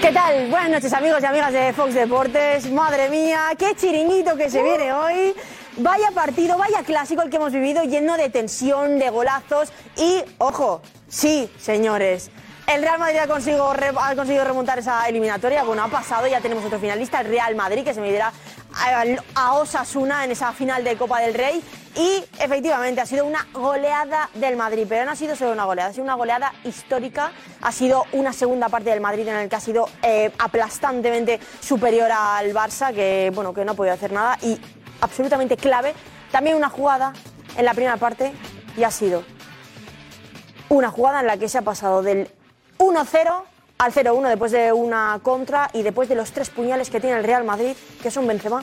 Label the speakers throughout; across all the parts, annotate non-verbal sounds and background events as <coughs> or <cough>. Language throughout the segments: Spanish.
Speaker 1: ¿Qué tal? Buenas noches amigos y amigas de Fox Deportes. Madre mía, qué chiringuito que se viene hoy. Vaya partido, vaya clásico el que hemos vivido, lleno de tensión, de golazos y, ojo, sí, señores. El Real Madrid ha consigo- re- ha conseguido, remontar esa eliminatoria. Bueno, ha pasado, ya tenemos otro finalista, el Real Madrid, que se medirá a, a Osasuna en esa final de Copa del Rey. Y efectivamente ha sido una goleada del Madrid, pero no ha sido solo una goleada, ha sido una goleada histórica. Ha sido una segunda parte del Madrid en el que ha sido eh, aplastantemente superior al Barça, que bueno, que no ha podido hacer nada. Y absolutamente clave, también una jugada en la primera parte y ha sido una jugada en la que se ha pasado del 1-0 al 0-1 después de una contra y después de los tres puñales que tiene el Real Madrid, que son Benzema,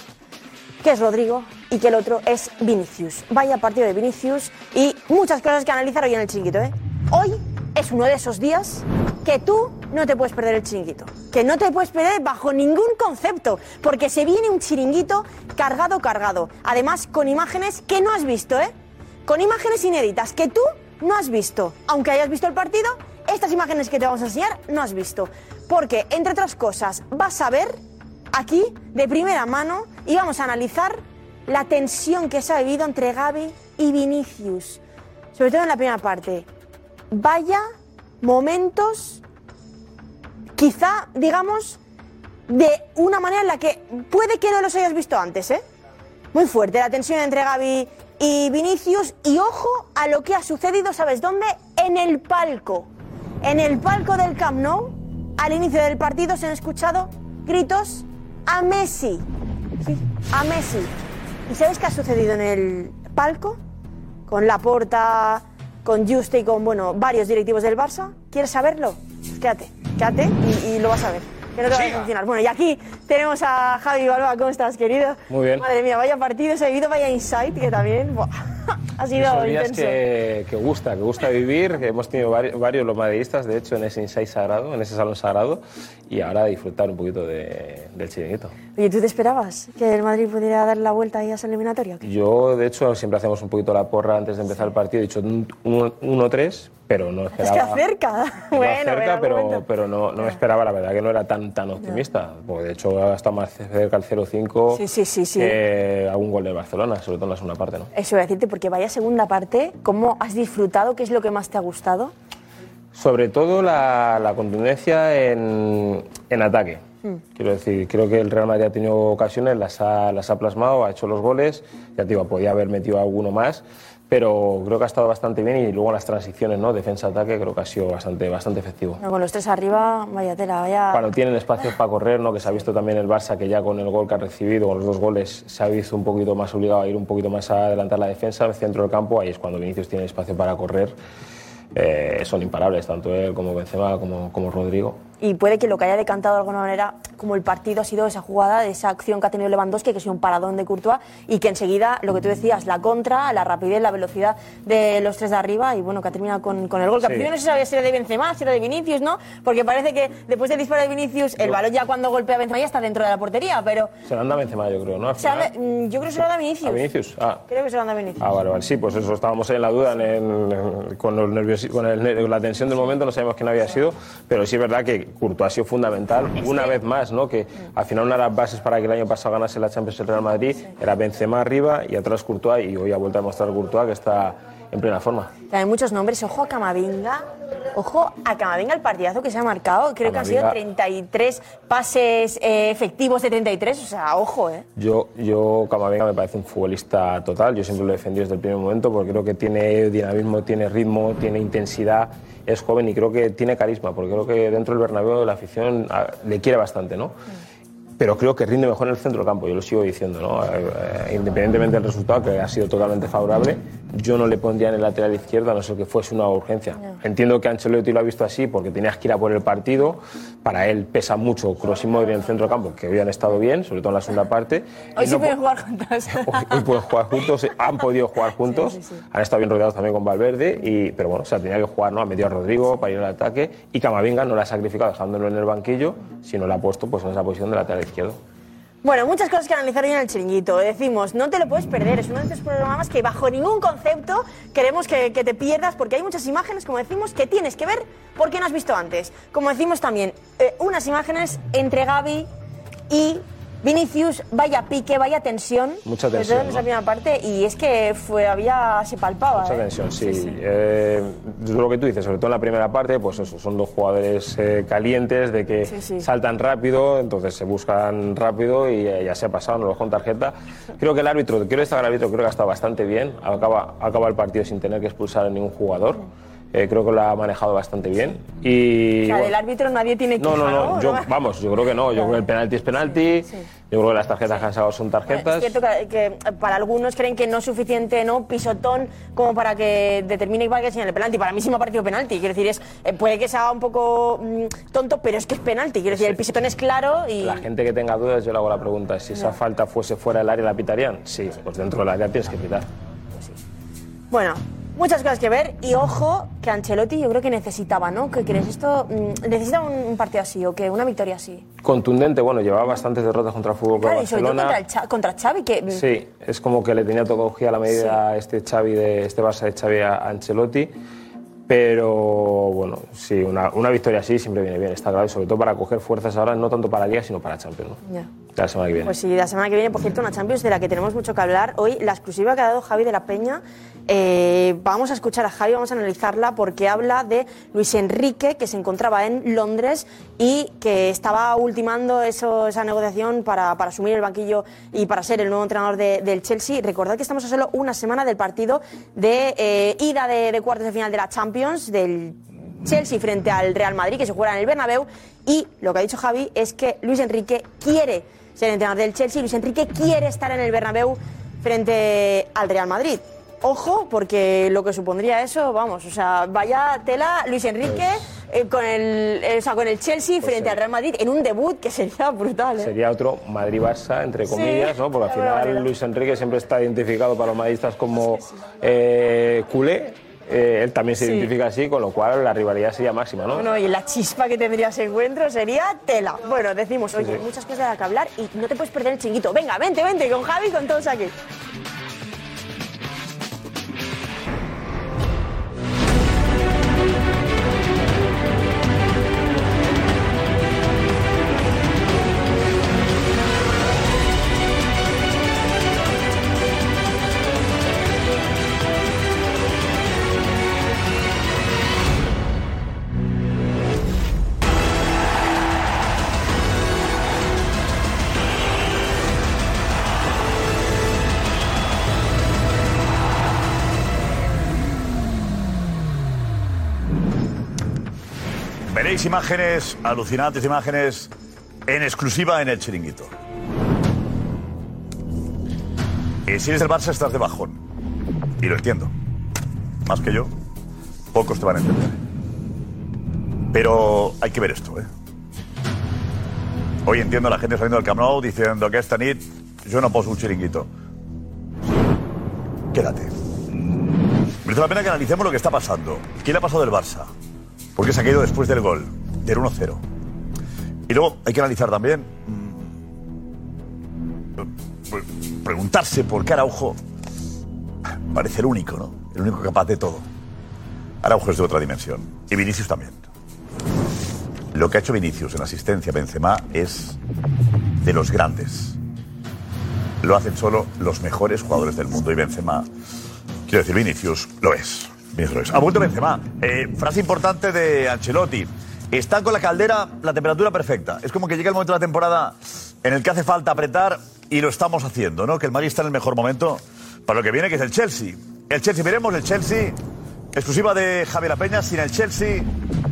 Speaker 1: que es Rodrigo y que el otro es Vinicius. Vaya partido de Vinicius y muchas cosas que analizar hoy en el chinguito, ¿eh? Hoy es uno de esos días que tú no te puedes perder el chiringuito. Que no te puedes perder bajo ningún concepto. Porque se viene un chiringuito cargado, cargado. Además, con imágenes que no has visto, ¿eh? Con imágenes inéditas que tú no has visto. Aunque hayas visto el partido, estas imágenes que te vamos a enseñar no has visto. Porque, entre otras cosas, vas a ver aquí, de primera mano, y vamos a analizar la tensión que se ha vivido entre Gaby y Vinicius. Sobre todo en la primera parte vaya momentos, quizá, digamos, de una manera en la que puede que no los hayas visto antes, ¿eh? Muy fuerte la tensión entre Gaby y Vinicius y ojo a lo que ha sucedido, ¿sabes dónde? En el palco. En el palco del Camp Nou, al inicio del partido se han escuchado gritos a Messi. Sí, a Messi. ¿Y sabes qué ha sucedido en el palco? con Laporta, con Juste y con bueno, varios directivos del Barça. ¿Quieres saberlo? Pues Quédate, quédate y, y lo vas a ver. Que no te va a funcionar. Bueno, y aquí tenemos a Javi Balba. ¿Cómo estás, querido?
Speaker 2: Muy bien.
Speaker 1: Madre mía, vaya partido se ha vivido, vaya insight que también. buah, <laughs> ha sido
Speaker 2: Esos días
Speaker 1: intenso.
Speaker 2: que, que gusta, que gusta vivir. que Hemos tenido vari- varios los madridistas, de hecho, en ese inside sagrado, en ese salón sagrado, y ahora disfrutar un poquito de- del chiringuito.
Speaker 1: Oye, ¿tú te esperabas que el Madrid pudiera dar la vuelta ahí a esa eliminatoria? o qué?
Speaker 2: Yo, de hecho, siempre hacemos un poquito la porra antes de empezar el partido. He dicho un- un- 1-3, pero no
Speaker 1: Es que
Speaker 2: esperaba.
Speaker 1: acerca.
Speaker 2: Iba
Speaker 1: <laughs> Bueno,
Speaker 2: cerca,
Speaker 1: bueno,
Speaker 2: pero, pero no, no me esperaba, la verdad, que no era tan, tan optimista. Porque de hecho, ha estado más cerca al 0-5
Speaker 1: Sí, sí, sí, sí.
Speaker 2: que algún gol de Barcelona, sobre todo en la segunda parte, ¿no?
Speaker 1: Eso voy a decirte, porque vaya segunda parte, ¿cómo has disfrutado? ¿Qué es lo que más te ha gustado?
Speaker 2: Sobre todo la, la contundencia en, en ataque. Mm. Quiero decir, creo que el Real Madrid ha tenido ocasiones, las ha, las ha plasmado, ha hecho los goles, ya te digo, podía haber metido alguno más, pero creo que ha estado bastante bien y luego las transiciones, ¿no? Defensa-ataque, creo que ha sido bastante, bastante efectivo.
Speaker 1: No, con los tres arriba, vaya tela, vaya.
Speaker 2: Cuando tienen espacios para correr, ¿no? que se ha visto también el Barça, que ya con el gol que ha recibido, con los dos goles, se ha visto un poquito más obligado a ir un poquito más a adelantar la defensa, al centro del campo, ahí es cuando Vinicius tiene espacio para correr. Eh, son imparables, tanto él como Benzema, como, como Rodrigo.
Speaker 1: Y puede que lo que haya decantado de alguna manera, como el partido, ha sido esa jugada, de esa acción que ha tenido Lewandowski, que ha sido un paradón de Courtois, y que enseguida, lo que tú decías, la contra, la rapidez, la velocidad de los tres de arriba, y bueno, que ha terminado con, con el gol. Que al
Speaker 3: Sí.
Speaker 1: principio no se sabía si era de Benzema, si era de Vinicius, ¿no? Porque parece que después del disparo de Vinicius, el
Speaker 2: Yo-
Speaker 1: balón ya cuando golpea a Benzema ya está dentro de la portería, pero
Speaker 2: Se lo anda Benzema, yo creo, ¿no? Al
Speaker 1: se habla-
Speaker 2: final.
Speaker 1: mm, yo creo que se lo da a Vinicius.
Speaker 2: A Vinicius. Ah.
Speaker 1: Creo que se lo da a Vinicius.
Speaker 2: Ah, vale, vale. Sí, pues eso, estábamos en la duda, en el- con, los nervios, con el ner- la tensión del momento, no sabemos quién había sido, pero sí es verdad que Courtois ha sido fundamental una vez más, ¿no? Que al final una de las bases para que el año pasado ganase la Champions el Real Madrid era Benzema arriba y atrás Courtois, y hoy ha vuelto a mostrar Courtois que está en plena forma.
Speaker 1: También muchos nombres. Ojo a Camavinga. Ojo a Camavinga, el partidazo que se ha marcado. Creo que han sido
Speaker 2: Camavinga.
Speaker 1: 33 pases eh, efectivos de 33. O sea, ojo, ¿eh?
Speaker 2: Yo, yo Camavinga me parece un futbolista total, yo siempre lo he defendido desde el primer momento porque creo que tiene dinamismo, tiene ritmo, tiene intensidad, es joven y creo que tiene carisma, porque creo que dentro del Bernabéu la afición ah, le quiere bastante, ¿no? pero creo que rinde mejor en el centro del campo, yo lo sigo diciendo, ¿no? Eh, eh, Independientemente del resultado, que ha sido totalmente favorable, yo no le pondría en el lateral izquierdo a no ser que fuese una urgencia. Entiendo que Ancelotti lo ha visto así porque tenías que ir a por el partido, para él pesa mucho Kroos y Modric en el centro del campo, que hoy han estado bien, sobre todo en la segunda parte.
Speaker 4: Hoy
Speaker 2: y
Speaker 4: sí
Speaker 2: no
Speaker 4: pueden
Speaker 2: po-
Speaker 4: jugar juntos.
Speaker 2: hoy pueden jugar juntos, eh, han podido jugar juntos, han estado bien rodeados también con Valverde, y, pero bueno, o sea, tenía que jugar, ¿no? Ha metido a Rodrigo para ir al ataque y Camavinga no la ha sacrificado dejándolo en el banquillo, sino la ha puesto pues, en esa posición de lateral izquierdo.
Speaker 1: Bueno, muchas cosas que analizar hoy en el chiringuito. Decimos, no te lo puedes perder. Es uno de estos programas que bajo ningún concepto queremos que, que te pierdas porque hay muchas imágenes, como decimos, que tienes que ver porque no has visto antes. Como decimos también, eh, unas imágenes entre Gaby y Vinicius. Vaya pique, vaya tensión.
Speaker 2: Mucha
Speaker 1: Sobre todo
Speaker 2: tensión,
Speaker 1: en esa
Speaker 2: ¿no?
Speaker 1: primera parte y es que fue, había, se palpaba.
Speaker 2: Mucha
Speaker 1: ¿eh?
Speaker 2: tensión, sí. Eh, lo que tú dices, sobre todo en la primera parte, pues eso, son dos jugadores eh, calientes, de que
Speaker 5: Sí, sí.
Speaker 2: saltan rápido, entonces se buscan rápido y eh, ya se ha pasado, no lo con tarjeta. Creo que el árbitro, quiero destacar al árbitro, creo que ha estado bastante bien, acaba, acaba el partido sin tener que expulsar a ningún jugador. Eh, creo que lo ha manejado bastante bien. Y,
Speaker 1: O sea,
Speaker 2: bueno,
Speaker 1: del árbitro nadie tiene que
Speaker 2: no, no, no,
Speaker 1: <laughs>
Speaker 2: yo, vamos, yo creo que no, yo creo que el penalti es penalti, yo creo que las tarjetas que han sacado son
Speaker 1: Es
Speaker 2: tarjetas.
Speaker 1: cierto que, que para algunos creen que no es suficiente ¿no? pisotón como para que determine igual que señale penalti. Para mí sí me ha parecido penalti. Quiero decir, es, eh, puede que sea un poco mm, tonto, pero es que es penalti. Quiero decir, el pisotón es claro y.
Speaker 2: La gente que tenga dudas, yo le hago la pregunta. Si esa falta fuese fuera del área, ¿la pitarían? Sí, pues dentro del área tienes que pitar.
Speaker 1: Bueno, muchas cosas que ver. Y ojo, que Ancelotti yo creo que necesitaba, ¿no? ¿Qué crees? Esto mm, necesita un, un partido así o que una victoria así.
Speaker 2: Contundente, bueno, llevaba bastantes derrotas contra el fútbol
Speaker 1: Claro, y sobre todo Ah, contra,
Speaker 2: Barcelona.
Speaker 1: el Cha- contra Xavi, que mm,
Speaker 2: Sí, es como que le tenía todo cogida la medida a este Xavi de este Barça de Xavi a Ancelotti. Pero bueno, sí, una, una victoria así siempre viene bien, está claro, y sobre todo para coger fuerzas ahora, no tanto para Liga, sino para Champions, ¿no?
Speaker 1: ya.
Speaker 2: La semana que viene.
Speaker 1: Pues sí, la semana que viene, por cierto, una Champions de la que tenemos mucho que hablar. Hoy la exclusiva que ha dado Javi de la Peña. eh, vamos a escuchar a Javi, vamos a analizarla porque habla de Luis Enrique que se encontraba en Londres y que estaba ultimando eso- esa negociación para, para asumir el banquillo y para ser el nuevo entrenador de- del Chelsea. Recordad que estamos a solo una semana del partido de eh, ida de, de cuartos de final de la Champions del Chelsea frente al Real Madrid, que se juega en el Bernabéu. Y lo que ha dicho Javi es que Luis Enrique quiere ser entrenador del Chelsea. Luis Enrique quiere estar en el Bernabéu frente al Real Madrid. Ojo, porque lo que supondría eso, vamos, o sea, vaya tela Luis Enrique
Speaker 2: Pues
Speaker 1: eh, con, el, eh, o sea, con el Chelsea frente al Real Madrid en un debut que sería brutal. ¿eh?
Speaker 2: Sería otro Madrid-Barça, entre
Speaker 1: Sí.
Speaker 2: comillas, ¿no? Porque al
Speaker 1: Bueno,
Speaker 2: final
Speaker 1: vale.
Speaker 2: Luis Enrique siempre está identificado para los madridistas como eh, culé. Eh, él también se
Speaker 1: Sí.
Speaker 2: identifica así, con lo cual la rivalidad sería máxima, ¿no?
Speaker 1: Bueno, y la chispa que tendría ese encuentro sería tela. Bueno, decimos, oye,
Speaker 2: sí.
Speaker 1: muchas cosas de las que hablar y no te puedes perder el chinguito. Venga, vente, vente, con Javi, y con todos aquí.
Speaker 6: Veréis imágenes, alucinantes imágenes, en exclusiva en el chiringuito. Y si eres del Barça, estás de bajón. Y lo entiendo. Más que yo, pocos te van a entender. Pero hay que ver esto, ¿eh? Hoy entiendo a la gente saliendo del Camp Nou diciendo que esta nit yo no puedo un chiringuito. Quédate. Merece la pena que analicemos lo que está pasando. ¿Qué le ha pasado del Barça? porque se ha caído después del gol, del 1-0. Y luego hay que analizar también, mm, pre- preguntarse por qué Araujo parece el único, ¿no? El único capaz de todo. Araujo es de otra dimensión. Y Vinicius también. Lo que ha hecho Vinicius en asistencia a Benzema es de los grandes. Lo hacen solo los mejores jugadores del mundo y Benzema Quiero decir, Vinicius lo es. Vinicius lo es. Ha vuelto Benzema. Eh, frase importante de Ancelotti. Está con la caldera la temperatura perfecta. Es como que llega el momento de la temporada en el que hace falta apretar y lo estamos haciendo, ¿no? Que el Madrid está en el mejor momento para lo que viene, que es el Chelsea. El Chelsea, veremos el Chelsea. Exclusiva de Javier Peña. Sin el Chelsea,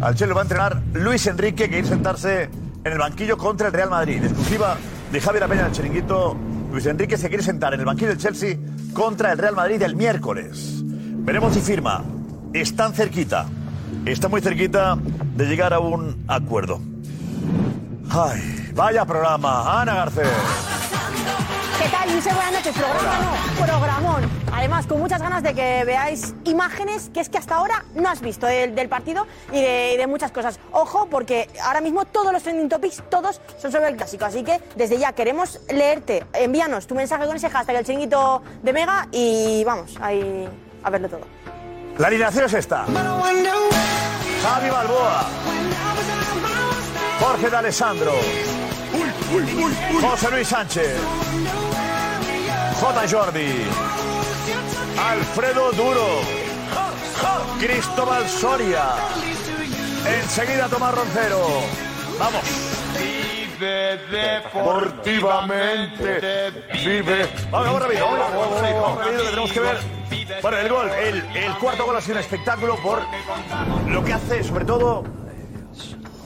Speaker 6: al Chelsea lo va a entrenar Luis Enrique, que ir a sentarse en el banquillo contra el Real Madrid. Exclusiva de Javier Apeña del Chiringuito, Luis Enrique se quiere sentar en el banquillo del Chelsea contra el Real Madrid el miércoles. Veremos si firma. Están cerquita. Está muy cerquita de llegar a un acuerdo. Ay, vaya programa, Ana Garcés.
Speaker 7: ¿Qué tal, José? Buenas noches. Programa no, programón. Además, con muchas ganas de que veáis imágenes que es que hasta ahora no has visto del, del partido y de, y de muchas cosas. Ojo, porque ahora mismo todos los trending topics, todos son sobre el clásico. Así que desde ya queremos leerte. Envíanos tu mensaje con ese hashtag, el chiringuito de Mega, y vamos, ahí a verlo todo.
Speaker 6: La alineación es esta. Javi Balboa. Jorge de Alessandro. José Luis Sánchez. J. Jordi. Alfredo Duro. Cristóbal Soria. Enseguida Tomás Roncero. Vamos.
Speaker 8: Deportivamente
Speaker 6: vive. Vamos, vamos rápido, vamos, vamos, vamos, vamos rápido, que tenemos que ver. Bueno, el gol, el, el cuarto gol ha sido un espectáculo por lo que hace, sobre todo,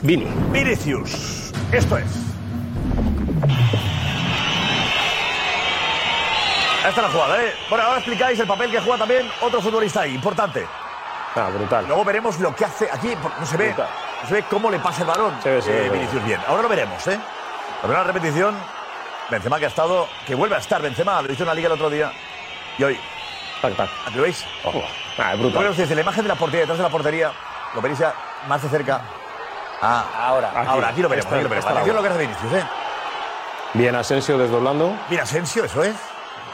Speaker 2: Vini.
Speaker 6: Vinicius. Esto es. Ahí está la jugada, ¿eh? Bueno, ahora explicáis el papel que juega también otro futbolista ahí, importante.
Speaker 2: Ah, brutal.
Speaker 6: Luego veremos lo que hace aquí, por- no se ve,
Speaker 2: Brutal.
Speaker 6: no se ve cómo le pasa el balón
Speaker 2: Se ve, se ve,
Speaker 6: eh,
Speaker 2: se ve.
Speaker 6: Vinicius bien. Ahora lo veremos, ¿eh? La primera repetición, Benzema que ha estado, que vuelve a estar Benzema, lo hizo en la liga el otro día y hoy,
Speaker 2: Tac, tac.
Speaker 6: ¿lo veis?
Speaker 2: Ojo. Ah, es
Speaker 6: Bueno,
Speaker 2: brutal.
Speaker 6: ustedes, la imagen de la portería, detrás de la portería, lo veréis ya más de cerca. Ah, ahora,
Speaker 2: Aquí.
Speaker 6: ahora, aquí lo veremos.
Speaker 2: Esta-
Speaker 6: Aquí lo veremos.
Speaker 2: esta la
Speaker 6: Atención lo que hace Vinicius, ¿eh?
Speaker 2: Bien, Asensio desdoblando.
Speaker 6: Mira, Asensio, eso es.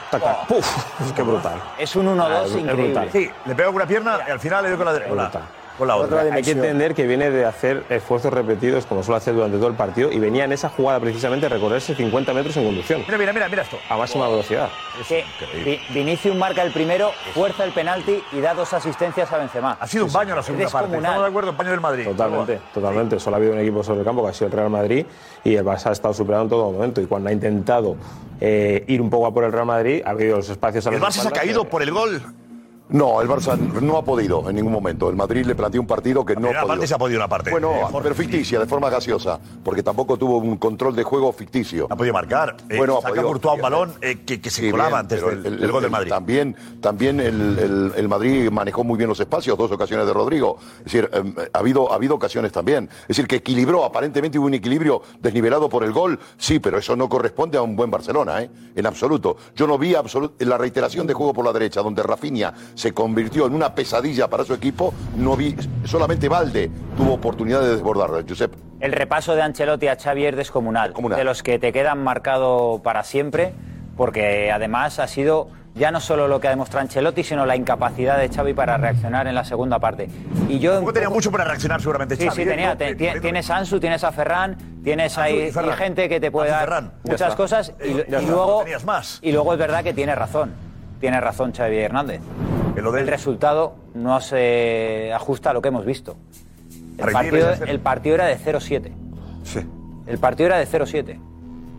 Speaker 2: Tac, tac. Puf, qué brutal.
Speaker 9: Es un 1-2
Speaker 2: Ah, es- es brutal.
Speaker 9: increíble.
Speaker 6: Sí, le pego con una pierna y al final le doy con la, con la, con la otra.
Speaker 2: Hay que entender que viene de hacer esfuerzos repetidos, como suele hacer durante todo el partido, y venía en esa jugada precisamente a recorrerse 50 metros en conducción,
Speaker 6: Mira, mira, mira, mira esto.
Speaker 2: a máxima velocidad.
Speaker 9: Es que
Speaker 6: increíble.
Speaker 9: Vi- Vinicius marca el primero, fuerza el penalti y da dos asistencias a Benzema.
Speaker 6: Ha sido un baño la segunda parte.
Speaker 9: descomunal.
Speaker 6: Estamos de acuerdo, baño del Madrid.
Speaker 2: Totalmente, totalmente. Solo ha habido un equipo sobre el campo que ha sido el Real Madrid y el Barça ha estado superado en todo momento. Y cuando ha intentado eh, ir un poco a por el Real Madrid, ha habido los espacios a
Speaker 6: El
Speaker 2: las
Speaker 6: Barça se ha
Speaker 2: espaldas
Speaker 6: caído
Speaker 2: que-
Speaker 6: por el gol.
Speaker 10: No, el Barça no ha podido en ningún momento. El Madrid le planteó un partido que no
Speaker 6: Primera
Speaker 10: ha
Speaker 6: parte
Speaker 10: podido.
Speaker 6: se ha podido una parte.
Speaker 10: Bueno,
Speaker 6: Eh, Jorge.
Speaker 10: pero ficticia, de forma gaseosa, porque tampoco tuvo un control de juego ficticio.
Speaker 6: Ha podido marcar. Eh,
Speaker 10: Bueno, ha
Speaker 6: saca
Speaker 11: pues
Speaker 10: podido,
Speaker 6: Courtois un
Speaker 10: fíjate.
Speaker 6: balón eh, que, que se
Speaker 10: Sí,
Speaker 6: colaba
Speaker 10: bien,
Speaker 6: antes
Speaker 10: pero
Speaker 6: del,
Speaker 10: el-
Speaker 6: del gol del
Speaker 10: el-
Speaker 6: Madrid.
Speaker 10: También, también el, el- el Madrid manejó muy bien los espacios, dos ocasiones de Rodrigo. Es decir, em, ha, habido, ha habido ocasiones también. Es decir, que equilibró, aparentemente hubo un equilibrio desnivelado por el gol, sí, pero eso no corresponde a un buen Barcelona, ¿eh? en absoluto. Yo no vi absolu- la reiteración de juego por la derecha, donde Rafinha se convirtió en una pesadilla para su equipo, no vi, solamente Valde tuvo oportunidad de desbordar, Josep.
Speaker 9: El repaso de Ancelotti a Xavi es descomunal,
Speaker 10: Descomunal.
Speaker 9: de los que te quedan marcado para siempre, porque además ha sido ya no solo lo que ha demostrado Ancelotti, sino la incapacidad de Xavi para reaccionar en la segunda parte. Y yo
Speaker 6: Tampoco tenía mucho para reaccionar seguramente
Speaker 9: Sí,
Speaker 6: Xavi,
Speaker 9: sí,
Speaker 6: ¿eh?
Speaker 9: tenía.
Speaker 6: No,
Speaker 9: te-
Speaker 6: eh,
Speaker 9: ti-
Speaker 6: eh,
Speaker 9: tienes a Ansu, tienes a Ferran, tienes
Speaker 6: Ansu y
Speaker 9: ahí
Speaker 6: Ferran.
Speaker 9: y gente que te puede
Speaker 6: Ansu y
Speaker 9: dar
Speaker 6: Ferran. Ya
Speaker 9: muchas
Speaker 6: está. Eh,
Speaker 9: cosas. Y,
Speaker 6: Ya
Speaker 9: y
Speaker 6: está. No
Speaker 9: luego,
Speaker 6: tenías más.
Speaker 9: y luego es verdad que tiene razón. Tiene razón Xavi Hernández.
Speaker 6: Que lo del-
Speaker 9: El resultado no se ajusta a lo que hemos visto. El
Speaker 6: Requiere
Speaker 9: partido,
Speaker 6: hacer-
Speaker 9: el partido era de 0-7.
Speaker 6: Sí.
Speaker 9: El partido era de 0-7.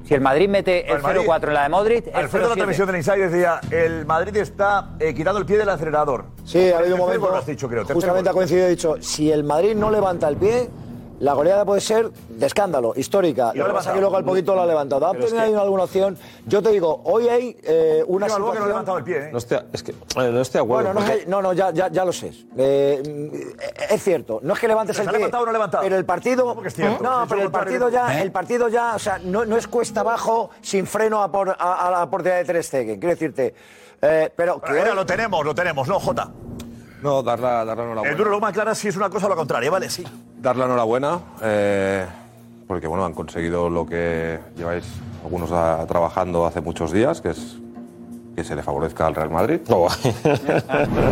Speaker 9: Si el Madrid mete
Speaker 6: Bueno,
Speaker 9: el
Speaker 6: el Madrid-
Speaker 9: 0-4 en la de Modric, es
Speaker 6: Alfredo de la
Speaker 9: 0-7.
Speaker 6: transmisión del Inside decía, el Madrid está eh, quitando el pie del acelerador.
Speaker 11: Sí, ha habido
Speaker 6: Tercer
Speaker 11: un momento.
Speaker 6: gol lo has dicho, creo. Tercer
Speaker 11: Justamente ha
Speaker 6: gol.
Speaker 11: coincidido, he dicho, si el Madrid no levanta el pie, la goleada puede ser de escándalo, histórica.
Speaker 6: Y lo
Speaker 11: Lo que
Speaker 6: ha
Speaker 11: pasa es que
Speaker 6: levantado.
Speaker 11: luego al poquito lo ha levantado. ¿Ha tenido ahí alguna opción? Yo te digo, hoy hay eh, una
Speaker 6: Mira, Balboa que no ha
Speaker 11: situación...
Speaker 6: levantado el pie, ¿eh?
Speaker 2: No estoy, es que, eh, no estoy de acuerdo.
Speaker 11: Bueno, no, es
Speaker 2: porque-
Speaker 11: que- no, no, ya, ya, ya lo sé. Eh, mm, es cierto, no es que levantes
Speaker 6: Pero
Speaker 11: el
Speaker 6: se ha
Speaker 11: pie.
Speaker 6: levantado o no ha levantado.
Speaker 11: Pero el partido. ¿Eh?
Speaker 6: ¿Cómo que es cierto?
Speaker 11: No,
Speaker 6: Si eso
Speaker 11: pero el
Speaker 6: fue
Speaker 11: partido
Speaker 6: para que-
Speaker 11: ya, el partido ya, o sea, no, no es cuesta abajo sin freno a, por- a- a la portería de Ter Stegen. Quiero decirte. eh, pero que
Speaker 6: Bueno,
Speaker 11: hoy-
Speaker 6: Mira, lo tenemos, lo tenemos, ¿no, Jota?
Speaker 12: No, dar la, dar la enhorabuena.
Speaker 6: El duro lo más clara si es una cosa o la contraria, ¿vale? Sí.
Speaker 12: Dar la enhorabuena, eh, porque bueno, han conseguido lo que lleváis algunos a- trabajando hace muchos días, que es que se le favorezca al Real Madrid.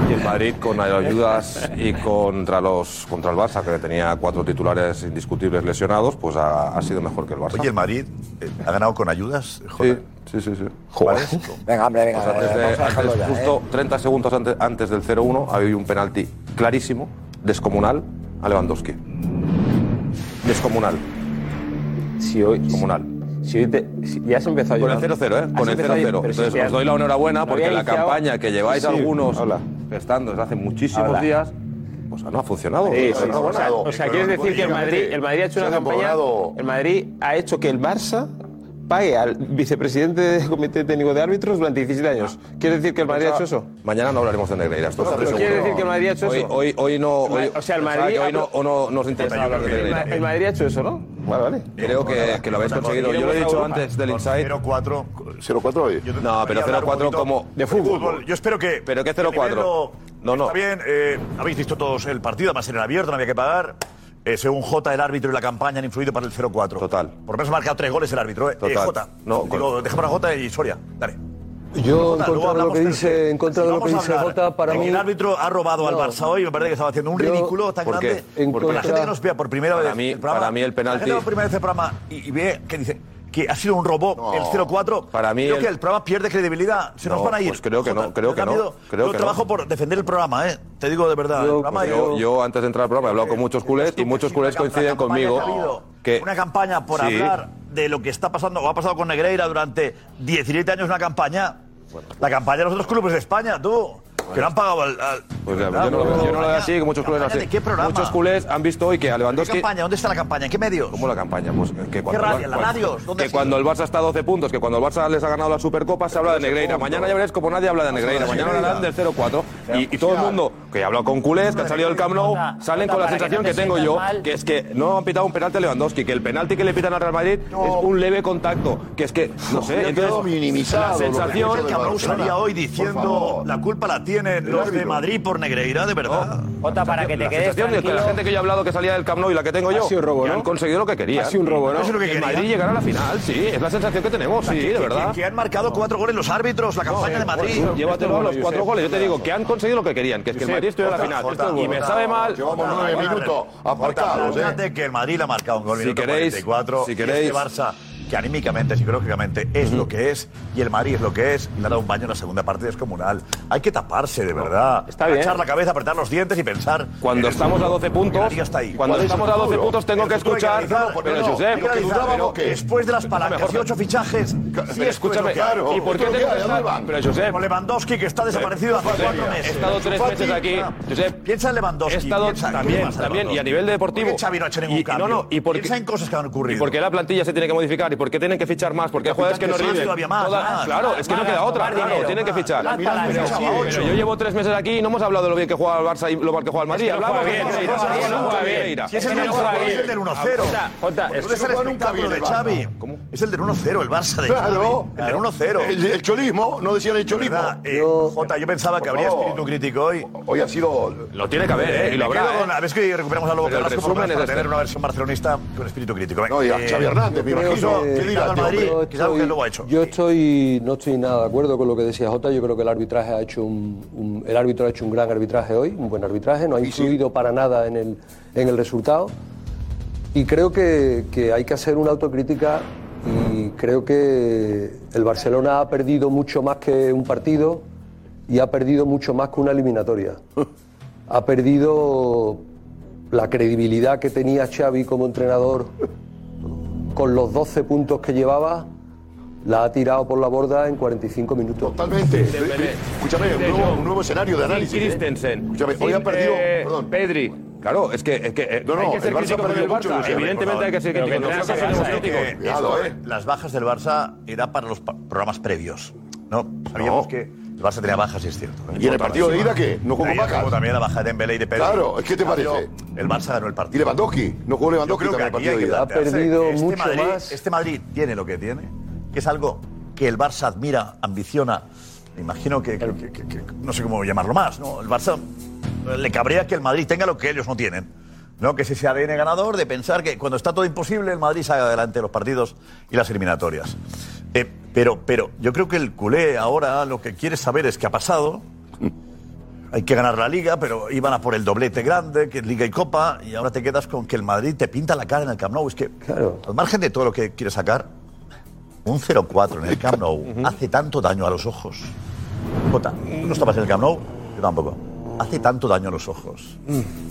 Speaker 12: Y el Madrid con ayudas y contra los contra el Barça, que tenía cuatro titulares indiscutibles lesionados, pues ha, ha sido mejor que el Barça.
Speaker 6: Oye, el Madrid eh, ha ganado con ayudas.
Speaker 12: sí,
Speaker 6: Joder.
Speaker 12: sí, sí, sí.
Speaker 6: ¿Vale?
Speaker 11: Venga, hombre, venga.
Speaker 12: Pues antes de-
Speaker 11: eh, vamos a dejarlo
Speaker 12: antes-
Speaker 11: ya, ¿eh?
Speaker 12: justo 30 segundos ante- antes, del 0-1 ha habido un penalti clarísimo, descomunal, a Lewandowski. Descomunal,
Speaker 2: Si hoy,
Speaker 12: descomunal.
Speaker 2: si hoy te- si- ya has empezado
Speaker 12: Con el
Speaker 2: llorando.
Speaker 12: 0-0, ¿eh?
Speaker 2: Has
Speaker 12: Con el
Speaker 2: empezado-
Speaker 12: 0-0.
Speaker 2: pero si
Speaker 12: Entonces
Speaker 2: te-
Speaker 12: os doy la enhorabuena
Speaker 2: Lo
Speaker 12: porque
Speaker 2: había
Speaker 12: la
Speaker 2: iniciado-
Speaker 12: campaña que lleváis
Speaker 2: Sí, sí.
Speaker 12: algunos
Speaker 2: Habla.
Speaker 12: gestando desde hace muchísimos
Speaker 2: Habla.
Speaker 12: días, pues no ha funcionado.
Speaker 2: Sí, sí, sí.
Speaker 12: Enhorabuena.
Speaker 2: O sea, o sea, quieres decir que el Madrid, el Madrid ha hecho
Speaker 10: Se
Speaker 2: una
Speaker 10: ha
Speaker 2: campaña.
Speaker 10: temporada.
Speaker 2: El Madrid ha hecho que el Barça pague al vicepresidente del Comité Técnico de Árbitros durante 17 años. ¿Quiere decir que el Madrid ha hecho eso?
Speaker 12: Mañana no hablaremos de Negreira. Esto
Speaker 2: No,
Speaker 12: está
Speaker 2: pero
Speaker 12: seguro.
Speaker 2: quiere decir que el Madrid ha hecho
Speaker 12: hoy,
Speaker 2: eso.
Speaker 12: Hoy, hoy no.
Speaker 2: El Ma-
Speaker 12: hoy-
Speaker 2: o sea, el
Speaker 12: pensaba
Speaker 2: Madrid
Speaker 12: que hoy
Speaker 2: ha- Pues,
Speaker 12: no, o no, no os interesa hablar de
Speaker 2: El,
Speaker 12: Negreira.
Speaker 2: Ma- el Madrid ha hecho eso, ¿no? Vale, vale.
Speaker 12: Creo que, que lo habéis conseguido. Yo lo he dicho antes del Insight.
Speaker 6: 0-4.
Speaker 10: 0-4 hoy.
Speaker 6: Yo te-
Speaker 12: No, pero
Speaker 6: quería hablar un
Speaker 12: 0-4
Speaker 6: poquito
Speaker 12: como-
Speaker 6: De fútbol. Yo espero que.
Speaker 12: Pero que
Speaker 6: el nivel
Speaker 12: 0-4. No, no.
Speaker 6: Está bien, eh, habéis visto todos el partido, además era en abierto, no había que pagar. Eh, según J, el árbitro y la campaña han influido para el 0-4.
Speaker 12: Total.
Speaker 6: Por lo menos ha marcado tres goles el árbitro. Eh, Eh,
Speaker 12: Total.
Speaker 6: J.
Speaker 12: No,
Speaker 6: Digo,
Speaker 12: con-
Speaker 6: deja para J y Soria. Dale.
Speaker 8: Yo, en
Speaker 6: Jota, luego
Speaker 8: contra de lo
Speaker 6: hablamos,
Speaker 8: que
Speaker 6: pero
Speaker 8: dice,
Speaker 6: sí.
Speaker 8: en contra de
Speaker 6: Si
Speaker 8: lo que
Speaker 6: vamos a
Speaker 8: dice
Speaker 6: hablar
Speaker 8: Jota, para
Speaker 6: de que
Speaker 8: mí.
Speaker 6: El árbitro ha robado al
Speaker 8: No.
Speaker 6: Barça hoy, me parece que estaba haciendo un
Speaker 8: Yo-
Speaker 6: ridículo tan
Speaker 12: ¿Por qué?
Speaker 6: grande.
Speaker 8: En
Speaker 6: Porque la
Speaker 8: contra-
Speaker 6: gente que nos vea por primera
Speaker 12: Para
Speaker 6: vez.
Speaker 12: mí-
Speaker 6: el programa,
Speaker 12: para mí el
Speaker 6: La gente
Speaker 12: penalti-
Speaker 6: que va por primera vez el programa y, y ve que dice que ha sido un robot el 0-4.
Speaker 12: Para mí
Speaker 6: Creo
Speaker 12: el-
Speaker 6: que el programa pierde credibilidad. Se nos
Speaker 12: No,
Speaker 6: van a ir.
Speaker 12: pues creo que no, creo
Speaker 6: me
Speaker 12: que
Speaker 6: da
Speaker 12: no,
Speaker 6: miedo.
Speaker 12: creo
Speaker 6: Yo
Speaker 12: que no.
Speaker 6: trabajo por defender el programa, ¿eh? Te digo de verdad. el
Speaker 8: Yo-
Speaker 6: programa
Speaker 8: pues
Speaker 12: Yo, yo antes de entrar al programa he hablado con muchos culés y muchos culés coinciden conmigo que
Speaker 6: una campaña por
Speaker 12: Sí.
Speaker 6: hablar de lo que está pasando o ha pasado con Negreira durante 17 años una campaña.
Speaker 12: pues
Speaker 6: La campaña de los otros clubes de España, tú. Que no han pagado al. al-
Speaker 12: Pues ya,
Speaker 6: ¿verdad?
Speaker 12: yo, no lo veo, yo no lo veo así, que muchos culés
Speaker 6: ¿Campaña
Speaker 12: así.
Speaker 6: ¿De qué programa?
Speaker 12: Muchos culés han visto hoy que a
Speaker 6: ¿Qué
Speaker 12: Lewandowski...
Speaker 6: campaña? ¿Dónde está la campaña? ¿En qué medios?
Speaker 12: ¿Cómo la campaña? Pues que cuando,
Speaker 6: radio? ¿Las
Speaker 12: cuando-
Speaker 6: radios? ¿Dónde
Speaker 12: que
Speaker 6: ha
Speaker 12: cuando el Barça está a 12 puntos, que cuando el Barça les ha ganado la Supercopa se habla de Negreira. Mañana ya veréis como nadie habla de Negreira. Mañana hablarán del 0-4. Y, y todo el mundo, que he hablado con culés, que han salido del Camp Nou, salen con la sensación que tengo yo, que es que no han pitado un penalti a Lewandowski, que el penalti que le pitan al Real Madrid es un leve contacto. Que es que, no sé,
Speaker 10: Yo quedo
Speaker 12: entonces
Speaker 10: minimizado
Speaker 12: la
Speaker 10: lo que
Speaker 12: sensación...
Speaker 10: escucho
Speaker 6: El
Speaker 10: de
Speaker 6: cabrón
Speaker 10: Barcelona.
Speaker 6: salía hoy
Speaker 10: Por
Speaker 6: diciendo
Speaker 10: favor.
Speaker 6: la culpa la tienen los de
Speaker 10: árbitro.
Speaker 6: Madrid por Negreira, de verdad.
Speaker 9: Jota, para que te
Speaker 12: la
Speaker 9: quedes
Speaker 12: sensación de Oh, que
Speaker 9: tranquilo.
Speaker 12: la gente que yo he hablado que salía del Camp Nou y la que tengo yo
Speaker 8: sido un robo,
Speaker 12: que
Speaker 8: ¿no?
Speaker 12: han conseguido lo que querían.
Speaker 8: Ha sido un robo, ¿no?
Speaker 12: Eso es lo que
Speaker 6: Que
Speaker 12: querían.
Speaker 6: Madrid
Speaker 12: Madrid llegar a la final, sí, es la sensación que tenemos, sí, de
Speaker 6: Que-
Speaker 12: verdad.
Speaker 6: Que, que han marcado cuatro goles los árbitros, la campaña de Madrid.
Speaker 12: Llévatelo a los cuatro goles. Yo te digo que han conseguido lo que querían, que es que el Madrid estuviera en la final. y me sabe mal.
Speaker 10: Llevamos nueve minutos apartados, ¿eh?
Speaker 6: Fíjate que el Madrid le ha marcado un gol
Speaker 12: Si
Speaker 6: minuto
Speaker 12: queréis,
Speaker 6: 44.
Speaker 12: si
Speaker 6: y este
Speaker 12: queréis.
Speaker 6: Barça, que anímicamente, psicológicamente es lo que es, y el Madrid es lo que es, y le ha dado un baño en la segunda parte descomunal. Hay que taparse, de verdad.
Speaker 12: Está bien.
Speaker 6: Echar la cabeza, apretar los dientes y pensar. en
Speaker 12: Cuando
Speaker 6: el
Speaker 12: estamos a
Speaker 6: futuro.
Speaker 12: 12 puntos,
Speaker 6: La liga está ahí.
Speaker 12: cuando
Speaker 6: ¿Cuál es
Speaker 12: estamos
Speaker 6: el
Speaker 12: a 12
Speaker 6: futuro?
Speaker 12: puntos tengo
Speaker 6: El
Speaker 12: que
Speaker 6: futuro hay
Speaker 12: escuchar,
Speaker 6: analizarlo, porque
Speaker 12: pero
Speaker 6: no,
Speaker 12: Josep,
Speaker 6: hay que
Speaker 12: pero-
Speaker 6: analizárselo.
Speaker 10: que-
Speaker 6: después de las palancas y ocho fichajes, sí,
Speaker 12: escúchame,
Speaker 10: claro.
Speaker 12: ¿y por qué tengo
Speaker 10: Pero ya,
Speaker 12: que
Speaker 10: ya
Speaker 12: estar?
Speaker 10: no van.
Speaker 12: Pero Josep,
Speaker 6: Como Lewandowski, que está desaparecido hace cuatro meses.
Speaker 12: he estado tres
Speaker 6: Fati,
Speaker 12: meses aquí.
Speaker 6: ah,
Speaker 12: Josep,
Speaker 6: piensa en Lewandowski.
Speaker 12: he estado
Speaker 6: piensa en qué le
Speaker 12: también,
Speaker 6: pasa
Speaker 12: también, y a
Speaker 6: Lewandowski.
Speaker 12: nivel deportivo.
Speaker 6: ¿Por qué Xavi no ha hecho ningún
Speaker 12: Y- y
Speaker 6: cambio?
Speaker 12: No, no, y porque
Speaker 6: Piensa en cosas que han ocurrido.
Speaker 12: ¿Y por qué la plantilla se tiene que modificar? ¿Y por qué tienen que fichar más? ¿Por qué hay jugadores que no
Speaker 6: fichar más,
Speaker 12: rinden?
Speaker 6: todavía más, más,
Speaker 12: claro,
Speaker 6: más,
Speaker 12: es que no
Speaker 9: más,
Speaker 12: queda
Speaker 9: más,
Speaker 12: otra,
Speaker 9: más
Speaker 12: claro,
Speaker 9: dinero,
Speaker 12: tienen que
Speaker 9: más.
Speaker 12: fichar.
Speaker 9: Las
Speaker 12: Pero
Speaker 9: palancas,
Speaker 12: sí,
Speaker 9: ocho.
Speaker 12: pero yo llevo tres meses aquí y no hemos hablado de lo bien que juega el Barça y lo mal que juega el Madrid. Hablamos de
Speaker 9: bien,
Speaker 12: Negreira,
Speaker 9: es que no
Speaker 12: hablamos de
Speaker 9: juega bien.
Speaker 12: Negreira.
Speaker 6: Si es
Speaker 9: Es
Speaker 6: el
Speaker 9: que no juega
Speaker 6: 1-0, es
Speaker 9: bien.
Speaker 6: el del 1-0.
Speaker 9: Jota, Jota,
Speaker 6: Porque
Speaker 9: es
Speaker 6: no es el
Speaker 10: que nunca
Speaker 6: espectáculo
Speaker 10: viene
Speaker 6: de
Speaker 10: el Barça.
Speaker 6: Xavi.
Speaker 12: ¿Cómo?
Speaker 6: Es el del 1-0, el Barça de
Speaker 10: Claro.
Speaker 6: Xavi. El del 1-0.
Speaker 10: El, el cholismo, no decían el cholismo.
Speaker 6: ¿Verdad? Eh, Jota, yo pensaba que
Speaker 10: Por
Speaker 6: habría
Speaker 10: favor.
Speaker 6: espíritu crítico hoy.
Speaker 10: Hoy ha sido.
Speaker 12: Lo tiene que haber, ¿eh? Y lo
Speaker 6: Me
Speaker 12: habrá.
Speaker 6: quedo
Speaker 12: ¿eh?
Speaker 6: con- A ver si recuperamos algo
Speaker 12: Pero el
Speaker 6: Velasco por lo
Speaker 12: resumen
Speaker 6: menos
Speaker 12: es
Speaker 6: para
Speaker 12: este.
Speaker 6: tener una versión barcelonista con espíritu crítico. Venga.
Speaker 10: No, y a
Speaker 6: Eh,
Speaker 10: Xavi Hernández, me
Speaker 8: creo
Speaker 10: imagino.
Speaker 8: que-
Speaker 10: ¿Qué dirá
Speaker 6: Al
Speaker 10: el
Speaker 6: Madrid.
Speaker 10: Madrid?
Speaker 6: que es algo que luego ha hecho.
Speaker 8: yo estoy- no estoy nada de acuerdo con lo que decía Jota. Yo creo que el arbitraje ha hecho un, un- el árbitro ha hecho un gran arbitraje hoy, un buen arbitraje. No ha influido para nada en el, en el resultado. Y creo que, que hay que hacer una autocrítica y creo que el Barcelona ha perdido mucho más que un partido y ha perdido mucho más que una
Speaker 10: <laughs>
Speaker 8: eliminatoria. Ha perdido la credibilidad que tenía Xavi como entrenador con los 12 puntos que llevaba, la ha tirado por la borda en 45 minutos.
Speaker 10: Totalmente. Escúchame, un nuevo, un nuevo escenario de análisis. ¿eh?
Speaker 12: Christensen.
Speaker 10: Escúchame, hoy
Speaker 12: sin,
Speaker 10: ha perdido.
Speaker 12: eh,
Speaker 10: Perdón.
Speaker 12: Pedri. Claro, es que, es que eh,
Speaker 10: No, no,
Speaker 12: hay que ser
Speaker 10: el Barça
Speaker 12: crítico
Speaker 10: ha
Speaker 12: con el
Speaker 10: perdido
Speaker 12: Barça.
Speaker 10: mucho, Luis,
Speaker 12: Evidentemente hay que ser crítico.
Speaker 9: Pero que
Speaker 12: Nosotros
Speaker 9: tendrá que
Speaker 12: somos
Speaker 9: ser
Speaker 12: críticos.
Speaker 6: Eh,
Speaker 10: Cuidado,
Speaker 6: esto,
Speaker 10: eh.
Speaker 6: Las bajas del Barça era para los pa- programas previos. No, sabíamos que el Barça tenía bajas, es cierto.
Speaker 10: ¿Y en el partido de ida qué? ¿No jugó
Speaker 6: Ahí estuvo
Speaker 10: Bajas?
Speaker 6: también la baja de Dembélé y de Pedri.
Speaker 10: Claro, ¿qué te
Speaker 6: Pero
Speaker 10: parece?
Speaker 6: El Barça ganó el
Speaker 10: ¿Y
Speaker 6: partido.
Speaker 10: Lewandowski? ¿No jugó
Speaker 6: Yo
Speaker 10: Levandowski
Speaker 6: creo que
Speaker 10: también
Speaker 6: aquí hay
Speaker 10: el partido de
Speaker 6: que
Speaker 10: ida?
Speaker 8: dar-
Speaker 6: plantearse
Speaker 8: Ha perdido
Speaker 6: que este
Speaker 8: mucho
Speaker 6: Madrid,
Speaker 8: más.
Speaker 6: Este Madrid tiene lo que tiene, que es algo que el Barça admira, ambiciona. Me imagino que, que- que- que- que- no sé cómo llamarlo más, ¿no? El Barça eh, le cabría que el Madrid tenga lo que ellos no tienen. ¿No? Que es ese ADN ganador de pensar que cuando está todo imposible, el Madrid sale adelante los partidos y las eliminatorias. Eh, pero, pero yo creo que el culé ahora lo que quiere saber es qué ha pasado, hay que ganar la liga, pero iban a por el doblete grande, que es liga y copa, y ahora te quedas con que el Madrid te pinta la cara en el Camp Nou. Es que,
Speaker 8: Claro.
Speaker 6: al margen de todo lo que quieres sacar, un 0-4 en el Camp Nou hace tanto daño a los ojos. Jota, tú no estabas en el Camp Nou, yo tampoco. Hace tanto daño a los ojos.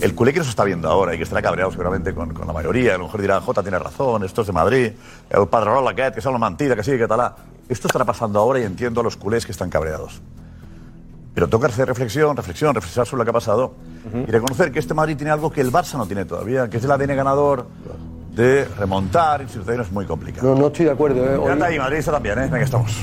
Speaker 6: El culé que nos está viendo ahora y que estará cabreado seguramente con, con la mayoría, a lo mejor dirá, Jota tiene razón, esto es de Madrid, el padrón que es una mentira, que sí, que talá. Esto estará pasando ahora y entiendo a los culés que están cabreados. Pero toca hacer reflexión, reflexión, reflexionar sobre lo que ha pasado y reconocer que este Madrid tiene algo que el Barça no tiene todavía, que es el ADN ganador, de remontar en situaciones muy complicadas.
Speaker 8: No, no estoy de acuerdo. ¿eh? Hoy-
Speaker 6: Anda ahí, madridista también, ¿eh? Venga, estamos.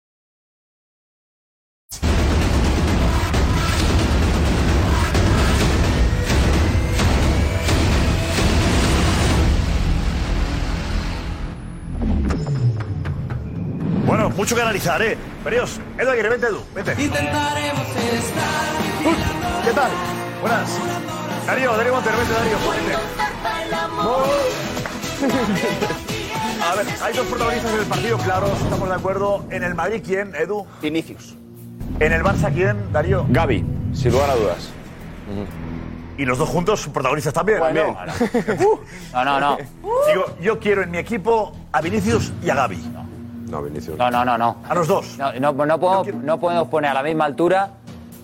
Speaker 6: Bueno, mucho que analizar, ¿eh? Veníos, Edu Aguirre, vente, Edu, vente.
Speaker 13: Intentaremos estar
Speaker 6: Uy, ¿Qué tal? Buenas. Darío, Darío Montero, vente, Darío, vente. A ver, hay dos protagonistas del partido, claro, estamos de acuerdo. ¿En el Madrid quién, Edu? Inicios. ¿En el Barça quién, Darío?
Speaker 2: Gaby, sin lugar a dudas.
Speaker 6: ¿Y los dos juntos protagonistas también?
Speaker 2: Bueno.
Speaker 9: <laughs> Uh. No, no, no.
Speaker 6: Digo, yo quiero en mi equipo a Vinicius y a Gaby.
Speaker 12: No, Vinicius.
Speaker 9: No, no, no, no.
Speaker 6: A los dos.
Speaker 9: No, no, no podemos, no podemos poner a la misma altura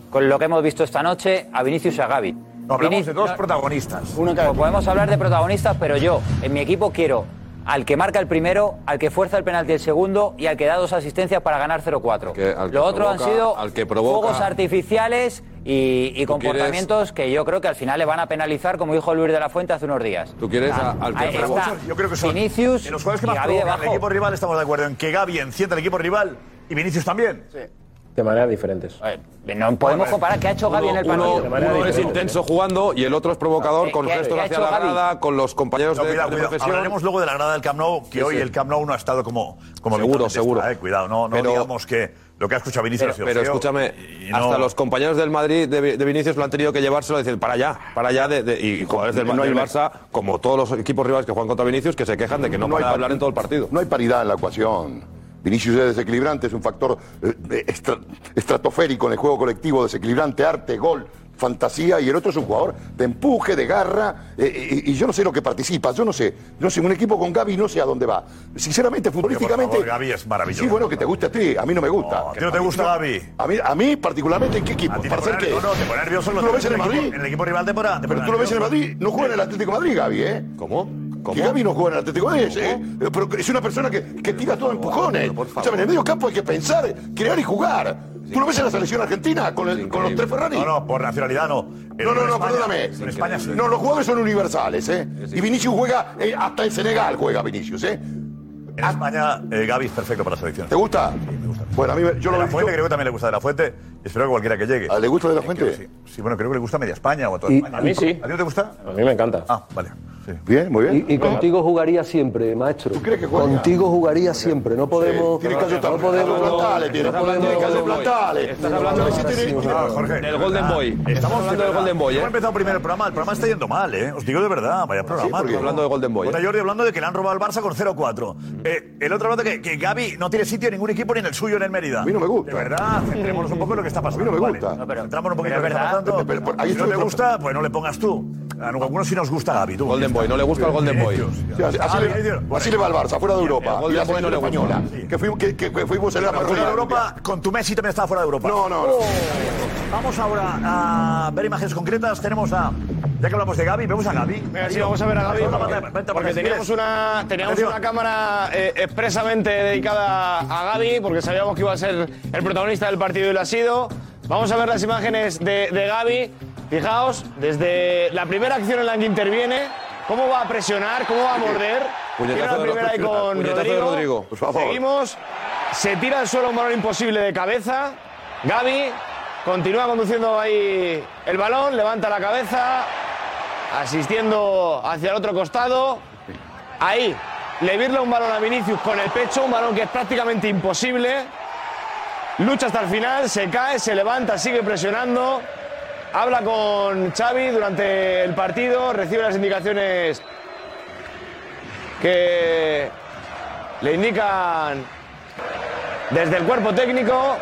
Speaker 9: con lo que hemos visto esta noche a Vinicius y a Gaby.
Speaker 6: No, hablamos
Speaker 9: Vini-
Speaker 6: de dos
Speaker 9: no,
Speaker 6: protagonistas.
Speaker 9: Pues Podemos hablar de protagonistas, pero yo, en mi equipo, quiero al que marca el primero, al que fuerza el penalti el segundo y al que da dos asistencias para ganar 0-4.
Speaker 12: Que- al que
Speaker 9: Lo otro han
Speaker 12: provoca-
Speaker 9: sido
Speaker 12: al que provoca-
Speaker 9: fuegos artificiales y, y
Speaker 12: Tú quieres-
Speaker 9: comportamientos que yo creo que al final le van a penalizar, como dijo Luis de la Fuente hace unos días.
Speaker 12: ¿Tú quieres a- al que
Speaker 9: Ah, Ahí está.
Speaker 12: provoca?
Speaker 6: Yo creo que son
Speaker 9: Vinicius
Speaker 6: de los jugadores que
Speaker 9: y
Speaker 6: más
Speaker 9: Gaby
Speaker 6: provocan el
Speaker 9: debajo.
Speaker 6: equipo rival estamos de acuerdo en que Gaby enciende el equipo rival y Vinicius también.
Speaker 2: De maneras diferentes.
Speaker 9: Eh, No podemos comparar qué ha hecho Gaby en el
Speaker 12: Uno,
Speaker 9: partido.
Speaker 2: manera
Speaker 12: uno es
Speaker 2: diferente.
Speaker 12: intenso jugando y el otro es provocador
Speaker 9: ¿Qué-
Speaker 12: con
Speaker 9: qué-
Speaker 12: gestos
Speaker 9: qué ha
Speaker 12: hacia
Speaker 9: hecho
Speaker 12: la
Speaker 9: Gaby?
Speaker 12: grada, con los compañeros
Speaker 6: No,
Speaker 12: de,
Speaker 6: cuidado,
Speaker 12: de
Speaker 6: cuidado.
Speaker 12: profesión.
Speaker 6: Hablaremos luego de la grada del Camp Nou, que hoy el Camp Nou no ha estado como,
Speaker 12: Seguro,
Speaker 6: como habitualmente
Speaker 12: seguro.
Speaker 6: está, eh. Cuidado, no, no
Speaker 12: Pero-
Speaker 6: digamos que lo que ha escuchado Vinicius
Speaker 12: Pero,
Speaker 6: ha sido
Speaker 12: pero
Speaker 6: feo
Speaker 12: escúchame,
Speaker 6: y no-
Speaker 12: hasta los compañeros del Madrid de, de Vinicius lo han tenido que llevárselo y decir para allá, para allá. De, de- y jugadores del,
Speaker 10: No hay
Speaker 12: del
Speaker 10: ley.
Speaker 12: Barça, como todos los equipos rivales que juegan contra Vinicius, que se quejan de que no,
Speaker 10: No
Speaker 12: van
Speaker 10: hay
Speaker 12: a
Speaker 10: par-
Speaker 12: hablar en todo el partido.
Speaker 10: No hay paridad en la ecuación. Vinicius es desequilibrante, es un factor eh, estra- estratosférico en el juego colectivo, desequilibrante, arte, gol, fantasía, y el otro es un jugador de empuje, de garra, eh, y, y yo no sé lo que participa, yo no sé, no sé, un equipo con Gaby no sé a dónde va. Sinceramente, futbolísticamente...
Speaker 6: favor, Gaby es maravilloso.
Speaker 10: Sí, bueno, que te guste a ti, a mí no me gusta.
Speaker 6: No, ¿a ti no te gusta Gaby?
Speaker 10: A mí, a mí particularmente, ¿en qué
Speaker 6: A
Speaker 10: equipo?
Speaker 6: ti te
Speaker 10: ¿Para
Speaker 6: pone
Speaker 10: hacer qué?
Speaker 6: nervioso, no, te pone nervioso
Speaker 10: Tú
Speaker 6: lo
Speaker 10: lo
Speaker 6: ves
Speaker 10: ves en el Madrid.
Speaker 6: En el equipo rival te pone te
Speaker 10: Pero
Speaker 6: pone
Speaker 10: tú lo ves en el
Speaker 6: nervioso.
Speaker 10: Madrid, no juega en el Atlético de Madrid, Gaby, ¿eh?
Speaker 12: ¿Cómo?
Speaker 10: Que
Speaker 12: ¿Cómo?
Speaker 10: Gaby no juega en el Atlético de Madrid, eh, eh, pero es una persona que, que tira todo empujones.
Speaker 12: por favor.
Speaker 10: O sea, en el medio campo hay que pensar, crear y jugar. ¿Tú lo ves en la selección argentina con, el- con los tres Ferrari?
Speaker 6: No, no, por nacionalidad no. En-
Speaker 10: No, no,
Speaker 6: en
Speaker 10: no,
Speaker 6: España-
Speaker 10: perdóname.
Speaker 6: En España sí.
Speaker 10: No, los jugadores son universales, ¿eh? Y Vinicius juega, eh, hasta en Senegal juega Vinicius, ¿eh?
Speaker 6: En España eh, Gaby es perfecto para la selección.
Speaker 10: ¿Te gusta?
Speaker 6: me gusta.
Speaker 10: Bueno, a mí me- yo
Speaker 6: de
Speaker 10: lo
Speaker 6: la
Speaker 10: vi-
Speaker 6: Fuente
Speaker 10: yo-
Speaker 6: creo que también le gusta de la Fuente. Espero que cualquiera que llegue.
Speaker 10: ¿Ah, ¿Le gusta de la
Speaker 6: Eh, creo
Speaker 10: fuente?
Speaker 6: que sí. Sí, bueno, creo que le gusta a media España o a toda
Speaker 8: Y-
Speaker 6: España.
Speaker 2: a mí sí.
Speaker 6: ¿A ti no te gusta?
Speaker 2: A mí me encanta.
Speaker 6: Ah, vale. Sí.
Speaker 10: Bien, muy bien.
Speaker 8: Y, y contigo jugaría siempre, maestro.
Speaker 10: ¿Tú crees que juega?
Speaker 8: Contigo jugaría siempre. No podemos.
Speaker 10: Tiene que ayudar.
Speaker 8: no podemos.
Speaker 10: plantales, tiene.
Speaker 8: no podemos-
Speaker 10: Tiene que hacer plantales.
Speaker 12: Estás hablando
Speaker 10: No, ese tiene-
Speaker 6: Ah, Jorge.
Speaker 12: Del Golden Boy.
Speaker 6: Ah,
Speaker 12: Estás
Speaker 6: Estamos
Speaker 12: hablando del
Speaker 6: verdad.
Speaker 12: Golden Boy, ¿eh?
Speaker 6: Hemos empezado primero el programa. El programa está yendo mal, ¿eh? Os digo de verdad. Vaya programa.
Speaker 10: porque-
Speaker 6: tío.
Speaker 12: Hablando de Golden Boy,
Speaker 6: Está
Speaker 12: ¿eh?
Speaker 6: Jordi hablando de que le han robado al Barça con 0-4. Eh, el otro hablando que, que Gaby no tiene sitio en ningún equipo ni en el suyo ni en Mérida. A
Speaker 10: mí no me gusta.
Speaker 6: De verdad. Centrémonos un poco en lo que está pasando.
Speaker 10: A mí no me
Speaker 6: ¿vale?
Speaker 10: gusta.
Speaker 6: No, pero entramos un poquito en lo que
Speaker 9: Pero
Speaker 6: está
Speaker 9: es verdad.
Speaker 6: pasando.
Speaker 10: Pero- pero- pero ahí
Speaker 6: si no
Speaker 10: está
Speaker 6: te
Speaker 10: otro-
Speaker 6: gusta, pues no le pongas tú. A algunos sí nos gusta Gaby. Tú.
Speaker 12: Golden Boy, no le gusta el Golden Boy.
Speaker 10: Sí, así, así
Speaker 6: Ah,
Speaker 10: le,
Speaker 6: bien, bien.
Speaker 10: así le va al Barça, fuera de Europa.
Speaker 12: gol
Speaker 10: Y
Speaker 12: de
Speaker 10: la
Speaker 12: Bueno
Speaker 10: selección
Speaker 12: le gusta.
Speaker 10: española. Que fuimos, que, que- que fuimos en la
Speaker 6: Pero fuera de Europa, con tu Messi también estaba fuera de Europa. Oh.
Speaker 10: No, no, no.
Speaker 6: Vamos ahora a ver imágenes concretas. Tenemos a. Ya que hablamos de Gaby, vemos a Gaby.
Speaker 14: Venga, sí, vamos a ver a Gaby.
Speaker 6: Vamos a matar- vente,
Speaker 14: Porque
Speaker 6: si
Speaker 14: teníamos
Speaker 6: quieres.
Speaker 14: una, teníamos
Speaker 6: Atención.
Speaker 14: una cámara eh, expresamente dedicada a Gaby, porque sabíamos que iba a ser el protagonista del partido y lo ha sido. Vamos a ver las imágenes de, de Gaby. Fijaos, desde la primera acción en la que interviene, cómo va a presionar, cómo va a morder. Tiene
Speaker 12: Puñetazo
Speaker 14: la
Speaker 12: de
Speaker 14: primera ahí
Speaker 12: Rodrigo.
Speaker 14: con
Speaker 12: Puñetazo de Rodrigo.
Speaker 10: Por favor.
Speaker 14: Seguimos. Se tira al suelo un balón imposible de cabeza. Gaby continúa conduciendo ahí el balón, levanta la cabeza, asistiendo hacia el otro costado. Ahí, le virla un balón a Vinicius con el pecho, un balón que es prácticamente imposible. Lucha hasta el final, se cae, se levanta, sigue presionando. Habla con Xavi durante el partido, recibe las indicaciones que le indican desde el cuerpo técnico,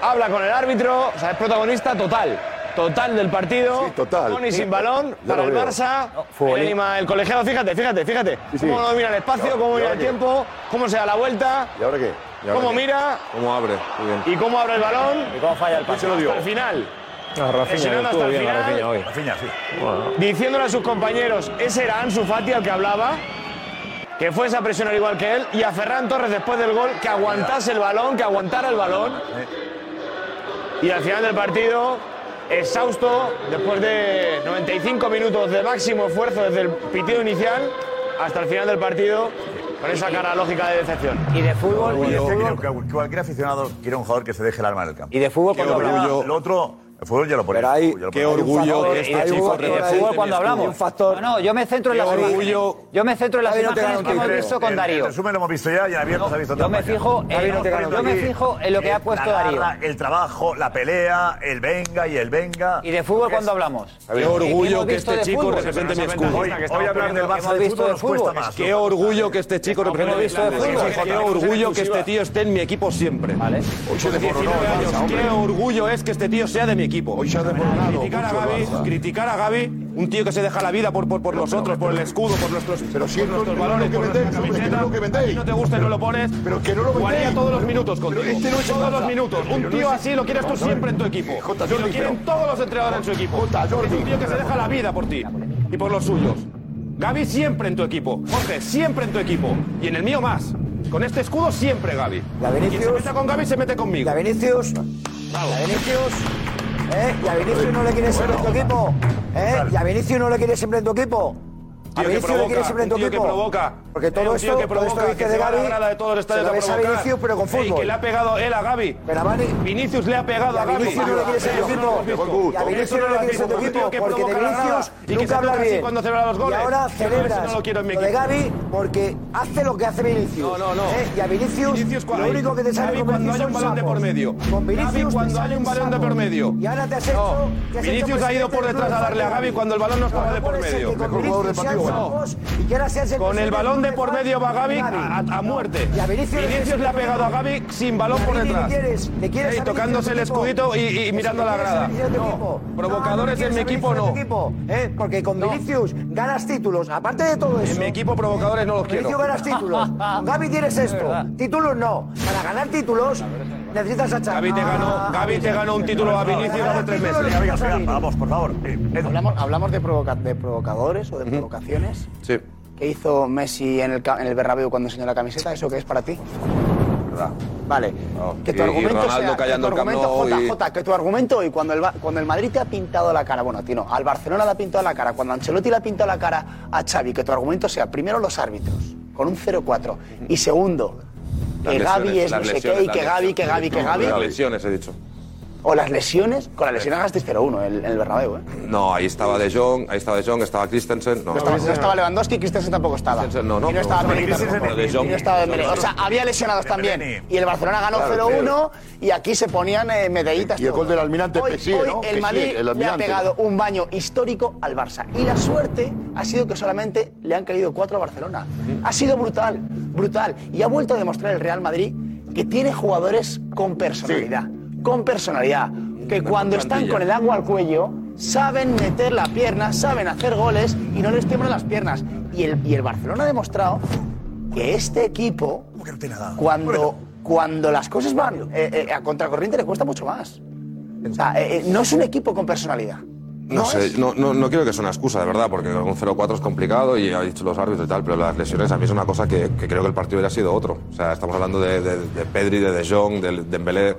Speaker 14: habla con el árbitro, o sea, es protagonista total. total del partido.
Speaker 10: total.
Speaker 14: Con y sin
Speaker 10: Sí,
Speaker 14: balón
Speaker 10: ya
Speaker 14: para
Speaker 10: lo
Speaker 14: el
Speaker 10: veo.
Speaker 14: Barça.
Speaker 10: No,
Speaker 14: el,
Speaker 10: futbolista.
Speaker 14: Lima, el colegiado, fíjate, fíjate, fíjate.
Speaker 10: Sí, sí.
Speaker 14: Cómo domina el espacio,
Speaker 10: Yo-
Speaker 14: cómo
Speaker 10: yo
Speaker 14: mira el
Speaker 10: aquí.
Speaker 14: tiempo, cómo se da la vuelta.
Speaker 10: ¿Y ahora qué? ¿Y ahora
Speaker 14: ¿Cómo
Speaker 10: qué?
Speaker 14: mira?
Speaker 12: ¿Cómo abre? Muy bien.
Speaker 14: ¿Y cómo abre el balón?
Speaker 9: ¿Y cómo falla el pase?
Speaker 14: Hasta el final.
Speaker 9: Rafinha,
Speaker 14: Presionando hasta
Speaker 9: estuvo
Speaker 14: el
Speaker 9: bien la
Speaker 14: final,
Speaker 9: Rafinha hoy.
Speaker 6: Rafinha, sí.
Speaker 14: Diciéndole a sus compañeros, ese era Ansu Fati al que hablaba, que fuese a presionar igual que él, y a Ferran Torres después del gol, que aguantase el balón, que aguantara el balón. Y al final del partido, exhausto, después de 95 minutos de máximo esfuerzo desde el pitido inicial hasta el final del partido, con esa cara lógica de decepción.
Speaker 9: Y de
Speaker 6: fútbol,
Speaker 14: y de fútbol-
Speaker 6: cualquier aficionado quiere un jugador que se deje el alma en el campo.
Speaker 9: Y de fútbol,
Speaker 6: Qué
Speaker 9: cuando hablaba-
Speaker 6: orgullo. El otro, el fútbol ya lo pone.
Speaker 12: Pero hay-
Speaker 6: ya lo
Speaker 12: qué
Speaker 6: pone.
Speaker 12: orgullo
Speaker 6: Hay un
Speaker 12: que
Speaker 6: factor-
Speaker 12: este
Speaker 6: hay un
Speaker 12: chico
Speaker 6: factor-
Speaker 12: represente
Speaker 9: de fútbol
Speaker 12: mi
Speaker 9: cuando
Speaker 12: estudio.
Speaker 9: hablamos.
Speaker 12: Un factor-
Speaker 9: No, no, yo me centro en las
Speaker 12: Qué
Speaker 9: imágenes.
Speaker 12: orgullo.
Speaker 9: Yo me centro en las
Speaker 12: Gaby, no te
Speaker 9: imágenes
Speaker 12: gano
Speaker 9: que hemos
Speaker 12: título.
Speaker 9: visto con
Speaker 12: En-
Speaker 9: Darío.
Speaker 6: En resumen, lo hemos visto ya y en abierto se ha visto
Speaker 9: Yo me
Speaker 6: tampoco.
Speaker 9: fijo en- Gaby, no te gano yo título. me fijo en lo que
Speaker 6: El-
Speaker 9: ha puesto
Speaker 6: Eh, la
Speaker 9: Darío.
Speaker 6: garra, El trabajo, la pelea, el venga y el venga.
Speaker 9: ¿Y de fútbol cuándo hablamos?
Speaker 12: Qué orgullo que este chico represente mi escudo.
Speaker 6: Hoy, hoy hablar del Barça
Speaker 9: Hemos
Speaker 6: de
Speaker 9: visto
Speaker 6: fútbol
Speaker 9: de
Speaker 6: nos cuesta
Speaker 9: fútbol.
Speaker 6: más.
Speaker 12: Qué orgullo que este chico represente mi
Speaker 9: visto de
Speaker 12: escudo.
Speaker 9: fútbol.
Speaker 12: Qué orgullo que este tío esté en mi equipo siempre. Vale.
Speaker 10: se desmoronó el Barça, hombre.
Speaker 12: Qué orgullo es que este tío sea de mi equipo.
Speaker 10: Hoy se ha desmoronado
Speaker 12: Criticar a
Speaker 10: mucho el
Speaker 12: Gaby,
Speaker 10: Barça.
Speaker 12: criticar a Gaby, un tío que se deja la vida por, por, por nosotros, por el escudo, por nuestros,
Speaker 10: Pero si
Speaker 12: por
Speaker 10: es lo-
Speaker 12: nuestros
Speaker 10: no es lo
Speaker 12: valores,
Speaker 10: que
Speaker 12: por nuestra
Speaker 10: vendéis, hombre, que no es
Speaker 12: camiseta.
Speaker 10: lo que vendéis.
Speaker 12: A ti no te gusta y no lo pones.
Speaker 10: Pero que no lo
Speaker 12: Jugaría
Speaker 10: vendéis.
Speaker 12: todos los minutos contigo.
Speaker 10: este no es el
Speaker 12: todos los
Speaker 10: Barça.
Speaker 12: minutos.
Speaker 10: Pero
Speaker 12: Un
Speaker 10: no
Speaker 12: tío
Speaker 10: es-
Speaker 12: así lo quieres tú
Speaker 10: Vamos a ver.
Speaker 12: siempre en tu equipo.
Speaker 10: Jota,
Speaker 12: Y lo
Speaker 10: Jordi,
Speaker 12: quieren
Speaker 10: pero-
Speaker 12: todos los entrenadores en su equipo.
Speaker 10: Jota, Jordi.
Speaker 12: Es un tío que se deja la vida por ti y por los suyos. Gaby siempre en tu equipo. Jorge, siempre en tu equipo. Y en el mío más. Con este escudo siempre, Gaby.
Speaker 11: Y a Vinicius-
Speaker 12: Quien se meta con Gaby se mete conmigo.
Speaker 11: Y a Vinicius. Y a Vinicius. ¿Eh? Y a Vinicius no le quieres siempre en tu equipo. ¿Eh? Y a Vinicius no le quieres siempre en tu equipo. A
Speaker 12: Tío que
Speaker 11: Vinicius le
Speaker 12: provoca,
Speaker 11: quieres siempre en tu
Speaker 12: un tío que
Speaker 11: equipo.
Speaker 12: provoca.
Speaker 11: Porque
Speaker 12: Eh,
Speaker 11: todo
Speaker 12: un tío
Speaker 11: esto,
Speaker 12: que
Speaker 11: todo
Speaker 12: provoca,
Speaker 11: esto
Speaker 12: que
Speaker 11: dice
Speaker 12: se
Speaker 11: de
Speaker 12: va a la
Speaker 11: Gaby.
Speaker 12: grada de todos los
Speaker 11: se
Speaker 12: estadios
Speaker 11: lo
Speaker 12: a
Speaker 11: ves a
Speaker 12: provocar.
Speaker 11: Vinicius, pero con
Speaker 12: Ey, que
Speaker 11: fútbol.
Speaker 12: le ha pegado él a Gaby.
Speaker 11: Pero a Vani-
Speaker 12: Vinicius le ha pegado
Speaker 11: Y a
Speaker 12: a Gaby.
Speaker 11: Vinicius no le quieres en tu
Speaker 12: Eso no
Speaker 11: equipo.
Speaker 12: lo has visto.
Speaker 11: Y a Vinicius
Speaker 12: Eso
Speaker 11: no le
Speaker 12: lo has
Speaker 11: quieres en tu
Speaker 12: visto. Un tío
Speaker 11: equipo.
Speaker 12: que
Speaker 11: Porque de
Speaker 12: provoca la grada
Speaker 11: Vinicius
Speaker 12: y que se
Speaker 11: nunca habla
Speaker 12: toca así
Speaker 11: bien.
Speaker 12: cuando celebra los
Speaker 11: Y
Speaker 12: goles. Eso
Speaker 11: ahora
Speaker 12: no lo
Speaker 11: celebras
Speaker 12: quiero en mi
Speaker 11: lo de
Speaker 12: equipo.
Speaker 11: Gaby porque hace lo que hace Vinicius.
Speaker 12: No, no, no.
Speaker 11: ¿eh? Y a Vinicius,
Speaker 12: Vinicius,
Speaker 11: lo
Speaker 12: ahí.
Speaker 11: único que te sale
Speaker 12: Gavi
Speaker 11: con
Speaker 12: cuando
Speaker 11: Vinicius
Speaker 12: haya un
Speaker 11: son
Speaker 12: balón de
Speaker 11: sapos.
Speaker 12: por medio.
Speaker 11: Con
Speaker 12: Gavi
Speaker 11: Vinicius
Speaker 12: cuando
Speaker 11: te
Speaker 12: haya un
Speaker 11: salen
Speaker 12: balón de
Speaker 11: sapos.
Speaker 12: por medio.
Speaker 11: Y ahora te has hecho... te has
Speaker 12: Vinicius
Speaker 11: hecho
Speaker 12: ha ido
Speaker 11: presidente
Speaker 12: por
Speaker 11: del
Speaker 12: detrás
Speaker 11: Club
Speaker 12: a darle a
Speaker 11: Celta.
Speaker 12: Gaby cuando el balón no estaba de
Speaker 11: puede
Speaker 12: por
Speaker 11: ser que
Speaker 12: medio.
Speaker 11: con
Speaker 10: Mejor jugador del
Speaker 11: Vinicius sean
Speaker 10: partido, ¿no?
Speaker 11: sapos y que ahora seas el
Speaker 12: Con el
Speaker 11: presidente
Speaker 12: balón de
Speaker 11: del
Speaker 12: por
Speaker 11: Club
Speaker 12: medio va Gaby
Speaker 11: Gavi.
Speaker 12: a, a- a muerte.
Speaker 11: Y a Vinicius,
Speaker 12: Vinicius le ha pegado a Gaby sin balón por
Speaker 11: Gavi, ¿le
Speaker 12: detrás.
Speaker 11: quieres? ¿Le quieres
Speaker 12: Ey,
Speaker 11: a Vinicius
Speaker 12: tocándose
Speaker 11: en
Speaker 12: el
Speaker 11: tu equipo?
Speaker 12: escudito y- y,
Speaker 11: Eso,
Speaker 12: mirando a la
Speaker 11: ¿le quieres a
Speaker 12: grada.
Speaker 11: Vinicius en tu equipo?
Speaker 12: No,
Speaker 11: No, no
Speaker 12: provocadores en
Speaker 11: quieres
Speaker 12: mi
Speaker 11: a
Speaker 12: equipo
Speaker 11: Vinicius
Speaker 12: no.
Speaker 11: en tu equipo, ¿eh? Porque con Vinicius ganas títulos. Aparte de todo eso.
Speaker 12: En mi equipo provocadores no los quiero.
Speaker 11: Vinicius
Speaker 12: <laughs>
Speaker 11: ganas títulos. Con Gaby tienes esto. Títulos no. Para ganar títulos necesitas a Xavi.
Speaker 12: Gaby te ganó, Gaby te ganó un título a Vinicius hace tres meses.
Speaker 6: Venga, venga, venga, vamos, por favor. Eh, Edu.
Speaker 15: Hablamos, hablamos de, provoca- de provocadores o de provocaciones.
Speaker 12: Sí,
Speaker 15: ¿Qué hizo Messi en el, ca- en el Bernabéu cuando enseñó la camiseta? ¿Eso qué es para ti?
Speaker 12: verdad.
Speaker 15: Vale.
Speaker 12: No,
Speaker 15: Que
Speaker 12: y- y
Speaker 15: tu argumento
Speaker 12: Ronaldo
Speaker 15: sea, que tu
Speaker 12: callando el Camp
Speaker 15: argumento,
Speaker 12: Nou y-
Speaker 15: JJ, que tu argumento hoy, cuando el, Ba- cuando el Madrid te ha pintado la cara, bueno, a ti no, al Barcelona le ha pintado la cara, cuando Ancelotti le ha pintado la cara a Xavi, que tu argumento sea, primero, los árbitros, con un 0-4, y segundo,
Speaker 12: Las
Speaker 15: que Gaby
Speaker 12: lesiones,
Speaker 15: es
Speaker 12: las
Speaker 15: no sé
Speaker 12: lesiones,
Speaker 15: qué, y
Speaker 12: las
Speaker 15: que Gaby,
Speaker 12: lesiones.
Speaker 15: que Gaby, que
Speaker 12: No,
Speaker 15: Gaby,
Speaker 12: Las lesiones, he dicho.
Speaker 15: o las lesiones, con las lesiones ganaste 0-1 en el, el Bernabéu, ¿eh?
Speaker 12: No, ahí estaba De Jong, ahí estaba De Jong, estaba Christensen. No,
Speaker 15: No estaba, no estaba Lewandowski, Christensen tampoco estaba.
Speaker 12: Christensen no, no,
Speaker 15: y no
Speaker 12: pero
Speaker 15: estaba
Speaker 12: estaba
Speaker 15: Pelé
Speaker 12: Christensen
Speaker 15: tampoco.
Speaker 12: y De Jong.
Speaker 15: Y no estaba Dembélé.
Speaker 12: Claro.
Speaker 15: O sea, había lesionados también.
Speaker 6: Dembélé.
Speaker 15: Y el Barcelona ganó
Speaker 10: Claro,
Speaker 15: 0-1 y aquí se ponían eh, medallitas.
Speaker 10: Y el
Speaker 15: todos.
Speaker 10: gol del almirante
Speaker 15: Hoy,
Speaker 10: Pesé,
Speaker 15: hoy
Speaker 10: ¿no?
Speaker 15: el
Speaker 10: Pesé,
Speaker 15: Madrid
Speaker 10: el
Speaker 15: le ha
Speaker 10: almirante.
Speaker 15: pegado un baño histórico al Barça. Y la suerte ha sido que solamente le han caído cuatro a Barcelona. Ha sido brutal, brutal. Y ha vuelto a demostrar el Real Madrid que tiene jugadores con personalidad. Con personalidad. Que cuando están
Speaker 12: plantilla.
Speaker 15: con el agua al cuello, saben meter la pierna, saben hacer goles y no les tiemblan las piernas. Y el, y el Barcelona ha demostrado que este equipo,
Speaker 6: ¿Cómo que no tiene nada?
Speaker 15: cuando, cuando las cosas van eh, eh, a contracorriente, le cuesta mucho más. O sea, eh, eh, no es un equipo con personalidad.
Speaker 12: No, sé, no, no, no quiero que sea una excusa, de verdad, porque un 0-4 es complicado y ha dicho los árbitros y tal, pero las lesiones a mí es una cosa que, que creo que el partido hubiera sido otro. O sea, estamos hablando de, de, de Pedri, de De Jong, de Dembélé,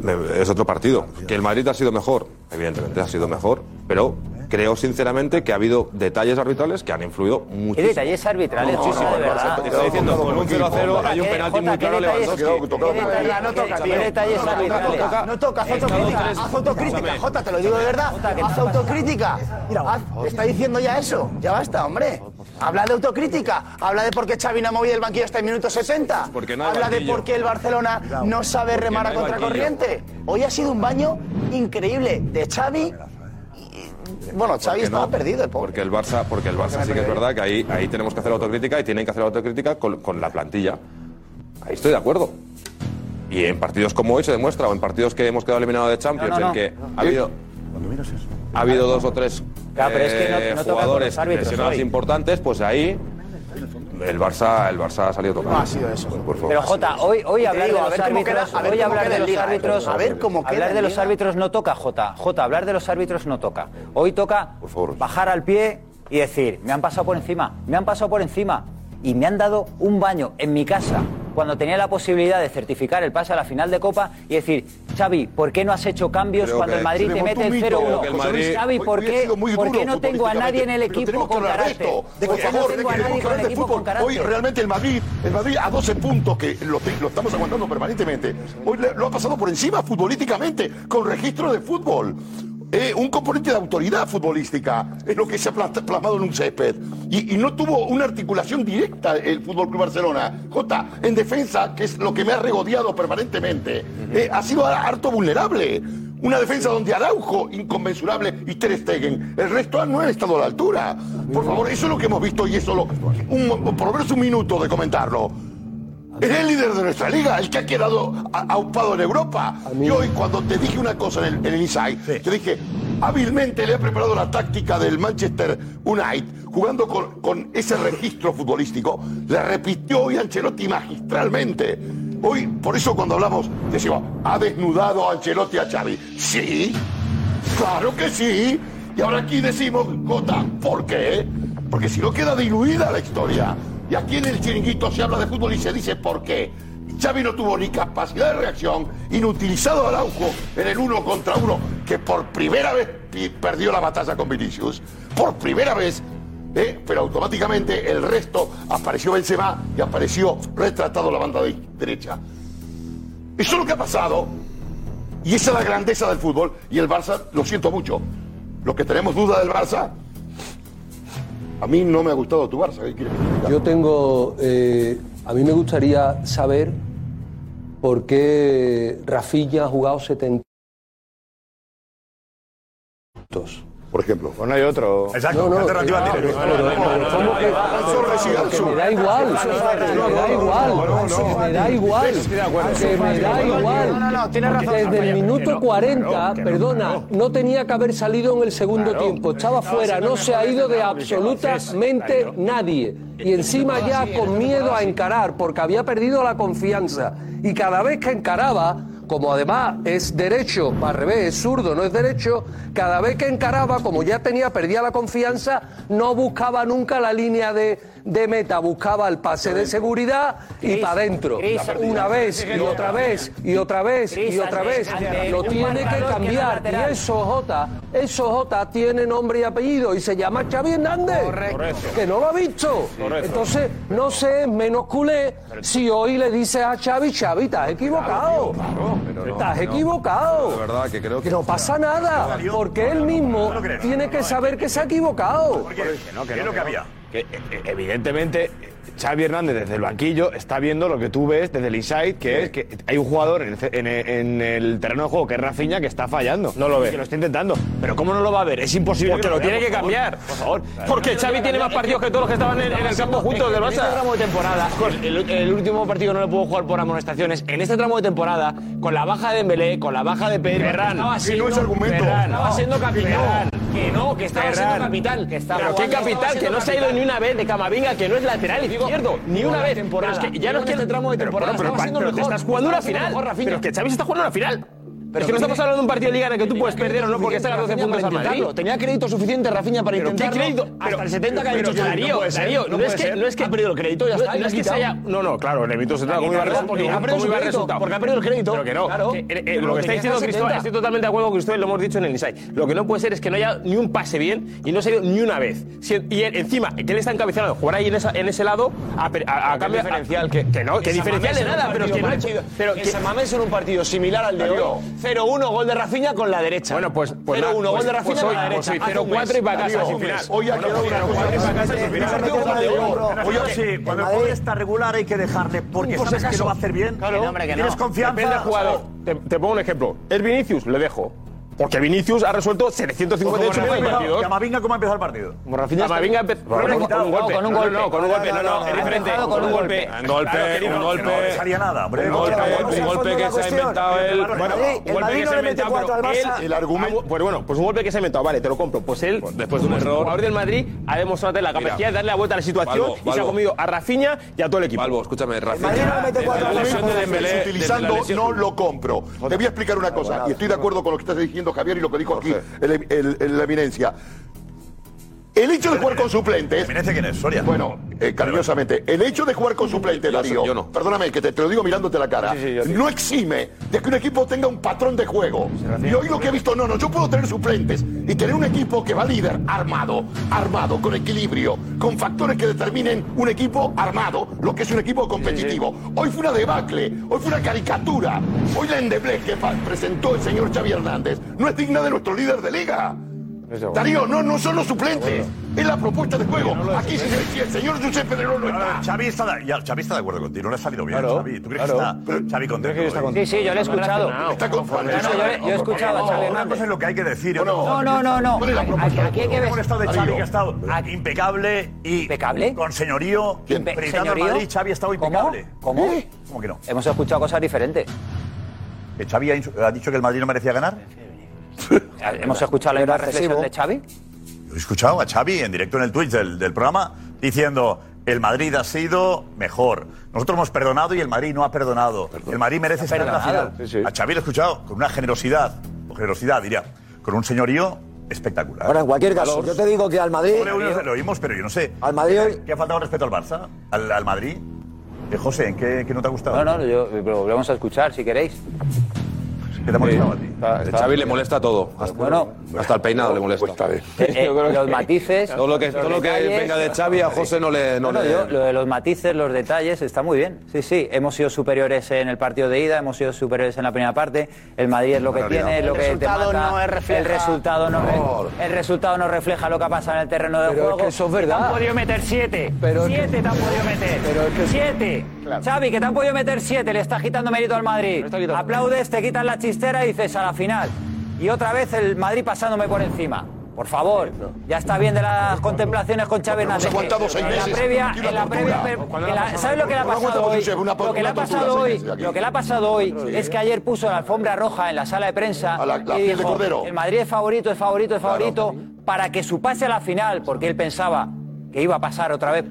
Speaker 12: de- es otro partido. Que el Madrid ha sido mejor, evidentemente ha sido mejor, pero creo sinceramente que ha habido detalles arbitrales que han influido
Speaker 9: ¿Qué
Speaker 12: muchísimo.
Speaker 9: detalles arbitrales,
Speaker 12: No,
Speaker 9: Chus,
Speaker 12: no,
Speaker 9: de
Speaker 12: no,
Speaker 9: verdad?
Speaker 12: no, te estoy diciendo, con un 0-0 hay un
Speaker 9: ¿Qué-
Speaker 12: penalti
Speaker 9: Jota, qué
Speaker 12: muy claro
Speaker 9: detalles-
Speaker 12: a Lewandowski.
Speaker 9: qué- qué detalles-
Speaker 15: no toca,
Speaker 9: qué
Speaker 15: tío.
Speaker 9: detalles
Speaker 15: No toca,
Speaker 9: arbitrales?
Speaker 15: no toca, no toca, haz autocrítica, haz autocrítica, Jota, te lo digo de verdad, haz autocrítica. Haz- te está diciendo ya eso, ya basta, hombre. Habla de autocrítica, habla de por qué Xavi no ha movido el banquillo hasta el minuto 60.
Speaker 12: porque no hay
Speaker 15: Habla de
Speaker 12: banquillo.
Speaker 15: por qué el Barcelona no sabe remar
Speaker 12: no
Speaker 15: a
Speaker 12: hay banquillo.
Speaker 15: contracorriente. Hoy ha sido un baño increíble de Xavi. y- Bueno, Xavi
Speaker 12: Porque no,
Speaker 15: estaba perdido, el pobre.
Speaker 12: Porque el Barça, porque el Barça sí que es verdad que ahí, ahí tenemos que hacer autocrítica y tienen que hacer autocrítica con, con la plantilla. Ahí estoy de acuerdo. Y en partidos como hoy se demuestra, o en partidos que hemos quedado eliminados de Champions,
Speaker 9: No, no, no.
Speaker 12: en que ha habido.
Speaker 6: Cuando miras eso.
Speaker 12: Ha habido dos o tres
Speaker 9: Claro, pero es que no-
Speaker 12: eh,
Speaker 9: no toca con
Speaker 12: jugadores
Speaker 9: los árbitros
Speaker 12: lesionados
Speaker 9: hoy.
Speaker 12: importantes, pues ahí el Barça, el Barça ha salido tocado.
Speaker 15: No ha sido eso.
Speaker 12: Por favor.
Speaker 9: Pero Jota, hoy, hoy
Speaker 15: Te
Speaker 9: hablar
Speaker 15: digo,
Speaker 9: de
Speaker 15: a
Speaker 9: los
Speaker 15: ver cómo
Speaker 9: árbitros,
Speaker 15: queda- a ver
Speaker 9: hoy
Speaker 15: cómo
Speaker 9: hablar
Speaker 15: queda
Speaker 9: de
Speaker 15: en
Speaker 9: los
Speaker 15: Liga,
Speaker 9: árbitros,
Speaker 15: eh, a ver cómo queda
Speaker 9: hablar de
Speaker 15: en
Speaker 9: los
Speaker 15: Liga.
Speaker 9: árbitros no toca Jota, Jota, hablar de los árbitros no toca. Hoy toca bajar al pie y decir, me han pasado por encima, me han pasado por encima y me han dado un baño en mi casa cuando tenía la posibilidad de certificar el pase a la final de Copa y decir, Xavi, ¿por qué no has hecho cambios
Speaker 10: Creo
Speaker 9: cuando
Speaker 10: que
Speaker 9: el Madrid
Speaker 10: se
Speaker 9: te
Speaker 10: desmontó
Speaker 9: mete
Speaker 10: un
Speaker 9: el
Speaker 10: mito, creo
Speaker 9: 0-1?
Speaker 10: que el Madrid-
Speaker 9: Xavi, ¿por
Speaker 10: Hoy ha
Speaker 9: qué,
Speaker 10: sido muy
Speaker 9: ¿por qué
Speaker 10: duro
Speaker 9: no tengo a nadie en el
Speaker 10: futbolísticamente, pero
Speaker 9: equipo
Speaker 10: tenemos que
Speaker 9: con
Speaker 10: hablar de
Speaker 9: carácter?
Speaker 10: esto. De
Speaker 9: ¿Por
Speaker 10: que,
Speaker 9: qué
Speaker 10: por favor,
Speaker 9: no
Speaker 10: de
Speaker 9: tengo a
Speaker 10: que
Speaker 9: nadie
Speaker 10: tenemos que
Speaker 9: con el
Speaker 10: hablar de
Speaker 9: equipo con
Speaker 10: fútbol. Hoy
Speaker 9: carácter?
Speaker 10: realmente el Madrid, el Madrid a 12 puntos que lo, te- lo estamos aguantando permanentemente. Hoy le- lo ha pasado por encima futbolísticamente, con registro de fútbol. Eh, un componente de autoridad futbolística es lo que se ha plast- plasmado en un césped. Y, y no tuvo una articulación directa el Fútbol Club Barcelona. J, en defensa, que es lo que me ha regodeado permanentemente, eh, ha sido harto vulnerable. Una defensa donde Araujo, inconmensurable, y Ter Stegen. El resto no han estado a la altura. Por favor, eso es lo que hemos visto y eso lo. Un, mo- por lo menos un minuto de comentarlo. Es el líder de nuestra liga, el que ha quedado a- aupado en Europa. Y hoy, cuando te dije una cosa en el, en el Inside, te dije, hábilmente le ha preparado la táctica del Manchester United, jugando con, con ese registro futbolístico. La repitió hoy Ancelotti magistralmente. Hoy, por eso cuando hablamos, decimos, ha desnudado Ancelotti a Xavi. Sí, claro que sí. Y ahora aquí decimos, Jota, ¿por qué? Porque si no queda diluida la historia. Y aquí en el chiringuito se habla de fútbol y se dice por qué. Xavi no tuvo ni capacidad de reacción, inutilizado Araujo en el uno contra uno, que por primera vez pi- perdió la batalla con Vinicius. Por primera vez ¿eh? pero automáticamente el resto apareció Benzema y apareció retratado la banda de- derecha. Eso es lo que ha pasado. Y esa es la grandeza del fútbol. Y el Barça, lo siento mucho. Los que tenemos duda del Barça, a mí no me ha gustado tu Barça. ¿Qué quieres que te diga?
Speaker 8: Yo tengo. eh, a mí me gustaría saber por qué Rafinha ha jugado 70 minutos.
Speaker 10: Por ejemplo.
Speaker 8: no hay otro.
Speaker 6: Exacto, ¿qué alternativa tienes?
Speaker 8: ¿Cómo que? que me da igual, que me da igual, que me da igual, que me da igual. Desde el minuto 40, perdona, no tenía que haber salido en el segundo tiempo, estaba fuera, no se ha ido de absolutamente nadie. Y encima ya con miedo a encarar, porque había perdido la confianza. Y cada vez que encaraba, como además es derecho, al revés, es zurdo, no es derecho, cada vez que encaraba, como ya tenía, perdía la confianza, no buscaba nunca la línea de, de meta, buscaba el pase de seguridad y
Speaker 16: Cris,
Speaker 8: para adentro.
Speaker 16: Cris,
Speaker 8: Una
Speaker 16: un-
Speaker 8: vez y otra vez y otra vez y
Speaker 16: Cris,
Speaker 8: otra
Speaker 16: ante-
Speaker 8: vez.
Speaker 16: ante
Speaker 8: Lo
Speaker 16: un
Speaker 8: tiene
Speaker 16: marcador
Speaker 8: que
Speaker 16: que no es
Speaker 8: cambiar.
Speaker 16: lateral.
Speaker 8: Y eso, Jota, eso, Jota, tiene nombre y apellido y se llama Xavi Hernández. Que no lo ha visto.
Speaker 16: Correcto.
Speaker 8: Entonces, no sé, es menos culé si hoy le dices a Xavi, Xavi, estás equivocado. Estás equivocado.
Speaker 12: De verdad que creo que
Speaker 8: No pasa nada, porque él mismo tiene que saber que se ha equivocado.
Speaker 14: Que no, que no, que no. Que, eh, eh, evidentemente, Xavi Hernández desde el banquillo está viendo lo que tú ves desde el inside, que es que hay un jugador en el, ce- en el- en el terreno de juego que es Rafinha que está fallando. No lo ve. Que lo está intentando. Pero ¿cómo no lo va a ver? Es imposible.
Speaker 17: Porque lo tiene que cambiar.
Speaker 14: Por favor.
Speaker 17: Porque Xavi tiene más partidos que todos los que estaban en, en el campo juntos del
Speaker 14: En este
Speaker 17: Barça.
Speaker 14: tramo de temporada,
Speaker 17: el, el último partido no lo puedo jugar por amonestaciones. En este tramo de temporada, con la baja de Dembélé, con la baja de Pedri,
Speaker 14: Ferran,
Speaker 17: estaba
Speaker 14: que
Speaker 17: siendo,
Speaker 14: no es argumento.
Speaker 17: Ferran, estaba
Speaker 14: No,
Speaker 17: siendo
Speaker 14: que no.
Speaker 17: capitán. Que no, que estaba
Speaker 14: Ferran,
Speaker 17: siendo capital.
Speaker 14: que estaba
Speaker 17: Pero qué
Speaker 14: jugando, estaba
Speaker 17: capital, que
Speaker 14: siendo
Speaker 17: no se ha ido
Speaker 14: capital.
Speaker 17: ni una vez de Camavinga, que no es lateral izquierdo, ni
Speaker 14: digo
Speaker 17: una
Speaker 14: la
Speaker 17: vez.
Speaker 14: temporada.
Speaker 17: Pero es que ya
Speaker 14: Digo en
Speaker 17: no es que
Speaker 14: este tramo de temporada
Speaker 17: Pero,
Speaker 14: estaba siendo
Speaker 17: pero te
Speaker 14: mejor.
Speaker 17: estás jugando una
Speaker 14: Estaba siendo
Speaker 17: final.
Speaker 14: mejor, Rafinha.
Speaker 17: pero es que Xavi se está jugando una final. Pero es que no
Speaker 14: tiene-
Speaker 17: estamos hablando de un partido de liga en el que tú puedes perder o no porque estás a 12 puntos al Madrid.
Speaker 11: Tenía crédito suficiente Rafinha para
Speaker 17: ¿Pero qué
Speaker 11: intentarlo.
Speaker 17: crédito?
Speaker 11: Hasta
Speaker 17: Pero-
Speaker 11: el 70 que ha
Speaker 17: pero
Speaker 11: hecho
Speaker 17: Darío,
Speaker 11: Xavi.
Speaker 17: puede ser,
Speaker 11: Darío,
Speaker 17: no
Speaker 11: no
Speaker 17: puede
Speaker 11: es que-
Speaker 17: ser.
Speaker 11: no es que ha perdido el crédito, ya
Speaker 17: No-
Speaker 11: está,
Speaker 17: no
Speaker 11: lo
Speaker 17: es
Speaker 11: han
Speaker 17: que se
Speaker 11: quitado.
Speaker 17: haya- No, no, claro, le evito se
Speaker 11: La
Speaker 17: ¿Cómo iba el
Speaker 11: quitado,
Speaker 17: resultado?
Speaker 11: porque
Speaker 17: ¿Cómo
Speaker 11: ha perdido su
Speaker 17: iba el
Speaker 11: crédito,
Speaker 17: resultado?
Speaker 11: porque ha perdido el crédito.
Speaker 17: Pero que no.
Speaker 11: Claro.
Speaker 17: que- eh, eh,
Speaker 11: Pero
Speaker 17: lo que
Speaker 11: que
Speaker 17: está diciendo
Speaker 11: tenía
Speaker 17: Cristóbal,
Speaker 11: 70.
Speaker 17: estoy totalmente de acuerdo con Cristóbal, lo hemos dicho en el Inside. Lo que no puede ser es que no haya ni un pase bien y no se ha ido ni una vez. Si- y él- encima, que él está encabezado, jugar ahí en, esa- en ese lado a, per- a- a cambio. diferencial, que, no, que
Speaker 11: Esa
Speaker 17: diferencial
Speaker 11: Mamés
Speaker 17: de
Speaker 11: en un
Speaker 17: nada, pero que
Speaker 11: partido
Speaker 17: no ha hecho.
Speaker 11: parecido.
Speaker 17: Pero
Speaker 11: En
Speaker 17: que-
Speaker 11: San Mamés en un partido similar al de
Speaker 17: Darío.
Speaker 11: hoy. 0-1, gol de Rafinha con la derecha.
Speaker 17: Bueno, pues- pues
Speaker 11: 0-1,
Speaker 17: nada,
Speaker 11: gol de
Speaker 17: pues-
Speaker 11: Rafinha
Speaker 17: pues
Speaker 11: con
Speaker 17: hoy-
Speaker 11: la derecha.
Speaker 17: pues hoy
Speaker 11: Hace un
Speaker 17: 0-4 y va a
Speaker 11: mes.
Speaker 17: casa
Speaker 11: Darío,
Speaker 17: sin final.
Speaker 11: Hoy ha quedado una cosa.
Speaker 18: Hoy pues, sí, cuando el jugador está regular hay que dejarle
Speaker 9: Pues
Speaker 18: porque
Speaker 14: Por si
Speaker 18: sabes que
Speaker 14: acaso.
Speaker 18: lo va a hacer bien.
Speaker 14: Claro.
Speaker 18: Tienes confianza.
Speaker 14: Depende del jugador. Te, te pongo un ejemplo. Es Vinicius, le dejo.
Speaker 17: Porque Vinicius ha resuelto 758
Speaker 18: Como
Speaker 17: minutos de
Speaker 18: Rafinha,
Speaker 17: partido.
Speaker 18: Camavinga, ¿cómo ha empezado el partido?
Speaker 17: Camavinga empe- con un golpe. No, no, con un golpe. No, no, es diferente. Con un golpe.
Speaker 6: Un golpe,
Speaker 17: Claro, querido,
Speaker 6: un
Speaker 17: no,
Speaker 6: golpe.
Speaker 17: no, no,
Speaker 18: Haría nada, hombre.
Speaker 6: Un golpe,
Speaker 17: un golpe que se ha inventado él. Bueno, un golpe que se ha inventado, pero él-
Speaker 6: El
Speaker 17: Ah, bu- Pues bueno, pues un golpe que se ha inventado, vale, te lo compro. Pues él, después de un error. El jugador del Madrid ha demostrado la capacidad de darle la vuelta a la situación
Speaker 12: Balbo,
Speaker 17: y se ha
Speaker 12: Balbo.
Speaker 17: comido a Rafinha y a todo el equipo.
Speaker 12: Albo, escúchame, Rafa.
Speaker 10: La lesión de
Speaker 17: pues,
Speaker 12: Dembélé, desde la
Speaker 10: utilizando,
Speaker 12: lesión-
Speaker 10: no lo compro. Te voy a explicar una cosa, y estoy de acuerdo con lo que estás diciendo, Javier, y lo que dijo aquí el, el- el- la eminencia. El hecho de jugar con suplentes. ¿Eminencia quién este es? Soria. Bueno, eh, cariñosamente, el hecho de jugar con suplentes, Darío, perdóname que te, te lo digo mirándote la cara, no exime de que un equipo tenga un patrón de juego. Y hoy lo que he visto, no, no, yo puedo tener suplentes y tener un equipo que va líder, armado, armado, con equilibrio, con factores que determinen un equipo armado, lo que es un equipo competitivo. Hoy fue una debacle, hoy fue una caricatura, hoy la endeblez que fa- presentó el señor Xavi Hernández no es digna de nuestro líder de liga. Darío, no, no son los suplentes. Es la propuesta de juego. Aquí sí se- si el señor Josep Pedrero no está.
Speaker 6: Xavi está, de, ya, Xavi está de acuerdo contigo, no le ha salido bien.
Speaker 10: Claro,
Speaker 6: Xavi. ¿Tú crees
Speaker 10: claro.
Speaker 6: que está Xavi contento?
Speaker 10: está
Speaker 6: hoy?
Speaker 10: contento. Sí, sí, yo le he escuchado. Está conforme.
Speaker 6: No, no,
Speaker 10: yo- yo he escuchado a Xavi
Speaker 6: Una
Speaker 10: Hernández.
Speaker 6: cosa es lo que hay que decir.
Speaker 10: No, no, no, no. ¿Cuál es la propuesta
Speaker 6: Aquí hay que ver. estado de Xavi
Speaker 10: Darío.
Speaker 6: que ha estado impecable y con señorío. Gritando al
Speaker 9: ¿Señorío?
Speaker 6: Madrid, Xavi ha estado impecable.
Speaker 9: ¿Cómo? ¿Cómo?
Speaker 6: ¿Cómo que no?
Speaker 9: ¿Eh? Hemos escuchado cosas diferentes.
Speaker 6: ¿Que Xavi ha, insu- ha dicho que el Madrid no merecía ganar?
Speaker 9: <laughs> ¿Hemos escuchado la misma reflexión de
Speaker 12: <laughs>
Speaker 9: Xavi?
Speaker 6: He escuchado a Xavi en directo en el Twitch del, del programa diciendo el Madrid ha sido mejor. Nosotros hemos perdonado y el Madrid no ha perdonado. El Madrid merece estar en la
Speaker 9: perdonado.
Speaker 6: final. A Xavi lo he escuchado con una generosidad, o generosidad diría, con un señorío espectacular.
Speaker 11: Ahora, en cualquier caso,
Speaker 6: Valor.
Speaker 11: yo te digo que al Madrid.
Speaker 6: Pobre Euros lo oímos, pero yo no sé.
Speaker 11: Al Madrid hoy-
Speaker 6: ¿Qué ha faltado respeto al Barça? ¿Al, al Madrid? Eh, José, ¿en qué, qué no te ha gustado?
Speaker 9: No, no, yo, lo volvemos a escuchar si queréis.
Speaker 6: ¿Qué te ha molestado a ti?
Speaker 12: A Xavi le molesta todo. Hasta,
Speaker 9: Bueno.
Speaker 12: hasta el peinado le
Speaker 6: Pues
Speaker 12: molesta.
Speaker 9: Eh, eh, los matices.
Speaker 12: Todo lo que,
Speaker 9: los
Speaker 12: todo lo que
Speaker 9: detalles.
Speaker 12: venga de Xavi a José no le. No
Speaker 9: No, no,
Speaker 12: le-
Speaker 9: yo, lo de los matices, los detalles, está muy bien. Sí, sí, hemos sido superiores en el partido de ida, hemos sido superiores en la primera parte. El Madrid es lo que
Speaker 6: Realidad.
Speaker 9: tiene, es lo que
Speaker 6: El
Speaker 9: te
Speaker 6: resultado
Speaker 9: mata.
Speaker 6: no es refleja-
Speaker 9: El resultado no, re- el resultado no refleja lo que ha pasado en el terreno de
Speaker 8: Pero es
Speaker 9: juego.
Speaker 8: que eso es verdad.
Speaker 9: Te han podido meter siete.
Speaker 8: Pero es que-
Speaker 9: siete te han podido meter.
Speaker 8: Pero es que-
Speaker 9: siete. Xavi, que te han podido meter siete, le estás quitando mérito al Madrid. Aplaudes, te quitas la chistera y dices a la final. Y otra vez el Madrid pasándome por encima. Por favor, ya está bien de las contemplaciones con Xavi
Speaker 10: Hemos
Speaker 9: Hernández.
Speaker 10: aguantado seis
Speaker 9: En la
Speaker 10: meses.
Speaker 9: previa,
Speaker 10: Aquí una
Speaker 9: en la
Speaker 10: tortura.
Speaker 9: previa, pero-
Speaker 10: ¿Cuándo
Speaker 9: en
Speaker 10: la
Speaker 9: la-
Speaker 10: pasamos?
Speaker 9: ¿sabes lo que le ha
Speaker 10: No
Speaker 9: pasado
Speaker 10: aguantamos,
Speaker 9: hoy?
Speaker 10: Josep, una-
Speaker 9: Lo que le
Speaker 10: una
Speaker 9: ha
Speaker 10: tortura
Speaker 9: pasado
Speaker 10: seis
Speaker 9: hoy,
Speaker 10: meses aquí.
Speaker 9: lo que le ha pasado hoy es que ayer puso la alfombra roja en la sala de prensa
Speaker 10: la- la
Speaker 9: y
Speaker 10: piel de
Speaker 9: dijo,
Speaker 10: cordero.
Speaker 9: el Madrid es favorito, es favorito, es favorito, para que su pase a la final, porque él pensaba que iba a pasar otra vez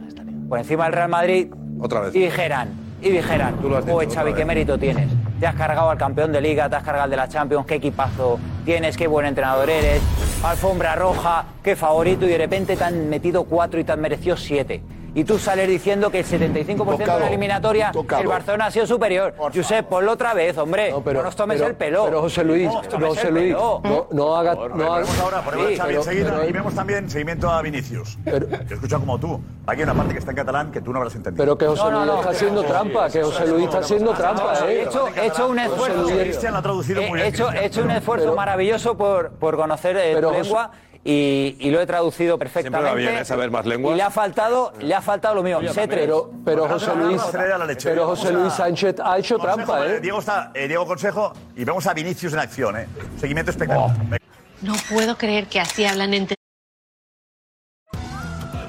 Speaker 9: por encima del Real Madrid
Speaker 12: Otra vez.
Speaker 9: y dijeran, y dijeran, oye Xavi, qué mérito tienes. Te has cargado al campeón de liga, te has cargado al de la Champions, qué equipazo tienes, qué buen entrenador eres, alfombra roja, qué favorito, y de repente te han metido cuatro y te han merecido siete. Y tú sales diciendo que el 75% de
Speaker 8: Tocado,
Speaker 9: la eliminatoria,
Speaker 8: tocado.
Speaker 9: el Barcelona ha sido superior. Josep, ponlo otra vez, hombre. No, nos tomes
Speaker 8: pero-
Speaker 9: el pelo.
Speaker 8: Pero José Luis,
Speaker 9: No nos tomes
Speaker 8: José
Speaker 9: el
Speaker 8: Luis,
Speaker 9: pelo.
Speaker 8: no, no haga. No haga
Speaker 6: Ponemos ahora, ponemos a Xavi
Speaker 8: pero-
Speaker 6: enseguida
Speaker 8: pero-
Speaker 6: y vemos también seguimiento a Vinicius. Yo he escuchado como tú. Aquí hay una parte que está en catalán que tú no habrás entendido.
Speaker 8: Pero que José Luis está haciendo trampa, que José Luis está haciendo trampa,
Speaker 9: He
Speaker 8: ¿eh?
Speaker 9: hecho, he hecho un esfuerzo.
Speaker 6: Cristian lo ha traducido
Speaker 9: He-
Speaker 6: muy
Speaker 9: he
Speaker 6: bien.
Speaker 9: hecho, he hecho un
Speaker 6: Cristian.
Speaker 9: esfuerzo maravilloso por, por conocer eh,
Speaker 12: Pero,
Speaker 9: tu lengua y, y lo he traducido perfectamente.
Speaker 12: va bien, ¿eh? Saber más lenguas.
Speaker 9: Y le ha faltado, le ha faltado lo mío, sé tres.
Speaker 8: Pero, pero José Luis, pero José Luis Sánchez ha hecho trampa, ¿eh?
Speaker 6: Diego, está, eh, Diego Consejo y vemos a Vinicius en acción. ¿eh? Seguimiento
Speaker 8: Oh.
Speaker 6: espectacular.
Speaker 16: No puedo creer que así hablan entre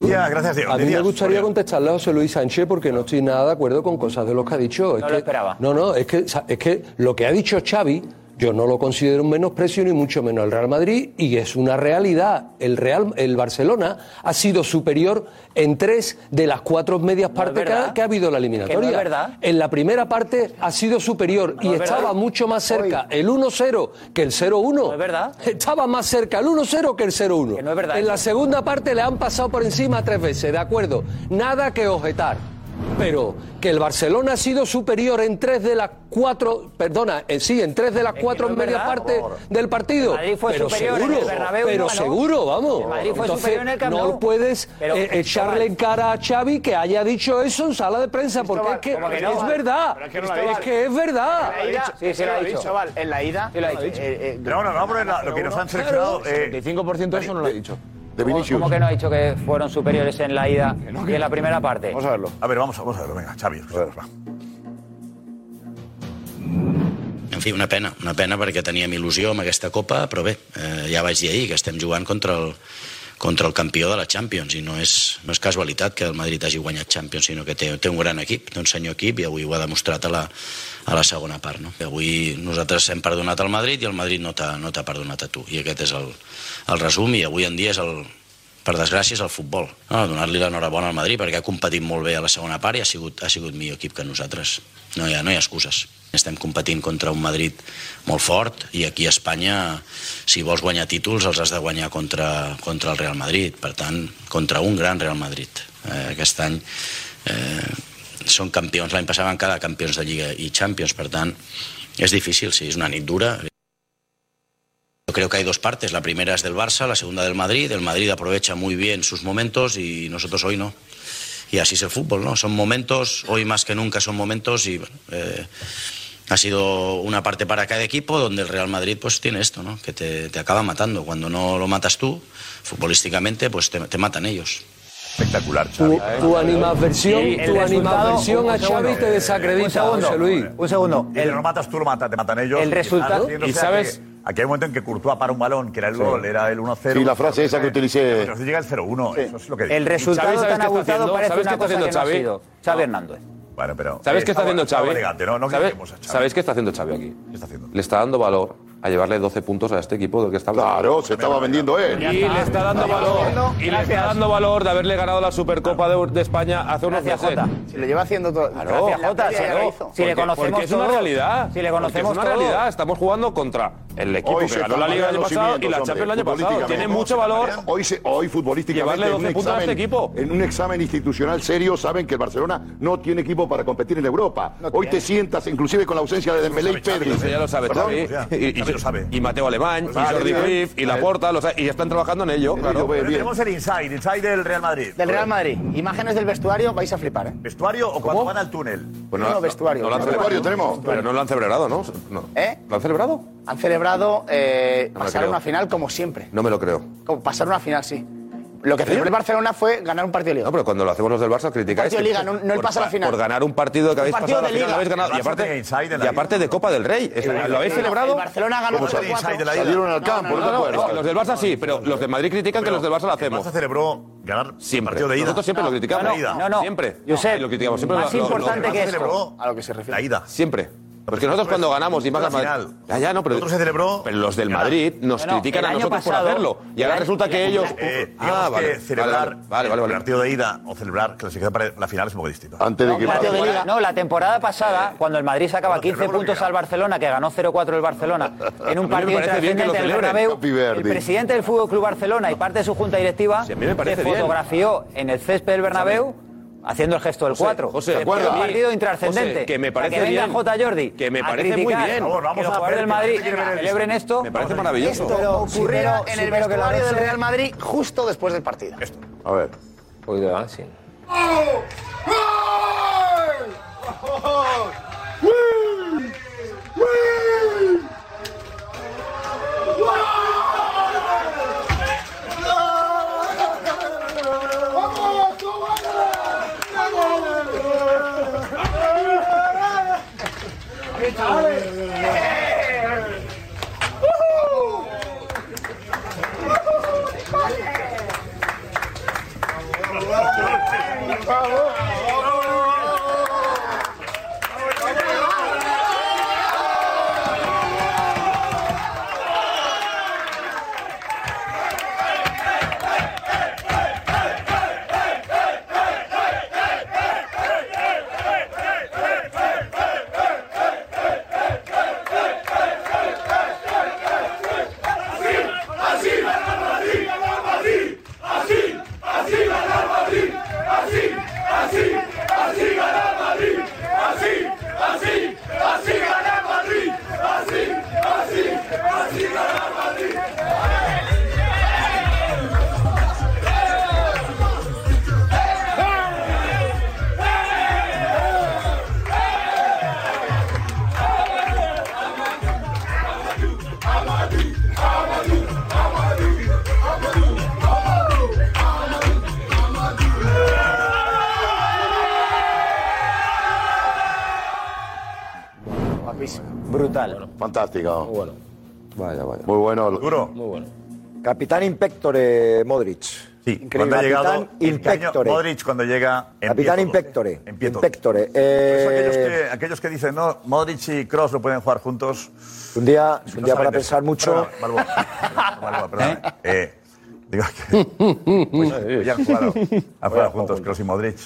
Speaker 6: Ya, gracias, Diego.
Speaker 8: A mí me
Speaker 6: Decías,
Speaker 8: gustaría contestarle a José Luis Sánchez porque no estoy nada de acuerdo con cosas de los que ha dicho. Es
Speaker 9: No
Speaker 8: que,
Speaker 9: lo esperaba.
Speaker 8: No, no, es que, es que lo que ha dicho Xavi yo no lo considero un menosprecio ni mucho menos el Real Madrid y es una realidad. El Real, el Barcelona ha sido superior en tres de las cuatro medias partes que ha- que, ha habido en la eliminatoria.
Speaker 9: es verdad.
Speaker 8: En la primera parte ha sido superior y
Speaker 9: es verdad.
Speaker 8: estaba mucho más cerca el 1-0 que el 0-1. es verdad. Estaba más cerca el 1-0 que el 0-1.
Speaker 9: no es verdad
Speaker 8: En la
Speaker 9: eso.
Speaker 8: segunda parte le han pasado por encima tres veces, de acuerdo. Nada que objetar. Pero que el Barcelona ha sido superior en tres de las cuatro, perdona, en sí, en tres de las cuatro
Speaker 9: no es
Speaker 8: media
Speaker 9: verdad,
Speaker 8: parte
Speaker 9: por favor.
Speaker 8: del partido.
Speaker 9: El Madrid fue
Speaker 8: pero
Speaker 9: superior en
Speaker 8: seguro,
Speaker 9: el Bernabéu,
Speaker 8: pero
Speaker 9: ¿no?
Speaker 8: seguro, vamos.
Speaker 9: El Madrid fue
Speaker 8: Entonces,
Speaker 9: superior en el Camp Nou.
Speaker 8: no puedes
Speaker 9: Pero,
Speaker 8: eh, echarle en cara a Xavi que haya dicho eso en sala de prensa, porque es que,
Speaker 18: ¿cómo que
Speaker 8: es
Speaker 18: no?
Speaker 8: verdad.
Speaker 18: Pero es
Speaker 8: Es
Speaker 18: que no
Speaker 8: que,
Speaker 18: lo ha
Speaker 8: es,
Speaker 18: dicho.
Speaker 8: verdad.
Speaker 18: En la ida- Sí, sí, lo ha dicho. Chaval, en la ida.
Speaker 8: lo ha
Speaker 15: eh,
Speaker 8: dicho.
Speaker 6: Pero bueno, vamos a poner la- lo que nos han seleccionado. eh,
Speaker 9: 25% de eso no lo ha dicho.
Speaker 6: de Vinicius.
Speaker 9: ¿Cómo que no ha dicho que fueron superiores en la ida y en la primera parte? Vamos
Speaker 6: a verlo. A ver, vamos, vamos a verlo. Venga, Xavi, escuchemos, va.
Speaker 19: En fi, una pena, una pena perquè teníem il·lusió amb aquesta copa, però bé, eh, ja vaig dir ahir que estem jugant contra el, contra el campió de la Champions i no és, no és casualitat que el Madrid hagi guanyat Champions, sinó que té, té un gran equip, té un senyor equip i avui ho ha demostrat a la, a la segona part. No? Avui nosaltres hem perdonat al Madrid i el Madrid no t'ha no t'ha perdonat a tu i aquest és el, el resum i avui en dia és el, per desgràcia, és el futbol. No, Donar-li l'enhorabona al Madrid perquè ha competit molt bé a la segona part i ha sigut, ha sigut millor equip que nosaltres. No hi, ha, no hi ha excuses. Estem competint contra un Madrid molt fort i aquí a Espanya, si vols guanyar títols, els has de guanyar contra, contra el Real Madrid. Per tant, contra un gran Real Madrid. Eh, aquest any eh, són campions. L'any passat van quedar campions de Lliga i Champions. Per tant, és difícil, sí, és una nit dura. Yo creo que hay dos partes. La primera es del Barça, la segunda del Madrid. El Madrid aprovecha muy bien sus momentos y nosotros hoy no. Y así es el fútbol, ¿no? Son momentos, hoy más que nunca son momentos y bueno, eh, ha sido una parte para cada equipo donde el Real Madrid pues tiene esto, ¿no? Que te, te acaba matando. Cuando no lo matas tú, futbolísticamente, pues te, te matan ellos.
Speaker 6: Espectacular,
Speaker 8: Tu, tu animadversión, tu animadversión a Xavi te desacredita, José Luis.
Speaker 6: Un segundo. El, no matas tú, lo mata, te matan ellos.
Speaker 8: El
Speaker 6: Y están
Speaker 8: resultado-
Speaker 6: haciéndose
Speaker 8: y sabes-
Speaker 6: a que- Aquí hay un momento en que Courtois para un balón, que era el
Speaker 10: Sí.
Speaker 6: gol, era el 1-0.
Speaker 10: Sí, la frase esa que utilicé.
Speaker 6: Entonces llega el 0-1, eso es lo que digo.
Speaker 9: El resultado tan abultado parece una cosa que no ha sido. Xavi Hernández.
Speaker 6: Bueno, pero...
Speaker 12: ¿Sabes qué eh, está haciendo
Speaker 6: estaba
Speaker 12: Xavi?
Speaker 6: elegante, no, no
Speaker 12: ¿Sabes,
Speaker 6: critiquemos a Xavi.
Speaker 12: sabéis qué está haciendo Xavi aquí? Le está dando valor a llevarle 12 puntos a este equipo del que está hablando.
Speaker 10: Claro, se estaba vendiendo él.
Speaker 12: Y le está dando valor. Y le está dando valor de haberle ganado la Supercopa de, de España hace unos
Speaker 15: Gracias,
Speaker 12: meses.
Speaker 15: Jota. Si lo lleva haciendo todo.
Speaker 12: Claro,
Speaker 15: Gracias,
Speaker 12: Jota,
Speaker 15: Jota, ya
Speaker 12: claro.
Speaker 15: lo hizo.
Speaker 12: Porque- porque es una
Speaker 15: todos.
Speaker 12: realidad.
Speaker 15: Si le
Speaker 12: Porque
Speaker 15: conocemos
Speaker 12: es una
Speaker 15: todos.
Speaker 12: realidad. Estamos jugando contra el equipo
Speaker 10: Hoy
Speaker 12: que
Speaker 10: se
Speaker 12: ganó la
Speaker 10: tambalean
Speaker 12: Liga el año
Speaker 10: los
Speaker 12: pasado y
Speaker 10: cimientos,
Speaker 12: la
Speaker 10: hombre,
Speaker 12: Champions el año pasado.
Speaker 10: futbolísticamente.
Speaker 12: Tiene mucho valor.
Speaker 10: Hoy, se, hoy futbolísticamente
Speaker 12: Llevarle
Speaker 10: en
Speaker 12: 12
Speaker 10: un,
Speaker 12: puntos a
Speaker 10: examen,
Speaker 12: este equipo.
Speaker 10: en un examen institucional serio saben que el Barcelona no tiene equipo para competir en Europa. hoy te sientas inclusive con la ausencia de Dembélé y Pedri.
Speaker 12: Eso ya lo sabe
Speaker 10: Perdón, pues
Speaker 12: Xavi.
Speaker 10: o sea,
Speaker 12: Y, y- y Mateo Alemán,
Speaker 10: Pues
Speaker 12: y
Speaker 10: vale,
Speaker 12: Jordi
Speaker 10: bien.
Speaker 12: Cruyff, y
Speaker 10: Vale.
Speaker 12: Laporta, lo sabe, y están trabajando en ello. Claro.
Speaker 6: Pero tenemos el inside, inside del Real Madrid.
Speaker 15: Del Real Madrid. Imágenes del vestuario, vais a flipar, ¿eh? Pues
Speaker 6: ¿Vestuario o cuando van al túnel?
Speaker 15: no, no, vestuario.
Speaker 12: Pues no lo han
Speaker 15: Vestuario
Speaker 12: celebrado. Pero no lo han celebrado, ¿no? No.
Speaker 15: ¿Eh?
Speaker 12: ¿Lo han celebrado?
Speaker 15: Han celebrado eh,
Speaker 12: No me
Speaker 15: pasar
Speaker 12: creo.
Speaker 15: una final como siempre.
Speaker 12: No me lo creo.
Speaker 15: Como pasar una final, sí. Lo que celebró el Barcelona fue ganar un partido de liga.
Speaker 12: No, pero cuando lo hacemos los del Barça criticáis.
Speaker 15: partido de
Speaker 12: que-
Speaker 15: liga, no- no el
Speaker 12: por-
Speaker 15: pase a la final.
Speaker 12: Por ganar un partido que habéis pasado
Speaker 15: partido
Speaker 12: a la
Speaker 15: de
Speaker 12: final,
Speaker 15: liga.
Speaker 12: lo habéis ganado.
Speaker 15: El
Speaker 12: Y
Speaker 15: Barça tenía
Speaker 12: aparte,
Speaker 15: inside en la
Speaker 12: y
Speaker 15: ida.
Speaker 12: aparte de Copa del Rey. Es- ¿Lo habéis celebrado?
Speaker 15: El Barcelona
Speaker 12: Ah,
Speaker 15: ganó
Speaker 6: ¿Cómo salió
Speaker 15: 4-4.
Speaker 6: inside de la ida?
Speaker 10: Salieron al campo,
Speaker 15: No, no,
Speaker 10: no, te
Speaker 12: No,
Speaker 10: acuerdas.
Speaker 12: es que los del Barça sí, pero los de Madrid critican que los del Barça lo hacemos.
Speaker 6: El Barça celebró ganar
Speaker 12: Siempre.
Speaker 6: partido de ida.
Speaker 12: Nosotros siempre
Speaker 6: No,
Speaker 12: lo criticamos.
Speaker 6: no, no, no.
Speaker 12: Siempre.
Speaker 6: Josep,
Speaker 12: Sí, lo criticamos. Siempre lo-
Speaker 6: más
Speaker 12: lo- lo-
Speaker 6: importante
Speaker 12: lo-
Speaker 6: que esto.
Speaker 15: A lo que se refiere.
Speaker 6: La ida.
Speaker 12: Siempre. Porque nosotros cuando ganamos y más
Speaker 6: la
Speaker 12: al Madrid.
Speaker 6: final.
Speaker 12: Ya, ya, no, pero.
Speaker 6: Nosotros se celebró
Speaker 12: Pero los del
Speaker 6: ganar.
Speaker 12: Madrid nos
Speaker 6: No, no,
Speaker 12: critican
Speaker 6: el
Speaker 12: a
Speaker 6: año
Speaker 12: nosotros
Speaker 6: pasado-
Speaker 12: por hacerlo. Y ahora
Speaker 6: el-
Speaker 12: resulta que ellos. Ah,
Speaker 6: Eh, digamos que celebrar el partido de ida o celebrar clasificación para la final es un poco distinto.
Speaker 10: Antes
Speaker 9: No, la temporada, no, la temporada pasada, cuando el Madrid sacaba 15 puntos al Barcelona, que ganó 0-4 el
Speaker 12: <laughs>
Speaker 9: Barcelona, en
Speaker 12: A mí
Speaker 9: un
Speaker 12: me
Speaker 9: partido
Speaker 12: parece bien
Speaker 9: intrascendente
Speaker 12: que lo
Speaker 9: en el
Speaker 12: celebren.
Speaker 9: Bernabéu,
Speaker 12: Happy
Speaker 9: el
Speaker 12: Verdi.
Speaker 9: presidente del Fútbol Club Barcelona y parte de su junta directiva
Speaker 12: a mí me
Speaker 9: se
Speaker 12: parece bien.
Speaker 9: fotografió en el césped del Bernabéu haciendo el gesto del 4.
Speaker 12: José,
Speaker 9: Que fue un
Speaker 12: a mí-
Speaker 9: partido intrascendente.
Speaker 12: José, que me
Speaker 9: O sea,
Speaker 12: parece
Speaker 9: que venga
Speaker 12: bien.
Speaker 9: J. Jordi.
Speaker 12: Que me
Speaker 9: a
Speaker 12: parece muy
Speaker 9: criticar
Speaker 12: bien.
Speaker 9: que
Speaker 12: Vamos, vamos
Speaker 9: los
Speaker 12: a ver,
Speaker 9: jugadores del
Speaker 12: que la
Speaker 9: Madrid
Speaker 12: gente quiere ver el-
Speaker 9: celebren esto.
Speaker 12: Me parece maravilloso.
Speaker 15: Esto ocurrió
Speaker 9: primero-
Speaker 15: en
Speaker 9: sí, pero
Speaker 15: el
Speaker 9: que lo
Speaker 15: vestuario del
Speaker 9: hace-
Speaker 15: Real Madrid justo después del partido.
Speaker 10: A ver.
Speaker 11: Guapísimo.
Speaker 10: Brutal. Fantástico. Muy bueno.
Speaker 12: Vaya, vaya.
Speaker 10: Muy bueno.
Speaker 6: Duro.
Speaker 10: Muy bueno.
Speaker 11: Capitán Inspectore Modric.
Speaker 6: Sí, cuando ha llegado
Speaker 11: Capitán
Speaker 6: el caño-
Speaker 11: Inspectore.
Speaker 6: Modric, cuando llega.
Speaker 11: Capitán Inspectore. Inspectore. Eh,
Speaker 6: Por eso Pues aquellos, que, aquellos que dicen, no, Modric y Cross lo pueden jugar juntos.
Speaker 11: Un día,
Speaker 6: no
Speaker 11: un día
Speaker 6: saben
Speaker 11: para
Speaker 6: de
Speaker 11: pensar
Speaker 6: eso.
Speaker 11: mucho.
Speaker 6: Perdona, Balboa. Balboa, perdona. Eh, digo que.
Speaker 11: <laughs>
Speaker 6: pues, ya han jugado, han jugado juntos Cross y Modric.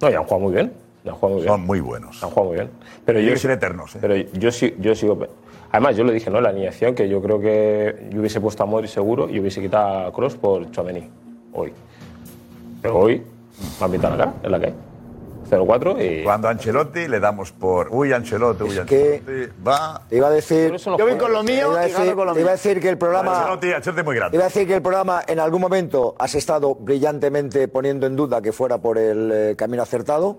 Speaker 2: No, ya han jugado muy bien. Ya han jugado muy bien.
Speaker 6: Son muy buenos.
Speaker 2: Han jugado muy bien. Pero
Speaker 6: Tienen
Speaker 2: yo
Speaker 6: que ser
Speaker 12: ¿eh?
Speaker 6: eternos.
Speaker 2: Pero yo, sí- yo sigo. pe- Además, yo lo dije, ¿no? La alineación que yo creo que yo hubiese puesto a Modric seguro y hubiese quitado a Cross por Chouameni hoy. Pero hoy me han pintado la cara, es la que hay. 0-4 y.
Speaker 6: Cuando Ancelotti le damos por. Uy, Ancelotti, uy, Ancelotti. Va.
Speaker 11: Te iba a decir.
Speaker 6: no Yo voy juega. con lo mío
Speaker 11: Te iba a
Speaker 6: y gano
Speaker 11: decir-
Speaker 6: con lo
Speaker 11: te iba a
Speaker 6: mío.
Speaker 11: decir que el programa.
Speaker 6: Ancelotti, Ancelotti muy grande.
Speaker 11: Iba a decir que el programa en algún momento has estado brillantemente poniendo en duda que fuera por el eh, camino acertado.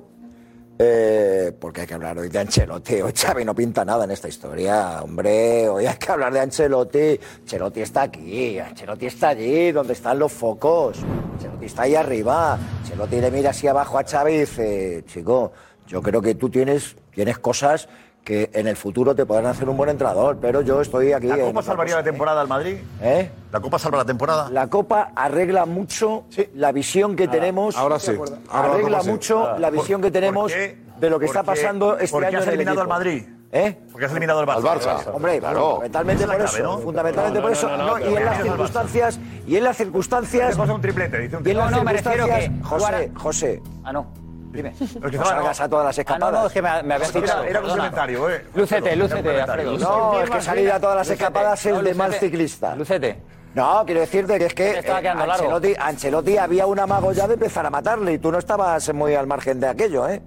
Speaker 11: eh, porque hay que hablar hoy de Ancelotti. Hoy Xavi no pinta nada en esta historia, hombre. Hoy hay que hablar de Ancelotti. Ancelotti está aquí, Ancelotti está allí, donde están los focos. Ancelotti está ahí arriba. Ancelotti le mira así abajo a Xavi y dice, chico, yo creo que tú tienes, tienes cosas que en el futuro te podrán hacer un buen entrenador, pero yo estoy aquí...
Speaker 6: ¿La
Speaker 11: en
Speaker 6: Copa
Speaker 11: otra
Speaker 6: salvaría
Speaker 11: cosa".
Speaker 6: la temporada al Madrid?
Speaker 11: ¿Eh?
Speaker 6: ¿La Copa salva la temporada?
Speaker 11: La Copa arregla mucho la visión que tenemos.
Speaker 12: ahora sí. Ahora la
Speaker 11: arregla
Speaker 12: Copa sí.
Speaker 11: mucho
Speaker 12: Ah.
Speaker 11: la visión que tenemos de lo que está
Speaker 6: por qué-
Speaker 11: pasando este
Speaker 6: por qué
Speaker 11: año.
Speaker 6: has
Speaker 11: en el
Speaker 6: eliminado
Speaker 11: equipo.
Speaker 6: al Madrid?
Speaker 11: ¿Eh?
Speaker 6: Porque has eliminado al Barça.
Speaker 11: Hombre,
Speaker 6: Claro.
Speaker 11: fundamentalmente
Speaker 6: Esa es
Speaker 11: por
Speaker 6: la
Speaker 11: eso.
Speaker 6: clave, ¿no?
Speaker 11: Fundamentalmente
Speaker 6: No,
Speaker 11: por
Speaker 6: no,
Speaker 11: eso.
Speaker 6: no, no,
Speaker 11: No,
Speaker 6: pero
Speaker 11: y en las
Speaker 6: eliminado al Barça.
Speaker 11: circunstancias. Y en las circunstancias.
Speaker 6: Hacemos un triplete, dice un
Speaker 11: Y en las
Speaker 9: No, no, me refiero
Speaker 11: circunstancias.
Speaker 9: que
Speaker 11: José,
Speaker 9: jugar a-
Speaker 11: José.
Speaker 9: Ah, no. Dime.
Speaker 11: No salgas a todas las escapadas.
Speaker 9: Ah, no, no, es que me, me habías
Speaker 11: Era-
Speaker 9: citado.
Speaker 11: era
Speaker 9: perdona.
Speaker 11: complementario, eh.
Speaker 9: Lúcete,
Speaker 11: Era
Speaker 9: lúcete,
Speaker 11: complementario.
Speaker 9: Alfredo.
Speaker 11: No,
Speaker 9: lúcete.
Speaker 11: es que salir a todas las
Speaker 9: Lúcete.
Speaker 11: escapadas es
Speaker 9: No,
Speaker 11: de mal
Speaker 9: lúcete.
Speaker 11: ciclista.
Speaker 9: Lúcete.
Speaker 11: No, quiero decirte que es que
Speaker 9: Te estaba
Speaker 11: eh,
Speaker 9: quedando largo.
Speaker 11: Ancelotti, Ancelotti había un amago ya de empezar a matarle y tú no estabas muy al margen de aquello, ¿eh?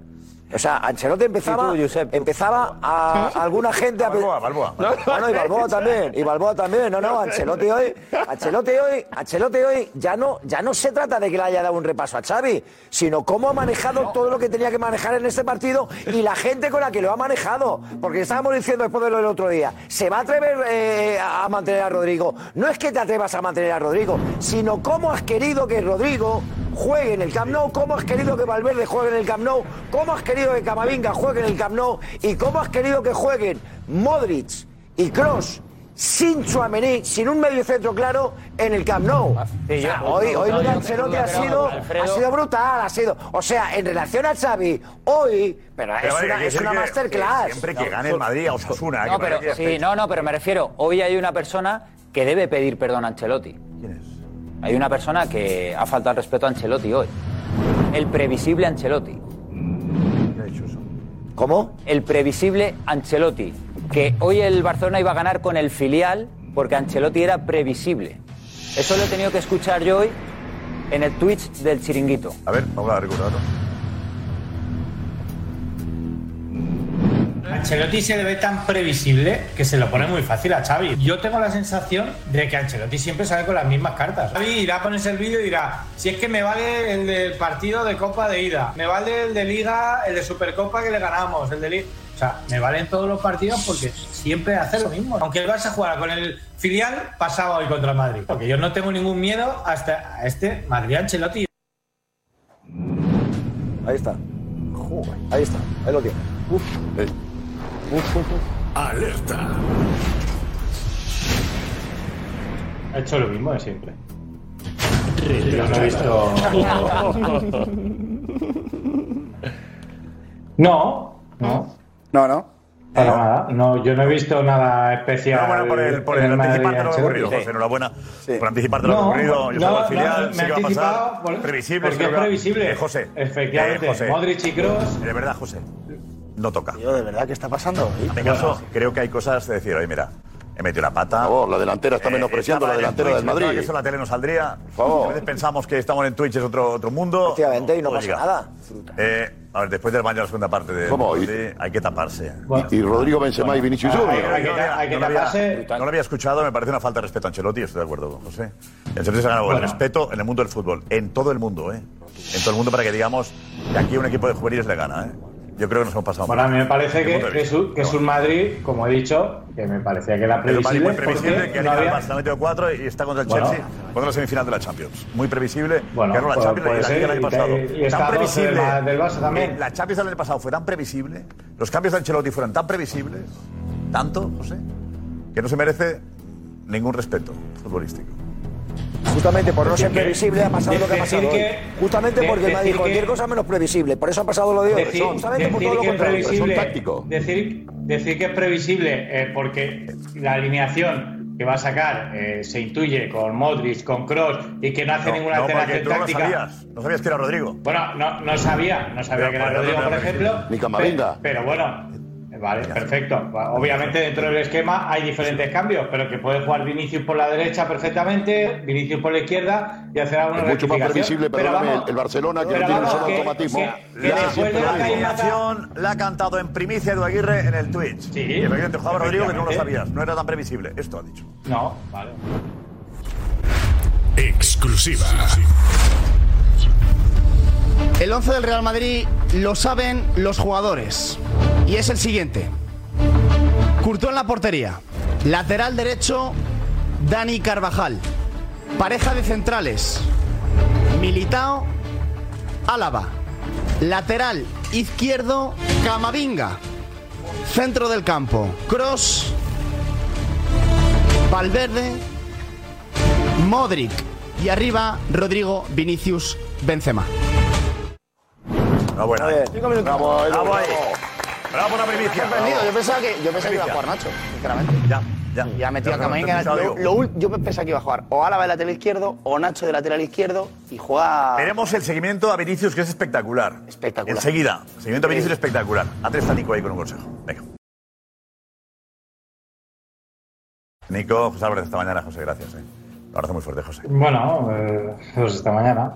Speaker 11: O sea, Ancelotti empezaba, empezaba
Speaker 9: <laughs>
Speaker 11: a a alguna gente a... Balboa,
Speaker 6: Balboa.
Speaker 11: Bueno, y Balboa también, y Balboa también. No, no, Ancelotti hoy, Ancelotti hoy, Ancelotti hoy ya no, ya no se trata de que le haya dado un repaso a Xavi, sino cómo ha manejado todo lo que tenía que manejar en este partido y la gente con la que lo ha manejado. Porque estábamos diciendo después de lo del otro día, se va a atrever eh, a mantener a Rodrigo. No es que te atrevas a mantener a Rodrigo, sino cómo has querido que Rodrigo juegue en el Camp Nou, cómo has querido que Valverde juegue en el Camp Nou, cómo has querido que Camavinga juegue en el Camp Nou y cómo has querido que jueguen Modric y Cross sin Chuamení, sin un medio centro claro en el Camp Nou.
Speaker 9: sí,
Speaker 11: O sea,
Speaker 9: yo-
Speaker 11: hoy
Speaker 9: yo-
Speaker 11: hoy
Speaker 9: yo-
Speaker 11: lo de
Speaker 9: yo-
Speaker 11: Ancelotti
Speaker 9: yo-
Speaker 11: ha
Speaker 9: yo-
Speaker 11: sido,
Speaker 9: Alfredo-
Speaker 11: ha sido brutal, ha sido. O sea, en relación a Xavi, hoy. Pero,
Speaker 6: Pero
Speaker 11: es
Speaker 6: vale,
Speaker 11: una,
Speaker 6: que
Speaker 11: es
Speaker 6: decir
Speaker 11: una
Speaker 6: que-
Speaker 11: masterclass.
Speaker 6: que siempre que gane el Madrid a Osasuna. ¿eh?
Speaker 9: No,
Speaker 6: que parece
Speaker 9: pero,
Speaker 6: que-
Speaker 9: sí, no, no, pero me refiero, hoy hay una persona que debe pedir perdón a Ancelotti.
Speaker 6: ¿Quién es?
Speaker 9: Hay una persona que ha faltado al respeto a Ancelotti hoy. El previsible Ancelotti.
Speaker 6: Mm,
Speaker 11: ¿Cómo?
Speaker 9: El previsible Ancelotti. Que hoy el Barcelona iba a ganar con el filial porque Ancelotti era previsible. Eso lo he tenido que escuchar yo hoy en el Twitch del chiringuito.
Speaker 6: A ver, vamos a recordarlo.
Speaker 20: Ancelotti se le ve tan previsible que se lo pone muy fácil a Xavi. Yo tengo la sensación de que Ancelotti siempre sale con las mismas cartas. Xavi irá a ponerse el vídeo y dirá, si es que me vale el del partido de Copa de Ida, me vale el de Liga, el de Supercopa que le ganamos, el de Liga... O sea, me valen todos los partidos porque siempre hace lo mismo. Aunque el Barça jugara con el filial, pasaba hoy contra el Madrid. Porque yo no tengo ningún miedo hasta a este Madrid Ancelotti.
Speaker 11: Ahí está. Ahí está, ahí lo tiene. Uf.
Speaker 21: Alerta.
Speaker 20: Ha hecho lo mismo de siempre.
Speaker 21: Yo
Speaker 20: no he
Speaker 13: <laughs>
Speaker 20: visto- No, no.
Speaker 22: No, no.
Speaker 20: Para nada. No, yo no he visto nada especial.
Speaker 6: Enhorabuena por el, por
Speaker 20: en
Speaker 6: el
Speaker 20: Madrid
Speaker 6: anticiparte lo
Speaker 20: Ancelotti.
Speaker 6: ocurrido, José. Enhorabuena por anticiparte lo
Speaker 20: No,
Speaker 6: ocurrido. Yo
Speaker 20: no,
Speaker 6: salgo al
Speaker 20: no,
Speaker 6: filial,
Speaker 20: me
Speaker 6: sé
Speaker 20: he
Speaker 6: qué va a pasar.
Speaker 20: anticipado por-
Speaker 6: previsible,
Speaker 20: porque
Speaker 6: sé
Speaker 20: es
Speaker 6: que va-
Speaker 20: previsible.
Speaker 6: Eh, José.
Speaker 20: Efectivamente, Modric y Kroos.
Speaker 6: De verdad, José. No toca.
Speaker 22: Yo, de verdad, ¿qué está pasando?
Speaker 6: En este caso, creo que hay cosas de decir, oye, mira, he metido una pata. Eh, Por
Speaker 10: favor, la delantera está menospreciando la delantera del Madrid.
Speaker 6: pues Que eso en la tele no saldría. Por
Speaker 10: favor.
Speaker 6: A veces pensamos que estamos en Twitch, es otro, otro mundo.
Speaker 11: Efectivamente, y no
Speaker 6: Todo
Speaker 11: pasa
Speaker 6: llega.
Speaker 11: nada.
Speaker 6: Eh, a ver, después del baño de la segunda parte de
Speaker 10: ¿Cómo?
Speaker 6: de- hay que taparse.
Speaker 10: Y, y Rodrigo Benzema y Vinicius Junior.
Speaker 6: No lo había, no lo había escuchado, me parece una falta de respeto a Ancelotti, estoy de acuerdo, José. Ancelotti se ha ganado
Speaker 20: Bueno.
Speaker 6: el respeto en el mundo del fútbol, en todo el mundo, ¿eh? En todo el mundo para que digamos que aquí un equipo de juveniles le gana, ¿eh? Yo creo que nos hemos pasado.
Speaker 20: Bueno, a mí me parece
Speaker 6: Desde mi
Speaker 20: que,
Speaker 6: punto de
Speaker 20: que, es,
Speaker 6: vista.
Speaker 20: un- que es un Madrid, como he dicho, que me parecía que era
Speaker 6: Pero el Madrid
Speaker 20: previsible.
Speaker 6: muy previsible
Speaker 20: porque
Speaker 6: que
Speaker 20: no
Speaker 6: ha
Speaker 20: había-
Speaker 6: el Barça, ha metido cuatro y está contra el
Speaker 20: Bueno.
Speaker 6: Chelsea. Contra la semifinal de la Champions. Muy previsible.
Speaker 20: Bueno,
Speaker 6: que ganó la
Speaker 20: pues-
Speaker 6: Champions
Speaker 20: puede
Speaker 6: y la Liga el
Speaker 20: ser,
Speaker 6: año
Speaker 20: y que-
Speaker 6: pasado.
Speaker 20: y está
Speaker 6: tan
Speaker 20: 12
Speaker 6: previsible.
Speaker 20: de la- del Barça también.
Speaker 6: que La Champions del año pasado fue tan previsible. Los cambios de Ancelotti fueron tan previsibles. Tanto, José. Que no se merece ningún respeto futbolístico.
Speaker 17: Justamente por no
Speaker 6: Decir
Speaker 17: ser
Speaker 6: que-
Speaker 17: previsible ha pasado lo que ha
Speaker 6: decir
Speaker 17: pasado. hoy.
Speaker 6: que-
Speaker 17: Justamente
Speaker 6: de-
Speaker 17: porque el Madrid
Speaker 6: decir
Speaker 17: dijo cualquier
Speaker 6: que-
Speaker 17: cosa menos previsible. Por eso ha pasado lo de hoy.
Speaker 20: Decir,
Speaker 17: Justamente por
Speaker 20: decir
Speaker 17: todo lo
Speaker 20: que es
Speaker 17: contrario.
Speaker 20: previsible, Decir, decir que es previsible eh, porque la alineación que va a sacar eh, se intuye con Modric, con Kroos y que no hace
Speaker 6: No,
Speaker 20: ninguna
Speaker 6: no, porque
Speaker 20: alteración
Speaker 6: tú no lo
Speaker 20: táctica.
Speaker 6: sabías. No sabías que era Rodrigo.
Speaker 20: Bueno, no, no sabía, no sabía
Speaker 6: Pero
Speaker 20: que era
Speaker 6: para
Speaker 20: Rodrigo,
Speaker 6: no
Speaker 20: por
Speaker 6: era
Speaker 20: ejemplo.
Speaker 6: previsible. Ni Camavinga.
Speaker 20: pe- Pero, bueno, eh, vale, perfecto. Va- Obviamente dentro del esquema hay diferentes cambios, pero que puede jugar Vinicius por la derecha perfectamente, Vinicius por la izquierda y hacer alguna
Speaker 11: Es mucho más
Speaker 20: rectificación.
Speaker 11: previsible,
Speaker 20: Pero
Speaker 11: perdóname,
Speaker 20: vamos,
Speaker 11: el- el Barcelona que
Speaker 20: pero
Speaker 11: no tiene un
Speaker 20: vamos,
Speaker 11: solo
Speaker 20: que-
Speaker 11: automatismo.
Speaker 20: que- que
Speaker 11: Le hace
Speaker 20: después
Speaker 11: siempre
Speaker 20: de
Speaker 11: lo
Speaker 20: la
Speaker 11: mismo.
Speaker 20: caída-
Speaker 6: Información la ha cantado en primicia Edu Aguirre en el Twitch. Sí. Y efectivamente jugaba Rodrigo que tú no lo
Speaker 20: efectivamente.
Speaker 6: sabías. No era tan previsible. Esto ha dicho.
Speaker 20: No, vale.
Speaker 23: Exclusiva.
Speaker 15: El 11 del Real Madrid lo saben los jugadores. Y es el siguiente. Curtó en la portería. Lateral derecho, Dani Carvajal. Pareja de centrales. Militao, Álava. Lateral izquierdo, Camavinga. Centro del campo, Cross, Valverde, Modric. Y arriba, Rodrigo Vinicius Benzema.
Speaker 6: Enhorabuena. Bravo,
Speaker 15: Edu,
Speaker 6: Bravo ahí.
Speaker 15: bravo.
Speaker 6: Bravo por la primicia.
Speaker 24: Sorprendido, yo
Speaker 6: Bravo.
Speaker 24: pensaba que, yo pensaba que iba a
Speaker 6: Primicia.
Speaker 24: jugar Nacho, sinceramente.
Speaker 6: Ya, ya.
Speaker 24: Ya metía
Speaker 6: Ya,
Speaker 24: a
Speaker 6: no, no,
Speaker 24: Camavinga.
Speaker 6: te lo
Speaker 24: lo-
Speaker 6: digo.
Speaker 24: lo ul- Yo pensaba que iba a jugar o Álava de lateral izquierdo o Nacho de lateral izquierdo y juega.
Speaker 6: Veremos el seguimiento a Vinicius, que es espectacular. Espectacular. Enseguida. Seguimiento a Vinicius espectacular. Atrás está Nico ahí con un consejo. Venga. Nico, José Álvarez, esta mañana, José, gracias. eh. Un abrazo muy fuerte, José.
Speaker 20: Bueno, eh, pues esta mañana.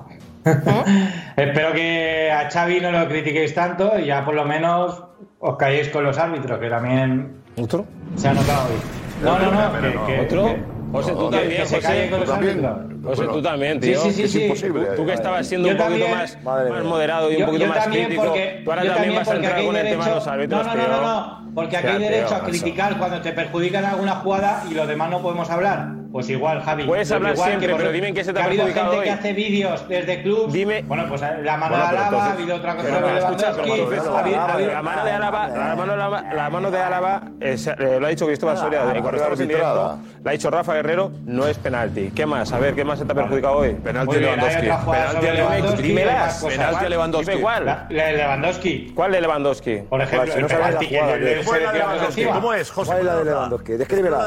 Speaker 20: Espero que a Xavi no lo critiquéis tanto y ya por lo menos os calléis con los árbitros, que también
Speaker 25: ¿Otro?
Speaker 20: se ha notado hoy. No, no, no, que, que-
Speaker 2: ¿Otro?
Speaker 20: que-
Speaker 2: José, tú
Speaker 20: que
Speaker 2: también,
Speaker 20: se
Speaker 2: José,
Speaker 20: callen
Speaker 2: tú
Speaker 20: con los
Speaker 2: también.
Speaker 20: árbitros.
Speaker 2: José, tú también, tío.
Speaker 20: Sí, sí, sí.
Speaker 2: Es
Speaker 20: sí.
Speaker 2: imposible. Tú- tú que estabas siendo un poquito más-
Speaker 20: eh. Madre
Speaker 2: más
Speaker 20: mía.
Speaker 2: moderado y un
Speaker 20: Yo-
Speaker 2: poquito
Speaker 20: yo
Speaker 2: más
Speaker 20: también
Speaker 2: crítico.
Speaker 20: porque-
Speaker 2: Tú ahora
Speaker 20: yo
Speaker 2: también vas a
Speaker 20: porque
Speaker 2: entrar
Speaker 20: aquí
Speaker 2: con
Speaker 20: hay
Speaker 2: el tema de los árbitros,
Speaker 20: No, no, no,
Speaker 2: tío.
Speaker 20: no, no, porque aquí
Speaker 2: Ya,
Speaker 20: hay
Speaker 2: tío,
Speaker 20: derecho a
Speaker 2: macho.
Speaker 20: criticar cuando te perjudican alguna jugada y los demás no podemos hablar. Pues igual, Javi.
Speaker 2: Puedes
Speaker 20: pues
Speaker 2: hablar
Speaker 20: igual
Speaker 2: siempre,
Speaker 20: por-
Speaker 2: pero dime en qué se te ha
Speaker 20: que ha habido
Speaker 2: perjudicado
Speaker 20: gente que
Speaker 2: hoy.
Speaker 20: hace vídeos desde clubs. Dime. Bueno, pues la mano
Speaker 2: Bueno,
Speaker 20: de
Speaker 2: pero
Speaker 20: Alaba, ha
Speaker 2: entonces-
Speaker 20: habido otra cosa
Speaker 2: Pero,
Speaker 20: de
Speaker 2: escucha, pero
Speaker 20: Lewandowski,
Speaker 2: Manolo,
Speaker 20: ha habido- ha habido-
Speaker 2: la mano de Álava, la mano de Álava, la mano de Álava, eh, se- eh, lo ha dicho
Speaker 20: Ah,
Speaker 2: Cristóbal Soria en cuando estábamos en directo,
Speaker 11: Arbitrada.
Speaker 2: la ha dicho Rafa Guerrero, no es penalti. ¿Qué más? A ver, ¿qué más se te ha perjudicado hoy?
Speaker 12: Penalti Muy bien, hay Lewandowski. otra jugada
Speaker 2: Penalti
Speaker 12: sobre
Speaker 2: a Lewandowski.
Speaker 12: Lewandowski y
Speaker 2: Dímelas.
Speaker 12: más cosas. Penalti a Lewandowski.
Speaker 2: Dime cuál.
Speaker 20: La de Lewandowski.
Speaker 2: ¿Cuál de Lewandowski?
Speaker 20: Por ejemplo,
Speaker 2: Si no
Speaker 20: el
Speaker 2: sabes
Speaker 20: penalti que
Speaker 2: jugada,
Speaker 20: le- le-
Speaker 2: tío.
Speaker 20: se le tira por encima.
Speaker 17: ¿Cuál es la de Lewandowski? Descríbela.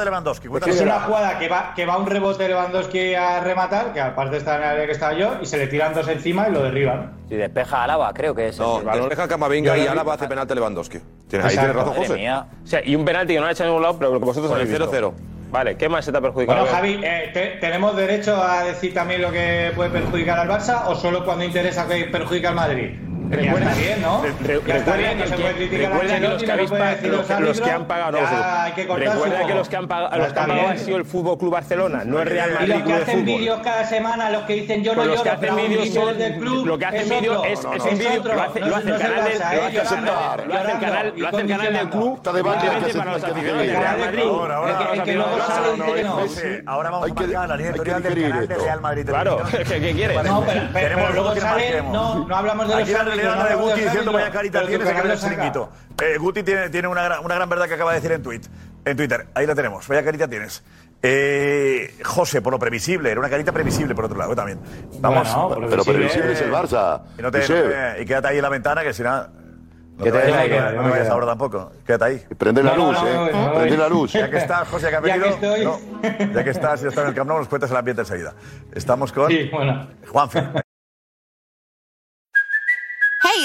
Speaker 20: Es una jugada que va, que va un rebote de Lewandowski a rematar, que aparte está en el área que estaba yo, y se le tiran dos encima y lo derriban.
Speaker 26: Y despeja a Alaba, creo que es.
Speaker 12: No,
Speaker 26: el balón.
Speaker 12: despeja Camavinga y Alaba hace penalti a Lewandowski. Tiene- Ahí tienes razón, José.
Speaker 2: O sea, y un penalti que no lo ha hecho en ningún lado, pero lo que vosotros
Speaker 12: Por el
Speaker 2: habéis visto.
Speaker 12: 0-0.
Speaker 2: Vale, ¿qué más se te ha perjudicado?
Speaker 20: Bueno,
Speaker 2: A ver.
Speaker 20: Javi, eh, te- ¿tenemos derecho a decir también lo que puede perjudicar al Barça o solo cuando interesa que perjudica al Madrid? Ya está bien, ¿no?
Speaker 2: Re- re-
Speaker 20: Ya está
Speaker 2: recuerda
Speaker 20: bien, no
Speaker 2: que
Speaker 20: se
Speaker 2: el
Speaker 20: puede
Speaker 2: que-
Speaker 20: criticar
Speaker 2: recuerda
Speaker 20: a
Speaker 2: que los que, habéis pa- los que- los que han pagado, no, vosotros. recuerda que los que han pagado, los que han pagado ha sido el Fútbol Club Barcelona, no el Real
Speaker 20: Y
Speaker 2: Madrid
Speaker 20: los que
Speaker 2: Club de
Speaker 20: hacen
Speaker 2: Fútbol.
Speaker 20: vídeos cada semana, los que dicen yo no lloro,
Speaker 2: Pero los que hacen
Speaker 20: pero aún
Speaker 2: vídeos
Speaker 20: grito
Speaker 2: son-
Speaker 20: desde el club,
Speaker 2: lo que hace
Speaker 20: es
Speaker 2: vídeo
Speaker 20: otro.
Speaker 2: es-
Speaker 20: No,
Speaker 2: es
Speaker 20: no,
Speaker 2: un
Speaker 20: no.
Speaker 2: vídeo,
Speaker 20: otro.
Speaker 2: lo hace-
Speaker 20: No
Speaker 2: lo
Speaker 20: es-
Speaker 2: hace
Speaker 20: no
Speaker 2: el
Speaker 20: es
Speaker 2: canal
Speaker 20: Barça,
Speaker 2: del- lo
Speaker 20: eh,
Speaker 2: hace el
Speaker 20: llorando,
Speaker 2: canal- lo hace el canal-
Speaker 20: llorando,
Speaker 2: lo hace el
Speaker 20: y
Speaker 2: canal del
Speaker 20: condicionando.
Speaker 2: club, Está de baile, obviamente, que se- para los que se- aficionados del Real Madrid.
Speaker 6: Ahora, ahora,
Speaker 2: El que- el que luego
Speaker 6: ahora,
Speaker 2: sale y dice
Speaker 6: ahora,
Speaker 2: que no.
Speaker 6: ahora, José, ahora vamos a marcar la línea editorial del canal de Real Madrid.
Speaker 2: Claro, ¿qué, qué quieres?
Speaker 20: No, pero, pero-
Speaker 6: Tenemos
Speaker 20: pero luego
Speaker 6: que
Speaker 20: sale,
Speaker 6: marquemos.
Speaker 20: no, no hablamos de los
Speaker 6: Aquí la realidad
Speaker 20: árbitros,
Speaker 6: de
Speaker 20: no hablamos de
Speaker 6: Guti
Speaker 20: los
Speaker 6: diciendo vaya
Speaker 20: árbitros,
Speaker 6: carita
Speaker 20: pero tu
Speaker 6: tienes que
Speaker 20: canal
Speaker 6: ver el
Speaker 20: lo saca.
Speaker 6: chiringuito. Eh, Guti tiene, tiene una, gran, una gran verdad que acaba de decir en, tweet, en Twitter. Ahí la tenemos, vaya carita tienes. Eh, José, por lo previsible, era una carita previsible por otro lado eh, también. Vamos,
Speaker 11: Bueno, pero Pero previsible es el Barça,
Speaker 6: Y, no te-
Speaker 11: Josep.
Speaker 6: no te- y quédate ahí en la ventana que si nada. No te,
Speaker 11: Que
Speaker 6: vayas,
Speaker 11: te- no me
Speaker 6: no
Speaker 11: quedo,
Speaker 6: te
Speaker 11: no me
Speaker 6: vayas
Speaker 11: quedo.
Speaker 6: ahora tampoco. Quédate ahí.
Speaker 11: Prende la No, no, luz, no, ¿eh? no, no, no. Prende la luz.
Speaker 6: Ya que estás, José, que ha
Speaker 11: <laughs> Ya que
Speaker 6: venido.
Speaker 11: estoy.
Speaker 6: no, ya que estás, ya estás en el Camp Nou, nos cuentas el ambiente enseguida. Estamos con Juanfe.
Speaker 27: Hey,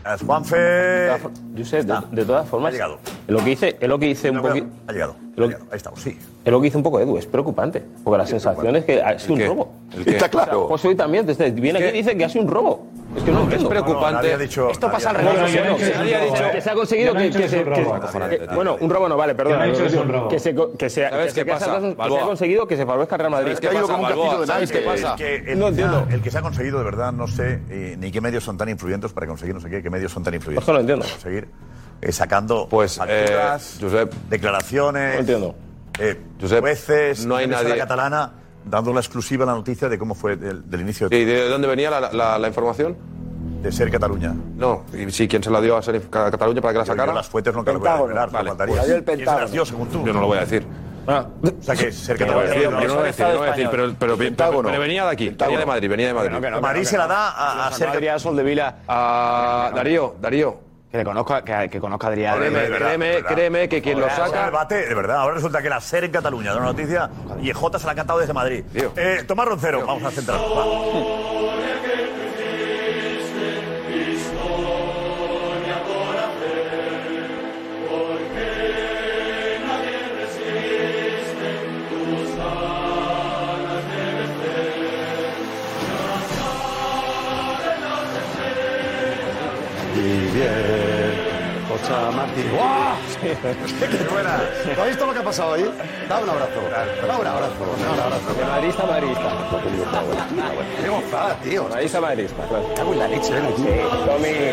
Speaker 6: Gracias, Juanfe.
Speaker 2: Josep, de, de todas formas, lo que hice, es lo que hice un poquito.
Speaker 6: Ha llegado. Ahí estamos, sí.
Speaker 2: Es lo que hizo un poco Edu, es preocupante. Porque la sensación es que ha sido un robo.
Speaker 6: ¿El qué? Está claro.
Speaker 2: Pues hoy también, desde, viene aquí y dice que ha sido un robo. Es que no, entiendo.
Speaker 6: es preocupante. No, nadie ha dicho-
Speaker 2: Esto pasa al
Speaker 6: nadie-
Speaker 2: revés.
Speaker 6: nadie ha
Speaker 2: no,
Speaker 6: dicho-
Speaker 2: no, no,
Speaker 6: nadie ha dicho-
Speaker 2: que se ha conseguido
Speaker 6: nadie ha dicho
Speaker 2: que. que
Speaker 6: que
Speaker 2: se-
Speaker 6: es un robo.
Speaker 2: que-
Speaker 6: Acojonante, tío.
Speaker 2: Bueno, un robo no vale, perdón.
Speaker 6: Nadie ha dicho que es un robo.
Speaker 2: Que se co- que se-
Speaker 6: ¿Sabes
Speaker 2: que se-
Speaker 6: qué
Speaker 2: que se ha
Speaker 6: pasa,
Speaker 2: que se ha
Speaker 6: Balboa?
Speaker 2: conseguido que se favorezca al Real Madrid.
Speaker 6: Es que ha ido como un castillo de
Speaker 2: ¿Sabes
Speaker 6: naipes.
Speaker 2: qué pasa?
Speaker 6: Es que el,
Speaker 2: No
Speaker 6: que se ha-
Speaker 2: entiendo.
Speaker 6: el que se ha conseguido, de verdad, no sé eh, ni qué medios son tan influyentes para conseguir no sé qué, qué medios son tan influyentes.
Speaker 2: Pues no lo entiendo.
Speaker 6: Para conseguir eh, sacando pues, facturas, declaraciones,
Speaker 12: no entiendo.
Speaker 6: eh, jueces,
Speaker 12: no hay
Speaker 6: jueces de la
Speaker 12: nadie-
Speaker 6: catalana, dando la exclusiva la noticia de cómo fue del, del inicio.
Speaker 12: ¿Y de dónde venía la, la- la información?
Speaker 6: De ser Cataluña.
Speaker 12: No, y sí, ¿quién se la dio a ser Ca- Cataluña para que la
Speaker 6: Yo- yo
Speaker 12: sacara?
Speaker 6: las fuentes no te las voy a
Speaker 12: Pentágono.
Speaker 6: revelar,
Speaker 12: Vale,
Speaker 6: faltaría.
Speaker 12: pues,
Speaker 6: La dio el
Speaker 12: ¿quién se las
Speaker 6: Pentágono.
Speaker 12: dio, según tú? Yo no lo voy a decir.
Speaker 6: Ah. O sea, que ser
Speaker 12: Yo no lo voy a decir, yo no lo
Speaker 6: Cataluña.
Speaker 12: voy a decir, yo no lo voy a decir, pero, pero- pero- pero venía de aquí, venía de Madrid, venía de Madrid.
Speaker 6: Madrid se la da a, a ser
Speaker 14: Adrián Soldevila.
Speaker 12: A Darío, Darío.
Speaker 14: Que, le conozca, que, que conozca a Adrián.
Speaker 12: Créeme, créeme, créeme que quien lo
Speaker 6: Ahora,
Speaker 12: saca-
Speaker 6: el debate, de verdad, ahora resulta que la SER en Cataluña da una noticia y J se la ha cantado desde Madrid. Eh, Tomás Roncero, vamos a centrar.
Speaker 7: Y bien, José Martín. ¡Guau! ¡Qué buena! ¿Lo ¿Habéis visto lo que ha pasado ahí? Da un abrazo. Da un abrazo. Da un abrazo. De madridista madridista. ¡Qué gozada, tío! Madridista madridista. Cago en la leche, ¿eh? Sí, Tommy. <laughs>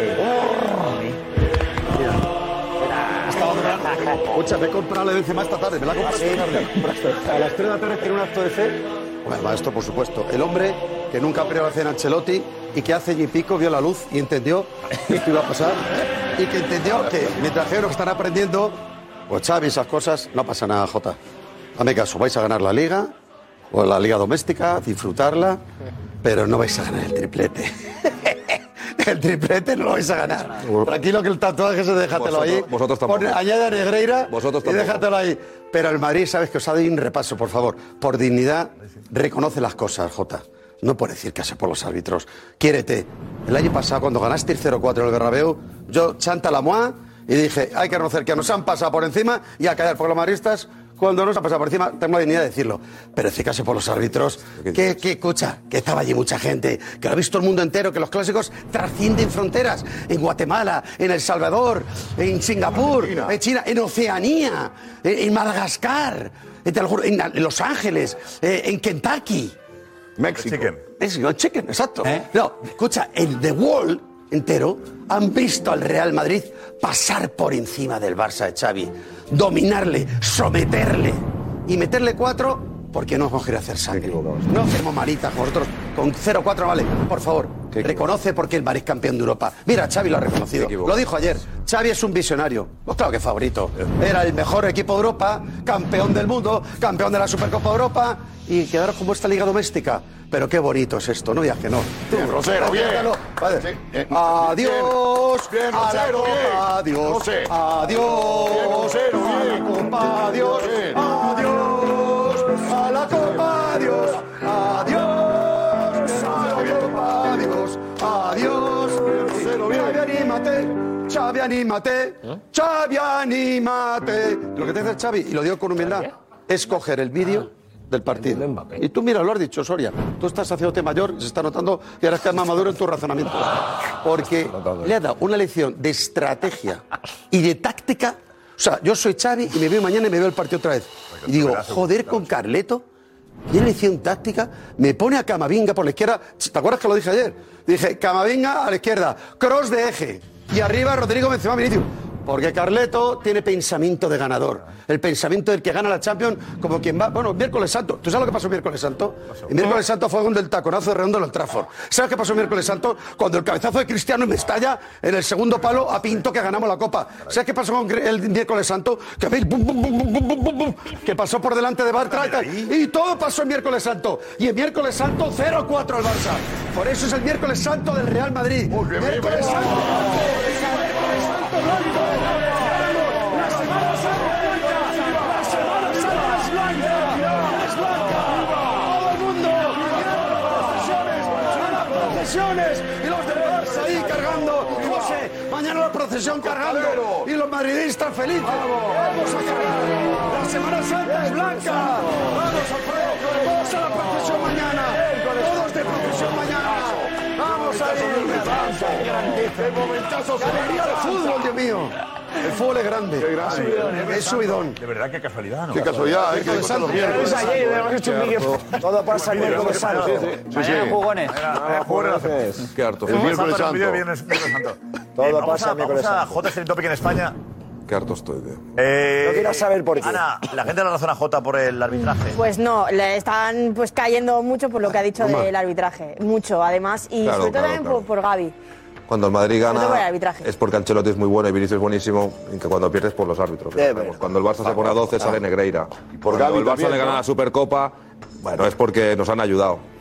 Speaker 7: Escucha, me he comprado la de Benzema esta tarde. Me la he comprado esta <laughs> tarde. A Ah, las 3 de la tarde tiene un acto de fe. Bueno, va, esto por supuesto. El hombre que nunca abrió la cena Ancelotti y que hace año y pico vio la luz y entendió que esto iba a pasar. Y que entendió que mientras que ellos están aprendiendo, pues Xavi, esas cosas, no pasa nada, Jota. Hazme caso, vais a ganar la liga, o la liga doméstica, disfrutarla, pero no vais a ganar el triplete. <laughs> El triplete no lo vais a ganar. Tranquilo que el tatuaje se déjatelo
Speaker 12: Vosotros-
Speaker 7: ahí.
Speaker 12: vosotros tampoco.
Speaker 7: Pon- añade a Negreira
Speaker 12: Vosotros
Speaker 7: y
Speaker 12: tampoco.
Speaker 7: déjatelo ahí. Pero el Madrid, sabes que os ha dado un repaso, por favor. Por dignidad, reconoce las cosas, Jota. No por decir que hace por los árbitros. Quiérete. El año pasado, cuando ganaste el 0-4 en el Berrabeu, yo chanta la moa y dije, hay que reconocer que nos han pasado por encima y a callar por los maristas. Cuando nos han pasado por encima, tengo la dignidad de decirlo. Pero hace por los árbitros, que, que escucha, que estaba allí mucha gente, que lo ha visto el mundo entero, que los clásicos trascienden fronteras. En Guatemala, en El Salvador, en Singapur, en China, en Oceanía, en, en Madagascar, eh, te lo juro, en, en Los Ángeles, eh, en Kentucky.
Speaker 6: México.
Speaker 7: Es el chicken, exacto. No, escucha, en The World entero han visto al Real Madrid pasar por encima del Barça de Xavi, dominarle, someterle y meterle cuatro porque no os querer hacer sangre. No hacemos malitas vosotros. Con 0-4 vale, por favor. Reconoce porque el Madrid es campeón de Europa. Mira, Xavi lo ha reconocido. Lo dijo ayer. Xavi es un visionario. Pues claro que favorito. Era el mejor equipo de Europa, campeón del mundo, campeón de la Supercopa de Europa y quedaros con vuestra liga doméstica. Pero qué bonito es esto, no digas que no. Tú,
Speaker 10: Rosero, bien. eh.
Speaker 7: acéptalo. Vale.
Speaker 20: ah,
Speaker 7: Adiós.
Speaker 10: Bien,
Speaker 7: a la
Speaker 10: Rosero,
Speaker 7: copa,
Speaker 10: bien.
Speaker 7: Adiós.
Speaker 10: José.
Speaker 7: Adiós.
Speaker 10: Bien, Rosero, bien.
Speaker 7: Copa, adiós. Adiós. A la copa, adiós. Adiós. A la copa, adiós. Adiós. Xavi, anímate. Xavi, anímate. Xavi, anímate. Lo que te dice Xavi, y lo digo con humildad, es coger el vídeo del partido. Y tú mira, lo has dicho, Soria. Tú estás haciéndote mayor, se está notando que eres cada vez más maduro en tu razonamiento. Porque le ha dado una lección de estrategia y de táctica. O sea, yo soy Xavi y me veo mañana y me veo el partido otra vez. Y digo, joder con Carleto. Y en lección táctica me pone a Camavinga por la izquierda. ¿Te acuerdas que lo dije ayer? Dije, Camavinga a la izquierda, cross de eje. Y arriba Rodrigo Benzema Vinicius. Porque Carleto tiene pensamiento de ganador. El pensamiento del que gana la Champions como quien va... Bueno, miércoles santo. ¿Tú sabes lo que pasó miércoles santo? El miércoles santo fue cuando el taconazo de redondo en el Trafford. ¿Sabes qué pasó miércoles santo? Cuando el cabezazo de Cristiano me estalla en el segundo palo a Pinto que ganamos la Copa. ¿Sabes qué pasó con el miércoles santo? Que veis... bum, bum, bum, bum, bum, bum, bum, bum, que pasó por delante de Bartra y todo pasó en miércoles santo. Y en miércoles santo 0-4 el Barça. Por eso es el miércoles santo del Real Madrid. Miércoles santo.
Speaker 13: Profesiones
Speaker 7: y los del Barça ahí cargando y los ese. Mañana la procesión cargando. Y los madridistas felices. Vamos a cargar. La Semana Santa es blanca. Vamos, Alfredo. Vamos a la procesión mañana. Todos de procesión mañana. Vamos a ir. El momentazo. ¡Qué alegría de fútbol, Dios mío. El fútbol es grande. Es subidón. Es subidón.
Speaker 6: De verdad, qué casualidad, ¿no?
Speaker 10: eh. Qué casualidad, ¿eh? Que cortan los miércoles.
Speaker 12: Pues
Speaker 8: Pues
Speaker 11: Todo pasa
Speaker 6: Pues
Speaker 11: el miércoles santo.
Speaker 6: Mañana
Speaker 9: jugones.
Speaker 6: Mañana jugones. Qué harto.
Speaker 10: El miércoles santo. <laughs>
Speaker 11: Todo
Speaker 6: Todo
Speaker 11: pasa
Speaker 6: pasa
Speaker 11: el miércoles
Speaker 6: Vamos a
Speaker 11: santo.
Speaker 6: J ser el topic en España.
Speaker 12: Qué harto estoy, tío.
Speaker 6: Eh,
Speaker 11: No quiero saber por qué.
Speaker 6: Ana, la gente de la zona J por el arbitraje.
Speaker 1: Pues no, le están pues cayendo mucho por lo que ha dicho
Speaker 6: Toma.
Speaker 1: del arbitraje. Mucho, además. Y
Speaker 12: Claro,
Speaker 1: sobre todo
Speaker 12: claro,
Speaker 1: también
Speaker 12: claro.
Speaker 1: Por, por Gaby.
Speaker 12: Cuando el Madrid
Speaker 1: Sobre todo por el
Speaker 12: gana
Speaker 1: arbitraje.
Speaker 12: es porque Ancelotti es muy bueno y Vinicius es buenísimo, y que cuando pierdes por los árbitros. que
Speaker 1: De
Speaker 12: sabemos. Cuando el Barça se pone a 12 sale Negreira. Por
Speaker 6: Ah. Gavi
Speaker 12: cuando el Barça
Speaker 6: también,
Speaker 12: le gana
Speaker 6: ¿no?
Speaker 12: la Supercopa, bueno, es porque nos han ayudado.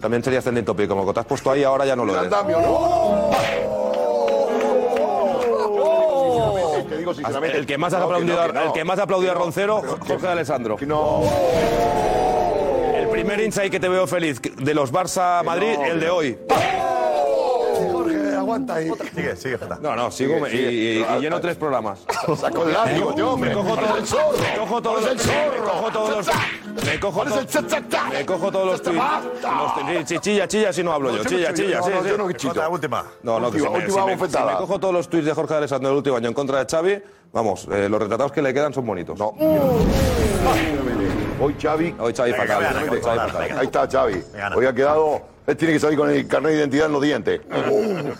Speaker 12: también serías trending topic. Como que te has puesto ahí, ahora ya no lo eres.
Speaker 10: Te digo sinceramente...
Speaker 12: Oh. El que más has aplaudido, a- el que más ha aplaudido a Roncero, Jorge de Alessandro. El primer insight que te veo feliz de los Barça Madrid, el de hoy.
Speaker 7: Jorge, aguanta ahí.
Speaker 6: Sigue, sigue, Jota.
Speaker 12: No, no, sigo me- y- y, y lleno tres
Speaker 6: <laughs>
Speaker 12: programas.
Speaker 10: Saco el látigo, yo, hombre.
Speaker 12: Eh. Me cojo todo
Speaker 10: el zorro.
Speaker 12: Me cojo todos
Speaker 10: el
Speaker 12: los. Me cojo todos los. Me cojo
Speaker 10: Pones el
Speaker 12: to- Me cojo todos los tuits. los tuits. Sí, chilla, chilla, si no hablo yo.
Speaker 6: yo no
Speaker 12: Chilla,
Speaker 6: chillo,
Speaker 12: chilla,
Speaker 6: no,
Speaker 12: sí,
Speaker 6: no,
Speaker 12: sí.
Speaker 6: yo no chillo. Jota, última.
Speaker 12: No, no, que si
Speaker 6: Última,
Speaker 12: me, si
Speaker 6: última
Speaker 12: me-
Speaker 6: bofetada.
Speaker 12: si me cojo todos los tuits de Jorge Alessandro del último año en contra de Xavi, vamos, eh, los retratados que le quedan son bonitos. No.
Speaker 10: Hoy Xavi...
Speaker 12: Hoy Xavi fatal. Hoy Xavi fatal.
Speaker 10: Ahí está Xavi. Hoy ha quedado... Él tiene que salir con el carnet de identidad en
Speaker 12: <laughs>
Speaker 10: los dientes.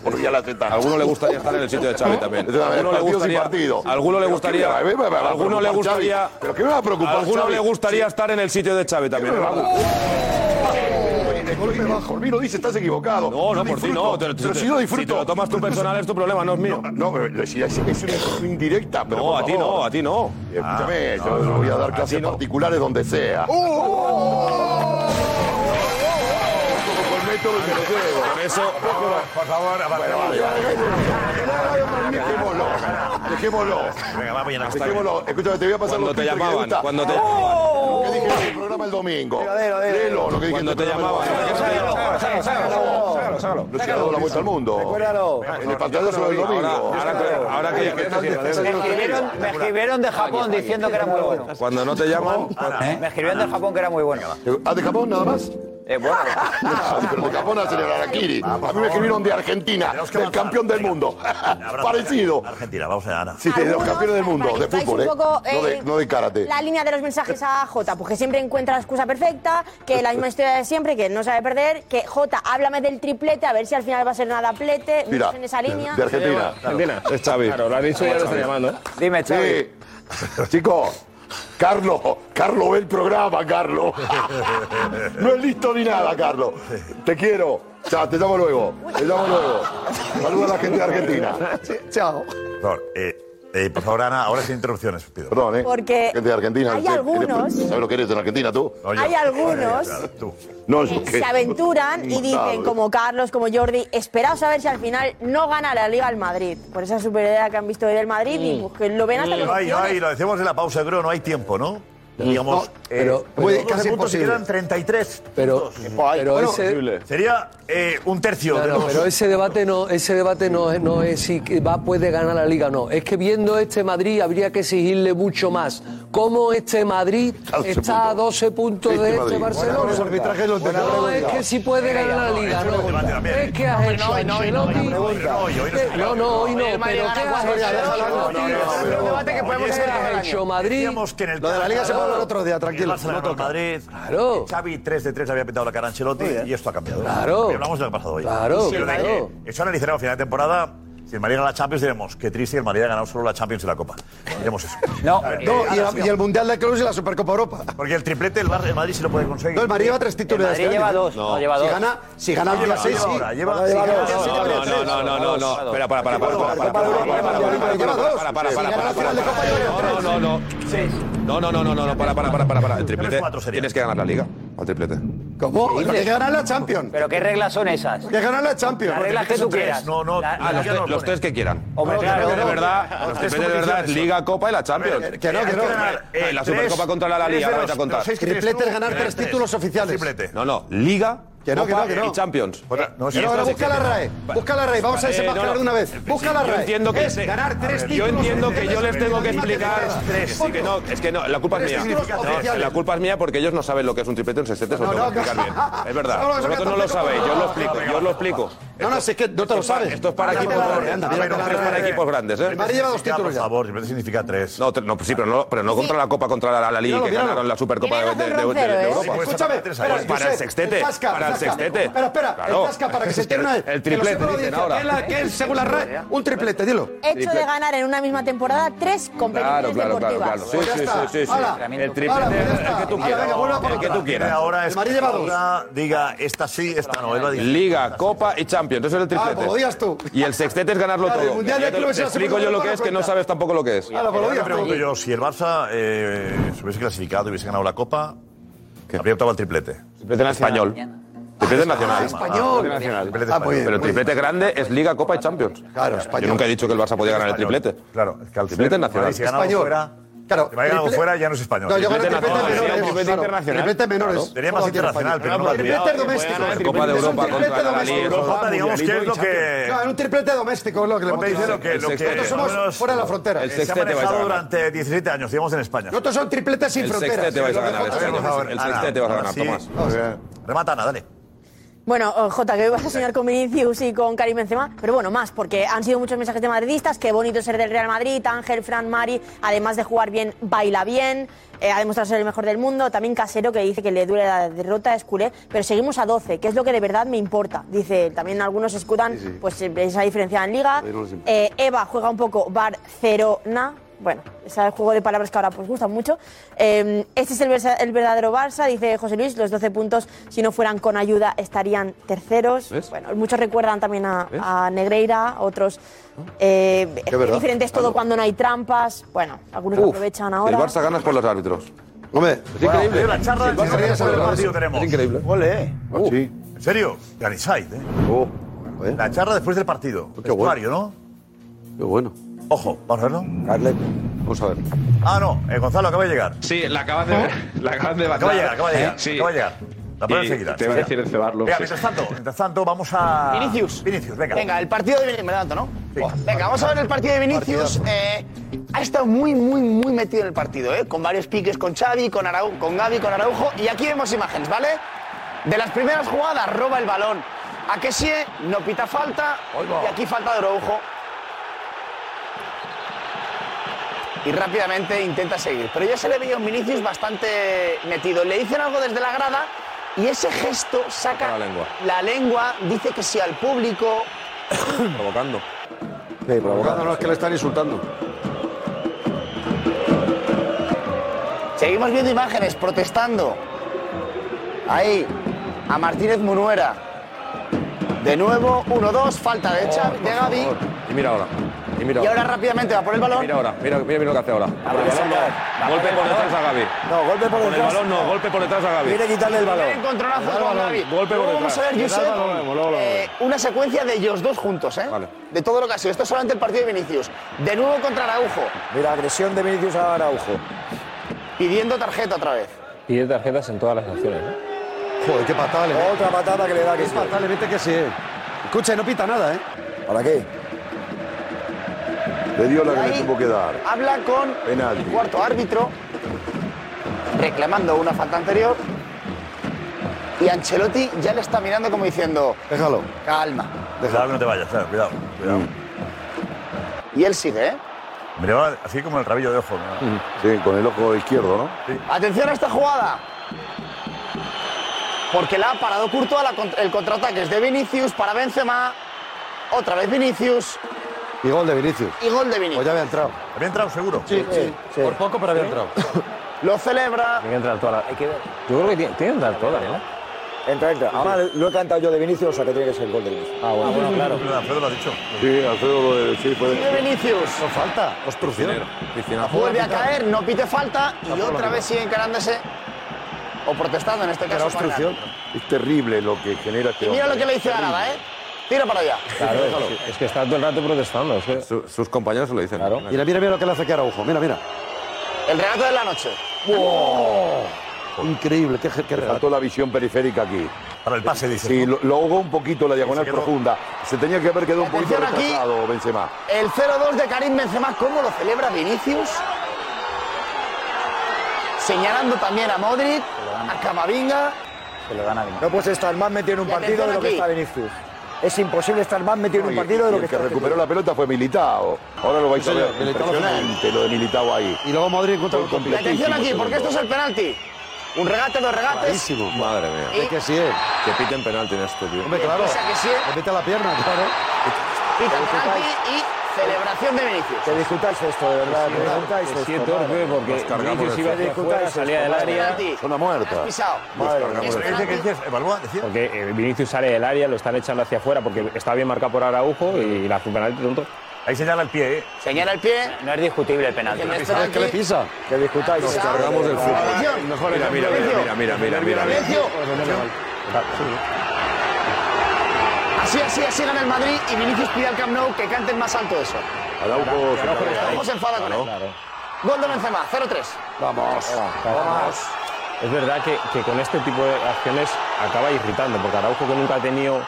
Speaker 10: Porque ya la aceptan.
Speaker 12: A alguno le gustaría estar en el sitio de Xavi también.
Speaker 10: Entonces, a ver,
Speaker 12: Alguno le
Speaker 10: partidos y
Speaker 12: gustaría-
Speaker 10: partidos.
Speaker 12: alguno le
Speaker 10: Pero
Speaker 12: gustaría-
Speaker 10: ¿qué me va- me va a
Speaker 12: alguno
Speaker 10: preocupar,
Speaker 12: le gustaría-
Speaker 10: Xavi? ¿Pero qué me va a preocupar,
Speaker 12: Alguno
Speaker 10: Xavi?
Speaker 12: le gustaría estar en el sitio de Xavi también.
Speaker 10: Oye, de golpe bajo. El vino dice, estás equivocado.
Speaker 12: No, no, por ti no. Te-
Speaker 10: Pero
Speaker 12: te-
Speaker 10: si yo
Speaker 12: Si te
Speaker 10: disfruto.
Speaker 12: lo tomas tú personal es tu problema, no es mío.
Speaker 10: No, pero si es es una indirecta, pero
Speaker 12: No,
Speaker 10: por
Speaker 12: a ti
Speaker 10: favor.
Speaker 12: no, a ti no. Ah,
Speaker 10: Escúchame, yo voy a dar clases particulares donde sea. Con el método y me lo juego.
Speaker 12: Por eso,
Speaker 6: por favor, aparte.
Speaker 10: Dejémoslo. Dejémoslo.
Speaker 6: Venga, va, mañana.
Speaker 10: Dejémoslo. Escúchame, te voy a pasar
Speaker 12: Cuando te
Speaker 10: los Twitter que
Speaker 12: llamaban,
Speaker 10: gusta.
Speaker 12: cuando te-
Speaker 10: ¡Oh! Lo que dije en el programa el domingo. Léelo, lo que dije en
Speaker 12: Cuando
Speaker 10: el
Speaker 12: te
Speaker 10: programa
Speaker 12: llamaban.
Speaker 10: el domingo.
Speaker 12: Sácalo, sácalo.
Speaker 10: No se ha dado la vuelta al mundo. En el pantallazo del domingo.
Speaker 12: Ahora que- ahora que- ¿eh?
Speaker 9: Me escribieron, me escribieron de Japón diciendo que era muy bueno.
Speaker 12: Cuando no te llaman,
Speaker 9: Me escribieron de Japón que era muy bueno.
Speaker 10: ¿Ah, de Japón nada más? Ah,
Speaker 9: Eh,
Speaker 10: <laughs>
Speaker 9: bueno.
Speaker 10: Pero de Japón hacen el Araquiri.
Speaker 12: Ah,
Speaker 10: A mí me escribieron de Argentina, del campeón del mundo. <laughs> Parecido.
Speaker 6: Argentina, vamos a Ana.
Speaker 10: Sí, de los campeones del mundo, de
Speaker 1: Vais
Speaker 10: fútbol,
Speaker 1: un
Speaker 10: ¿eh?
Speaker 1: poco,
Speaker 10: No
Speaker 1: eh,
Speaker 10: de, no de karate.
Speaker 1: La línea de los mensajes a Jota, porque siempre encuentra la excusa perfecta, que la misma historia de siempre, que no sabe perder, que Jota, háblame del triplete, a ver si al final va a ser nada plete,
Speaker 10: Mira,
Speaker 1: en esa línea.
Speaker 10: de Argentina.
Speaker 2: Argentina.
Speaker 12: Es Xavi.
Speaker 2: Claro, lo han dicho y ya lo están llamando.
Speaker 9: Dime,
Speaker 10: Sí. Chicos, Carlos, Carlos ve el programa, Carlos. No es listo ni nada, Carlos. Te quiero. Chao, te llamo luego. Te llamo luego. Saludos a la gente de Argentina.
Speaker 1: Chao.
Speaker 6: Por favor, eh, eh, por favor, Ana, ahora sin interrupciones, pido.
Speaker 10: Perdón, ¿eh?
Speaker 1: Porque
Speaker 10: Gente de Argentina.
Speaker 1: hay
Speaker 10: ¿sabes
Speaker 1: algunos-
Speaker 10: ¿Sabes lo que eres en Argentina tú?
Speaker 1: Hay algunos
Speaker 10: No, yo
Speaker 1: que
Speaker 10: qué.
Speaker 1: se aventuran y dicen,
Speaker 10: Sabe.
Speaker 1: como Carlos, como Jordi, esperaos a ver si al final no gana la Liga al Madrid, por esa superioridad que han visto hoy del Madrid y pues, que lo ven hasta los
Speaker 6: No hay, no hay, Eh, lo decimos en la pausa, creo, no hay tiempo, ¿no? Digamos,
Speaker 8: pero-
Speaker 6: eh,
Speaker 8: puede-
Speaker 6: 12
Speaker 8: casi
Speaker 6: puntos y
Speaker 8: imposible.
Speaker 6: quedan 33
Speaker 8: Pero- eh,
Speaker 6: puntos.
Speaker 8: pero ese-
Speaker 6: Sería eh, un tercio
Speaker 8: No,
Speaker 6: de
Speaker 8: no,
Speaker 6: los...
Speaker 8: pero ese debate no, ese debate no es, no es si que va puede ganar la liga, no. Es que viendo este Madrid habría que exigirle mucho más. ¿Cómo este Madrid está a 12 puntos de este Barcelona?
Speaker 7: Los arbitrajes los de
Speaker 8: No es que si puede ganar la liga, no. Es que has hecho Ancelotti. No, no, hoy no, pero ¿qué has hecho? ¿Qué has hecho Madrid?
Speaker 6: que en el
Speaker 8: Lo de la Liga se puede hablar otro día, tranquilo,
Speaker 6: El Barça le
Speaker 8: no
Speaker 6: ganó al
Speaker 8: toca.
Speaker 6: Madrid.
Speaker 8: Claro.
Speaker 6: Xavi 3 de 3 le había pintado la cara a Ancelotti y esto ha cambiado.
Speaker 8: Claro.
Speaker 6: Y hablamos de lo que ha pasado hoy.
Speaker 8: Claro,
Speaker 6: Pero de
Speaker 8: claro.
Speaker 6: que Eso analizaremos a final de temporada. Si el Madrid gana la Champions, diremos, qué triste que el Madrid ha ganado solo la Champions y la Copa. Diremos eso.
Speaker 7: No,
Speaker 6: A
Speaker 12: Eh,
Speaker 6: ver,
Speaker 7: no, y,
Speaker 6: ahora
Speaker 7: el,
Speaker 6: sí.
Speaker 7: y el Mundial de Clubes y la Supercopa Europa.
Speaker 6: Porque el triplete el, Bar- el Madrid sí lo puede conseguir.
Speaker 7: No, el Madrid lleva tres títulos.
Speaker 6: Madrid
Speaker 7: este
Speaker 6: lleva
Speaker 7: año.
Speaker 6: dos, no, lleva
Speaker 7: si
Speaker 6: dos.
Speaker 7: Gana, si gana el
Speaker 6: Lleva
Speaker 7: día 6,
Speaker 6: dos
Speaker 7: sí.
Speaker 6: ahora, lleva-
Speaker 7: Ahora
Speaker 6: sí,
Speaker 7: dos.
Speaker 6: gana-
Speaker 7: Sí,
Speaker 12: No,
Speaker 7: gana
Speaker 12: no,
Speaker 7: tres.
Speaker 12: no, no, no, no, no. Espera, para, para, para, para, para, para, para, para, para, para, para, para, para. No, no, no. No, no, no, no, no, no, para, para, para, para, para. El triplete. Tienes que ganar la liga. Al triplete.
Speaker 7: ¿Cómo? Pero que ganar la Champions.
Speaker 9: ¿Pero qué reglas son esas?
Speaker 7: Que ganar la Champions.
Speaker 9: Las reglas que tú quieras.
Speaker 6: No, no,
Speaker 9: La-
Speaker 12: Ah, los, tres- los tres que quieran.
Speaker 9: Hombre, claro.
Speaker 12: de verdad, los tripletes de verdad es Liga, Copa y la Champions.
Speaker 7: Que no, que no.
Speaker 12: Eh, la Supercopa contra la Liga, ahora vais a contar.
Speaker 7: Triplete es ganar tres títulos oficiales.
Speaker 12: No, no, Liga,
Speaker 7: Que no, que
Speaker 12: Copa
Speaker 7: no, que no.
Speaker 12: y Champions.
Speaker 7: No, no, ahora busca la RAE. Busca la RAE. Vamos a
Speaker 12: Eh,
Speaker 7: desembarcar
Speaker 12: no, no.
Speaker 7: de una vez. Busca la
Speaker 12: Yo
Speaker 7: RAE.
Speaker 12: entiendo que
Speaker 7: es ganar tres
Speaker 12: yo
Speaker 7: títulos.
Speaker 12: entiendo que yo les tengo que
Speaker 7: Tres
Speaker 12: explicar
Speaker 7: títulos.
Speaker 12: Sí, que no, es que no, la culpa es
Speaker 7: Tres
Speaker 12: mía.
Speaker 7: títulos
Speaker 12: No,
Speaker 7: oficiales.
Speaker 12: la culpa es mía porque ellos no saben lo que es un triplete, un sextete, se lo
Speaker 7: No,
Speaker 12: tengo
Speaker 7: no,
Speaker 12: que explicar bien. Es verdad.
Speaker 7: No, no, eso
Speaker 12: Vosotros no lo sabéis, yo os lo explico, yo os lo explico.
Speaker 7: No, no, si es que no te lo sabes.
Speaker 12: Esto es para
Speaker 7: Anda,
Speaker 12: equipos
Speaker 7: por favor,
Speaker 12: grandes.
Speaker 7: anda,
Speaker 12: Esto
Speaker 7: mira,
Speaker 12: es para equipos grandes, ¿eh?
Speaker 7: El Madrid lleva dos títulos ya.
Speaker 12: favor, siempre significa tres. No, tre- no, sí, pero no, pero no contra la Copa, contra la, la Liga,
Speaker 7: Míralo,
Speaker 12: que
Speaker 7: míralo.
Speaker 12: ganaron la Supercopa de, de- de- de- de Europa.
Speaker 7: eh. Escúchame,
Speaker 12: Pues
Speaker 7: espera,
Speaker 12: para el
Speaker 7: Josep,
Speaker 12: sextete,
Speaker 7: Tasca,
Speaker 12: para el
Speaker 7: Tasca.
Speaker 12: sextete.
Speaker 7: Espera, espera,
Speaker 12: Claro.
Speaker 7: el Tasca para que se entienda una vez.
Speaker 12: <laughs> El
Speaker 7: Que lo
Speaker 12: triplete,
Speaker 7: sepa la
Speaker 12: dicen
Speaker 7: audiencia,
Speaker 12: ahora.
Speaker 7: que es la- que es, según la RAE, un triplete, dilo.
Speaker 1: Hecho de ganar en una misma temporada tres
Speaker 12: Claro,
Speaker 1: competiciones
Speaker 12: claro, claro,
Speaker 1: deportivas.
Speaker 12: claro. Sí,
Speaker 7: Pues ya
Speaker 12: sí,
Speaker 7: está.
Speaker 12: sí, sí, sí.
Speaker 7: Hala.
Speaker 12: El
Speaker 7: Hala,
Speaker 12: triplete,
Speaker 7: pues ya
Speaker 12: el
Speaker 7: está.
Speaker 12: que tú
Speaker 7: Hala,
Speaker 12: quieras.
Speaker 7: venga, vuelva por
Speaker 12: El que
Speaker 7: otra.
Speaker 12: tú quieras.
Speaker 6: Ahora es
Speaker 7: El Madrid lleva dos.
Speaker 6: Ahora diga, esta sí, esta no. Él va a decir-
Speaker 12: Liga, Copa y Champions. Eso es el
Speaker 7: Ah,
Speaker 12: triplete.
Speaker 7: como digas tú.
Speaker 12: Y el sextete es ganarlo
Speaker 7: Claro, el
Speaker 12: todo.
Speaker 7: Mundial de
Speaker 12: Ya te-
Speaker 7: Clubes
Speaker 12: te
Speaker 7: y <laughs> la
Speaker 12: explico yo lo que es, que no sabes tampoco lo que es.
Speaker 7: Hala, pues lo
Speaker 6: Ahora
Speaker 7: digas
Speaker 6: me pregunto
Speaker 7: tú.
Speaker 6: yo, si el Barça eh, se hubiese clasificado y hubiese ganado la Copa, habría optado al triplete.
Speaker 12: Triplete español. Triplete nacional.
Speaker 7: español.
Speaker 12: Ah, nacional.
Speaker 6: Ah, muy bien,
Speaker 12: Pero
Speaker 6: muy
Speaker 12: el triplete grande es Liga, Copa y Champions.
Speaker 7: Claro,
Speaker 12: Yo
Speaker 7: español.
Speaker 12: nunca he dicho que el Barça podía ganar el triplete.
Speaker 6: Claro, es que al
Speaker 12: Triplete nacional.
Speaker 6: Madrid, si ganamos
Speaker 7: Español.
Speaker 6: fuera,
Speaker 7: Claro,
Speaker 6: si ganamos
Speaker 7: triple-
Speaker 6: fuera ya no es español.
Speaker 7: No, yo gano
Speaker 12: Triplete
Speaker 7: triplete
Speaker 12: nacional,
Speaker 7: menores.
Speaker 12: triplete
Speaker 7: claro.
Speaker 12: internacional.
Speaker 7: Triplete menores.
Speaker 12: Claro.
Speaker 6: Sería
Speaker 7: Todo
Speaker 6: más
Speaker 7: aquí en
Speaker 6: internacional,
Speaker 7: España.
Speaker 6: pero no lo ha
Speaker 7: Triplete
Speaker 6: cuidado.
Speaker 7: doméstico.
Speaker 12: Copa de
Speaker 7: Es un
Speaker 12: Europa
Speaker 7: triplete
Speaker 12: contra la
Speaker 7: doméstico.
Speaker 12: Liga.
Speaker 6: Europa, digamos que es lo
Speaker 7: No,
Speaker 6: que...
Speaker 7: en un triplete doméstico es lo que le
Speaker 6: Europa dice
Speaker 7: hemos
Speaker 6: lo que, lo que
Speaker 7: Nosotros
Speaker 6: más o
Speaker 7: somos
Speaker 6: menos,
Speaker 7: fuera de la frontera.
Speaker 12: El
Speaker 6: eh, se ha
Speaker 12: sextete vais a
Speaker 6: manejado
Speaker 12: ganar.
Speaker 6: durante 17 años, digamos en España.
Speaker 7: Nosotros son tripletes sin
Speaker 12: El
Speaker 7: fronteras.
Speaker 12: sextete vais a
Speaker 7: Lo que
Speaker 12: ganar.
Speaker 7: falta
Speaker 12: este,
Speaker 7: es
Speaker 6: por favor,
Speaker 12: El
Speaker 6: Ana,
Speaker 12: sextete vas a
Speaker 6: ahora
Speaker 12: ganar,
Speaker 6: sí.
Speaker 12: Tomás.
Speaker 6: Remata, Ana, dale.
Speaker 1: Bueno, eh, Jota, que hoy vas a soñar con Vinicius y con Karim Benzema, pero bueno, más, porque han sido muchos mensajes de madridistas, qué bonito ser del Real Madrid, Ángel, Fran, Mari, además de jugar bien, baila bien, eh, ha demostrado ser el mejor del mundo, también Casero, que dice que le duele la derrota, es culé, pero seguimos a 12, que es lo que de verdad me importa, dice él. También algunos escudan pues, eh, esa diferencia en Liga.
Speaker 7: A ver, no les importa.
Speaker 1: Eh, Eva juega un poco Barcelona. Bueno, ese es el juego de palabras que ahora pues gusta mucho. Eh, este es el, versa- el verdadero Barça, dice José Luis. Los 12 puntos, si no fueran con ayuda, estarían terceros. Bueno, muchos recuerdan también a, a Negreira, otros. eh, es
Speaker 7: verdad.
Speaker 1: diferente es todo cuando no hay trampas. Bueno, algunos lo
Speaker 12: Uf,
Speaker 1: aprovechan
Speaker 12: El
Speaker 1: ahora.
Speaker 12: Barça ganas por los árbitros.
Speaker 7: Hombre,
Speaker 12: Es increíble.
Speaker 6: La charla del Barça
Speaker 7: Barça
Speaker 6: por el
Speaker 7: ganó
Speaker 6: partido tenemos.
Speaker 12: Es increíble.
Speaker 11: Ole.
Speaker 7: Sí.
Speaker 6: ¿En serio? Ganisaid, ¿eh?
Speaker 7: joder.
Speaker 6: La charla después del partido.
Speaker 7: Qué bueno.
Speaker 6: Vestuario, ¿no?
Speaker 7: Qué bueno.
Speaker 6: Ojo, vamos a verlo.
Speaker 8: Vamos a ver.
Speaker 6: Ah, no, eh, Gonzalo acaba de llegar. ¿Eh?
Speaker 16: Sí, la acabas de ver. La acabas de
Speaker 6: Acaba de
Speaker 16: batir.
Speaker 6: llegar, acaba de llegar.
Speaker 16: Sí.
Speaker 6: Acaba de llegar. La pones
Speaker 16: Y
Speaker 6: enseguida.
Speaker 16: te va a decir de cebarlo,
Speaker 6: Venga,
Speaker 16: sí.
Speaker 6: mientras tanto, mientras tanto, vamos a.
Speaker 15: Vinicius.
Speaker 6: Vinicius, venga.
Speaker 15: Venga, el partido de Vinicius. Me levanto, ¿no?
Speaker 6: Sí.
Speaker 15: Venga, vamos a ver el partido de Vinicius. Eh, ha estado muy, muy, muy metido en el partido, ¿eh? Con varios piques con Xavi, con, Arau con Gavi, con Araujo. Y aquí vemos imágenes, ¿vale? De las primeras jugadas, roba el balón. A Kessie no pita falta. Y aquí falta de Araujo. Y rápidamente intenta seguir. Pero ya se le veía un Vinicius bastante metido. Le dicen algo desde la grada y ese gesto saca
Speaker 12: Saca la lengua.
Speaker 15: la lengua, dice que sí al público,
Speaker 12: <coughs> Provocando.
Speaker 7: Abogado, no es que le están insultando.
Speaker 15: Seguimos viendo imágenes protestando. Ahí, a Martínez Munuera. De nuevo, 1-2, falta de, Xavi, de Gavi.
Speaker 12: Y mira ahora. Oh, Y mira
Speaker 15: Y ahora
Speaker 12: ahora.
Speaker 15: rápidamente va por el
Speaker 12: Y
Speaker 15: balón.
Speaker 12: Mira ahora. Mira, mira, mira lo que hace ahora. Por el balón no. Golpe por detrás a Gaby.
Speaker 11: No, golpe por
Speaker 12: Con el
Speaker 11: detrás.
Speaker 12: balón no. Golpe por detrás a Gaby.
Speaker 11: Viene a quitarle el
Speaker 15: Primer
Speaker 11: balón.
Speaker 15: encontronazo
Speaker 12: da el
Speaker 15: con
Speaker 12: balón,
Speaker 15: Gavi.
Speaker 12: golpe por
Speaker 15: Luego vamos a
Speaker 12: detrás.
Speaker 15: ver,
Speaker 12: Le da el
Speaker 15: Josep,
Speaker 12: balón, luego, luego, luego.
Speaker 15: eh, una secuencia de ellos dos juntos, ¿eh?
Speaker 12: Vale.
Speaker 15: De todo lo que ha sido. Esto es solamente el partido de Vinicius. De nuevo contra Araujo,
Speaker 11: Mira, agresión de Vinicius a Araujo.
Speaker 15: pidiendo tarjeta otra vez.
Speaker 2: Pide tarjetas en todas las acciones. ¿eh?
Speaker 7: Joder, qué patada le mete.
Speaker 11: Otra patada que le da que
Speaker 7: Qué
Speaker 11: sí.
Speaker 7: patada le mete que sí. eh. Escucha, y no pita nada, ¿eh?
Speaker 11: ¿Para qué?
Speaker 10: Le dio la que le
Speaker 15: Ahí
Speaker 10: tuvo que dar.
Speaker 15: Habla con
Speaker 10: Penalti.
Speaker 15: el cuarto árbitro, reclamando una falta anterior. Y Ancelotti ya le está mirando como diciendo,
Speaker 7: Déjalo.
Speaker 15: calma.
Speaker 6: Cuidado que no te vayas, claro, cuidado. cuidado.
Speaker 15: Y él sigue, ¿eh?
Speaker 6: Miraba así como el rabillo de ojo. ¿no?
Speaker 10: Sí, con el ojo izquierdo, ¿no?
Speaker 15: Atención a esta jugada. Porque la ha parado Courtois, la cont- el contraataque es de Vinicius para Benzema. Otra vez Vinicius.
Speaker 7: Y gol de Vinicius.
Speaker 15: Y gol de Vinicius.
Speaker 7: Pues ya había entrado.
Speaker 6: Había entrado seguro.
Speaker 7: Sí, sí.
Speaker 6: Por poco, pero había entrado. <laughs>
Speaker 15: Lo celebra.
Speaker 2: Tiene que entrar toda la... Yo creo que tiene, tiene que entrar toda,
Speaker 6: ¿eh?
Speaker 2: ¿no?
Speaker 11: Entra, entra. Ahora lo he cantado yo de Vinicius, o sea que tiene que ser el gol de Vinicius. Ah,
Speaker 6: bueno. Alfredo lo ha dicho.
Speaker 10: Sí, Alfredo, eh, sí, puede.
Speaker 15: Sigue Vinicius.
Speaker 10: No falta. Obstrucción.
Speaker 15: Vuelve a caer, no pite falta y otra vez sigue encarándose o protestando en este caso. Juan
Speaker 10: obstrucción. Es terrible lo que genera este
Speaker 15: Y mira
Speaker 10: hombre.
Speaker 15: lo que le dice Arada, ¿eh? Tira para allá.
Speaker 2: Claro, es, que- es que está todo el rato protestando. es que-
Speaker 12: Sus compañeros lo dicen.
Speaker 2: Claro.
Speaker 7: Mira, mira, mira lo que le hace que Araujo. Mira, mira.
Speaker 15: El relato de la noche.
Speaker 7: Oh, Increíble, qué, qué
Speaker 10: Le faltó la visión periférica aquí.
Speaker 6: Para el pase, dice.
Speaker 10: Sí, lo, lo ahogó un poquito la diagonal
Speaker 6: Se quedó-
Speaker 10: profunda. Se tenía que haber quedado un poquito
Speaker 15: Atención aquí.
Speaker 10: retrasado, Benzema.
Speaker 15: El 0-2 de Karim Benzema, ¿cómo lo celebra Vinicius? Señalando también a Modric, a Camavinga. pues
Speaker 9: Se lo dan a Vinicius.
Speaker 11: No puedes estar más metido en un
Speaker 15: Y
Speaker 11: partido de lo que
Speaker 15: atención
Speaker 11: está
Speaker 15: aquí.
Speaker 11: Vinicius. Es imposible estar más metido en un
Speaker 10: Y-
Speaker 11: partido de
Speaker 10: y
Speaker 11: lo
Speaker 10: el
Speaker 11: que
Speaker 10: que
Speaker 11: está
Speaker 10: recuperó la pelota fue Militao. Ahora lo vais
Speaker 7: Sí,
Speaker 10: a ver.
Speaker 7: señor, Militao lo
Speaker 10: Impresionante lo de Militao ahí.
Speaker 7: Y luego Madrid encuentra
Speaker 10: Gol
Speaker 7: el
Speaker 15: Y atención aquí, porque esto es el penalti. Un regate, dos regates.
Speaker 7: Clarísimo.
Speaker 12: Madre mía.
Speaker 15: Y- Es que
Speaker 7: sí es.
Speaker 12: Que piten penalti en esto, tío.
Speaker 7: Hombre, claro.
Speaker 15: O sea que sí, ¿eh?
Speaker 7: Le mete a la pierna, claro.
Speaker 15: Pita penalti y celebración de Vinicius.
Speaker 11: Que discutáis esto, de verdad. Que discutáis
Speaker 2: Que
Speaker 11: esto.
Speaker 2: sí es torpe
Speaker 6: Nos
Speaker 2: porque
Speaker 6: cargamos
Speaker 2: Vinicius
Speaker 6: de frente.
Speaker 2: iba hacia afuera,
Speaker 11: Discutáis
Speaker 2: salía
Speaker 11: esto,
Speaker 2: del
Speaker 11: madre.
Speaker 2: área.
Speaker 15: Penalti.
Speaker 10: Zona muerta.
Speaker 15: Has pisado.
Speaker 10: Nos
Speaker 15: Es
Speaker 10: cargamos de
Speaker 6: ¿Qué
Speaker 10: frente.
Speaker 6: dices? ¿Qué dices? ¿Evalúa? Decía.
Speaker 2: Porque eh, Vinicius sale del área, lo están echando hacia afuera porque está bien marcado por Araujo y la hace un penalti tonto.
Speaker 6: Ahí señala el pie, ¿eh?
Speaker 15: Señala el pie.
Speaker 9: No es discutible el penalti.
Speaker 15: Tiene
Speaker 7: ¿Sabes qué le
Speaker 15: penalti.
Speaker 7: pisa?
Speaker 11: Que discutáis esto.
Speaker 12: Cargamos el fútbol.
Speaker 15: Atención.
Speaker 12: Mira, mira, mira, mira, mira, mira, mira.
Speaker 15: Silencio. Así, así, así gana el Madrid y Vinicius pide al Camp Nou que canten más alto eso.
Speaker 10: Araujo se cabrea.
Speaker 15: Araujo se enfada con él. Gol de Benzema, 0-3.
Speaker 7: Vamos.
Speaker 2: Es verdad que, que con este tipo de acciones acaba irritando porque Araujo que nunca ha tenido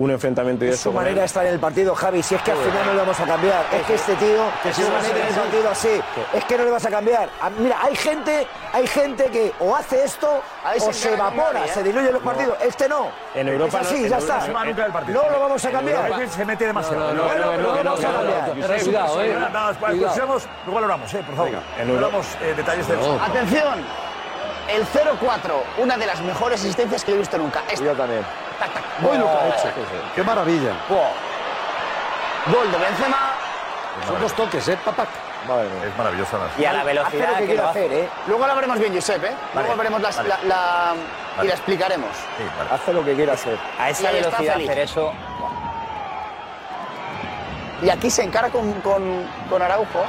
Speaker 2: un enfrentamiento y
Speaker 11: Es
Speaker 2: eso
Speaker 11: su
Speaker 2: con
Speaker 11: manera de
Speaker 2: él.
Speaker 11: estar en el partido, Javi. Si es que al final no le vamos a cambiar. Es que este tío es su manera de estar en el partido así. Es que no le vas a cambiar. A- Mira, hay gente, hay gente que o hace esto
Speaker 15: Ahí
Speaker 11: o
Speaker 15: se
Speaker 11: se
Speaker 15: encarga
Speaker 11: evapora,
Speaker 15: Madrid, ¿eh?
Speaker 11: se diluye los partidos. Este no.
Speaker 2: En Europa
Speaker 11: es así,
Speaker 2: no- en
Speaker 11: ya
Speaker 2: Europa
Speaker 11: está.
Speaker 2: no se va
Speaker 6: nunca del partido.
Speaker 11: No lo vamos a cambiar.
Speaker 6: Se mete demasiado.
Speaker 11: no,
Speaker 6: Bueno,
Speaker 11: no,
Speaker 6: pero
Speaker 11: no,
Speaker 6: lo
Speaker 11: no,
Speaker 6: vamos a
Speaker 11: no,
Speaker 6: cambiar.
Speaker 11: no, no,
Speaker 6: Josep,
Speaker 8: cuidado,
Speaker 6: Josep,
Speaker 8: eh.
Speaker 6: nada, nada, espera,
Speaker 8: Cuidado.
Speaker 6: escuchemos, Luego lo hablamos, eh, por favor.
Speaker 2: en
Speaker 6: Luego
Speaker 2: Europa-
Speaker 6: hablamos eh, detalles de los...
Speaker 15: Pues, Atención, el 0-4, una de las mejores asistencias que he visto nunca. Esta.
Speaker 11: Yo también.
Speaker 15: Tac, tac.
Speaker 7: Hoy lo que
Speaker 15: Gol.
Speaker 7: ha hecho. Qué maravilla.
Speaker 15: Gol de Benzema.
Speaker 7: Son dos toques, ¿eh? Papac.
Speaker 11: Madre mía.
Speaker 6: Es maravillosa la...
Speaker 9: Y a la
Speaker 11: Hace lo
Speaker 9: velocidad
Speaker 11: que
Speaker 9: que lo
Speaker 11: quiere
Speaker 9: hace.
Speaker 11: hacer, ¿eh?
Speaker 15: Luego la veremos bien, Josep, ¿eh? Luego veremos las- la, la- y la explicaremos.
Speaker 6: Sí, vale.
Speaker 11: Hace lo que quiere hacer.
Speaker 9: A
Speaker 15: Y
Speaker 9: esa
Speaker 15: ahí está
Speaker 9: velocidad
Speaker 15: Felipe.
Speaker 9: hacer eso.
Speaker 15: Y aquí se encara con, con, con Araujo.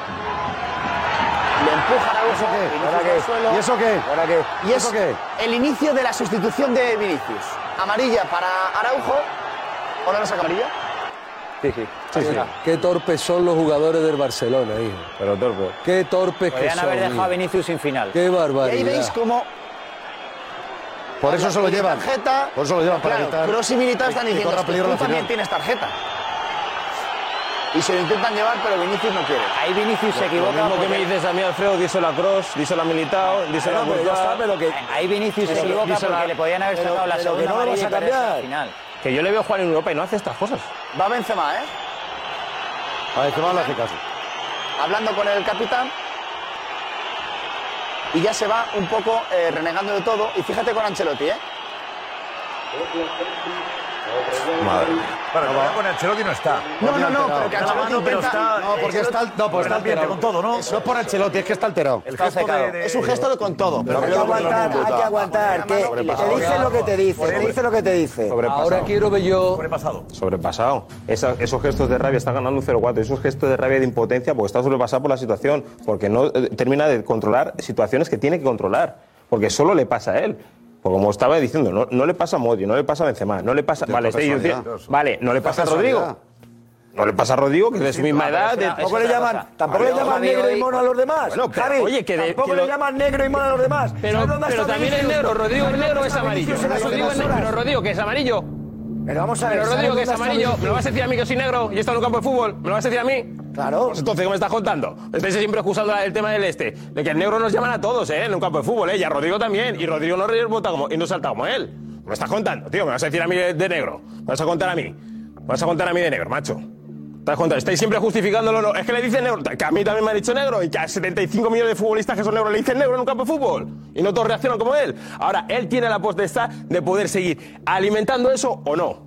Speaker 15: Le empuja Araujo. Vinicius
Speaker 11: ¿Ahora
Speaker 15: al
Speaker 11: qué?
Speaker 15: suelo.
Speaker 7: ¿Y eso qué?
Speaker 11: ¿Ahora qué?
Speaker 15: Y es
Speaker 7: eso qué?
Speaker 15: el inicio de la sustitución de Vinicius. Amarilla para Araujo. ¿O no nos saca amarilla?
Speaker 11: Sí, sí.
Speaker 8: Sí, sí. Qué torpes son los jugadores del Barcelona, hijo.
Speaker 2: Pero torpe.
Speaker 8: Qué torpes que
Speaker 9: Podrían
Speaker 8: son.
Speaker 9: haber dejado a
Speaker 8: hijo.
Speaker 9: Vinicius sin final.
Speaker 8: Qué
Speaker 15: Y ahí veis
Speaker 8: barbaridad.
Speaker 15: cómo
Speaker 7: Por eso se lo llevan.
Speaker 15: Tarjeta.
Speaker 7: Por eso lo llevan, para
Speaker 15: claro,
Speaker 7: evitar.
Speaker 15: Kroos y Militao están
Speaker 7: que
Speaker 15: diciendo,
Speaker 7: corra
Speaker 15: "Hostia,
Speaker 7: peligro
Speaker 15: tú
Speaker 7: la final".
Speaker 15: también tienes tarjeta. Y se lo intentan llevar, pero Vinicius no quiere.
Speaker 9: Ahí Vinicius se
Speaker 2: Lo
Speaker 9: equivoca.
Speaker 2: mismo que me
Speaker 9: porque- Ah,
Speaker 2: dices a mí, Alfredo, díselo a Cross, díselo a Militao, díselo a
Speaker 11: No, pero ya está,
Speaker 2: Courtois.
Speaker 11: pero que...
Speaker 9: pues
Speaker 17: Eh,
Speaker 9: Ahí Vinicius se equivoca
Speaker 2: díselo a-
Speaker 9: porque le podían haber
Speaker 11: pero-
Speaker 9: sacado la
Speaker 11: pero que
Speaker 9: segunda
Speaker 11: no lo
Speaker 9: amarilla
Speaker 11: vas a
Speaker 9: y perderse
Speaker 11: cambiar.
Speaker 9: al final.
Speaker 2: Que yo le veo jugar en Europa y no hace estas cosas.
Speaker 15: Va Benzema, ¿eh?
Speaker 7: A Benzema le hace caso.
Speaker 15: Hablando con el capitán. Y ya se va un poco eh, renegando de todo. Y fíjate con Ancelotti, ¿eh?
Speaker 12: Madre mía.
Speaker 6: Bueno, no, con Ancelotti no está.
Speaker 15: No, no, no, pero que
Speaker 6: Está la
Speaker 15: Ancelotti
Speaker 6: mano, pero
Speaker 15: intenta...
Speaker 6: está...
Speaker 7: No, porque está, no, porque está
Speaker 6: ambiente
Speaker 7: alterado.
Speaker 6: con todo, ¿no?
Speaker 7: No es por Ancelotti, es que está alterado.
Speaker 6: El
Speaker 9: Está
Speaker 6: gesto
Speaker 9: secado.
Speaker 6: de- de-
Speaker 15: Es un gesto de con todo.
Speaker 11: Hay que aguantar, hay que aguantar. Que te dicen lo que te dice, te dicen lo que te dice.
Speaker 8: Ahora quiero ver yo.
Speaker 6: Sobrepasado.
Speaker 2: Sobrepasado. Esa- esos gestos de rabia está ganando un 0-4. Esos gestos de rabia y de impotencia porque está sobrepasado por la situación. Porque no eh, termina de controlar situaciones que tiene que controlar. Porque solo le pasa a él. Porque como estaba diciendo, no, no le pasa a Modri, no le pasa a Benzema, no le pasa. Vale, este- yo decía,
Speaker 10: personalidad.
Speaker 2: vale, no le pasa a Rodrigo. No le pasa a Rodrigo, que es de su misma edad. de-
Speaker 11: Tampoco le llaman, tampoco le llaman
Speaker 9: Javi,
Speaker 11: negro y
Speaker 9: hoy-
Speaker 11: mono a los demás.
Speaker 2: Bueno, pero,
Speaker 11: Javi,
Speaker 2: oye, que de-
Speaker 11: tampoco
Speaker 2: que
Speaker 11: le
Speaker 2: lo-
Speaker 11: llaman negro y mono a los demás.
Speaker 17: Pero,
Speaker 11: ¿Sabes dónde
Speaker 17: pero
Speaker 11: está
Speaker 17: también es
Speaker 11: Vinicius?
Speaker 17: negro, Rodrigo es
Speaker 11: ¿Sabes
Speaker 17: negro o
Speaker 11: dónde
Speaker 17: es
Speaker 11: está
Speaker 17: amarillo.
Speaker 11: Vinicius en las
Speaker 17: Rodrigo es
Speaker 11: últimas
Speaker 17: negro,
Speaker 11: horas?
Speaker 17: pero Rodrigo que es amarillo.
Speaker 11: Pero vamos a ver.
Speaker 17: Pero
Speaker 11: ¿sabes
Speaker 17: Rodrigo que
Speaker 11: dónde
Speaker 17: es
Speaker 11: está
Speaker 17: amarillo, ¿me lo
Speaker 11: Vinicius?
Speaker 17: vas a decir a mí que soy negro y he estado en un campo de fútbol? ¿Me lo vas a decir a mí?
Speaker 11: Claro.
Speaker 17: Pues entonces, ¿qué me estás contando? Estáis siempre excusando el tema del este. De que el negro nos llaman a todos, ¿eh? En un campo de fútbol, ¿eh? Y a Rodrigo también. Y Rodrigo no rebota como, y no salta como él. Me lo estás contando, tío. Me vas a decir a mí de, de negro. Me vas a contar a mí. Me vas a contar a mí de negro, macho. Te das cuenta, Estáis siempre justificándolo. No, es que le dicen negro. Que a mí también me han dicho negro. Y que a 75 millones de futbolistas que son negros le dicen negro en un campo de fútbol. Y no todos reaccionan como él. Ahora, él tiene la potestad de poder seguir alimentando eso o no.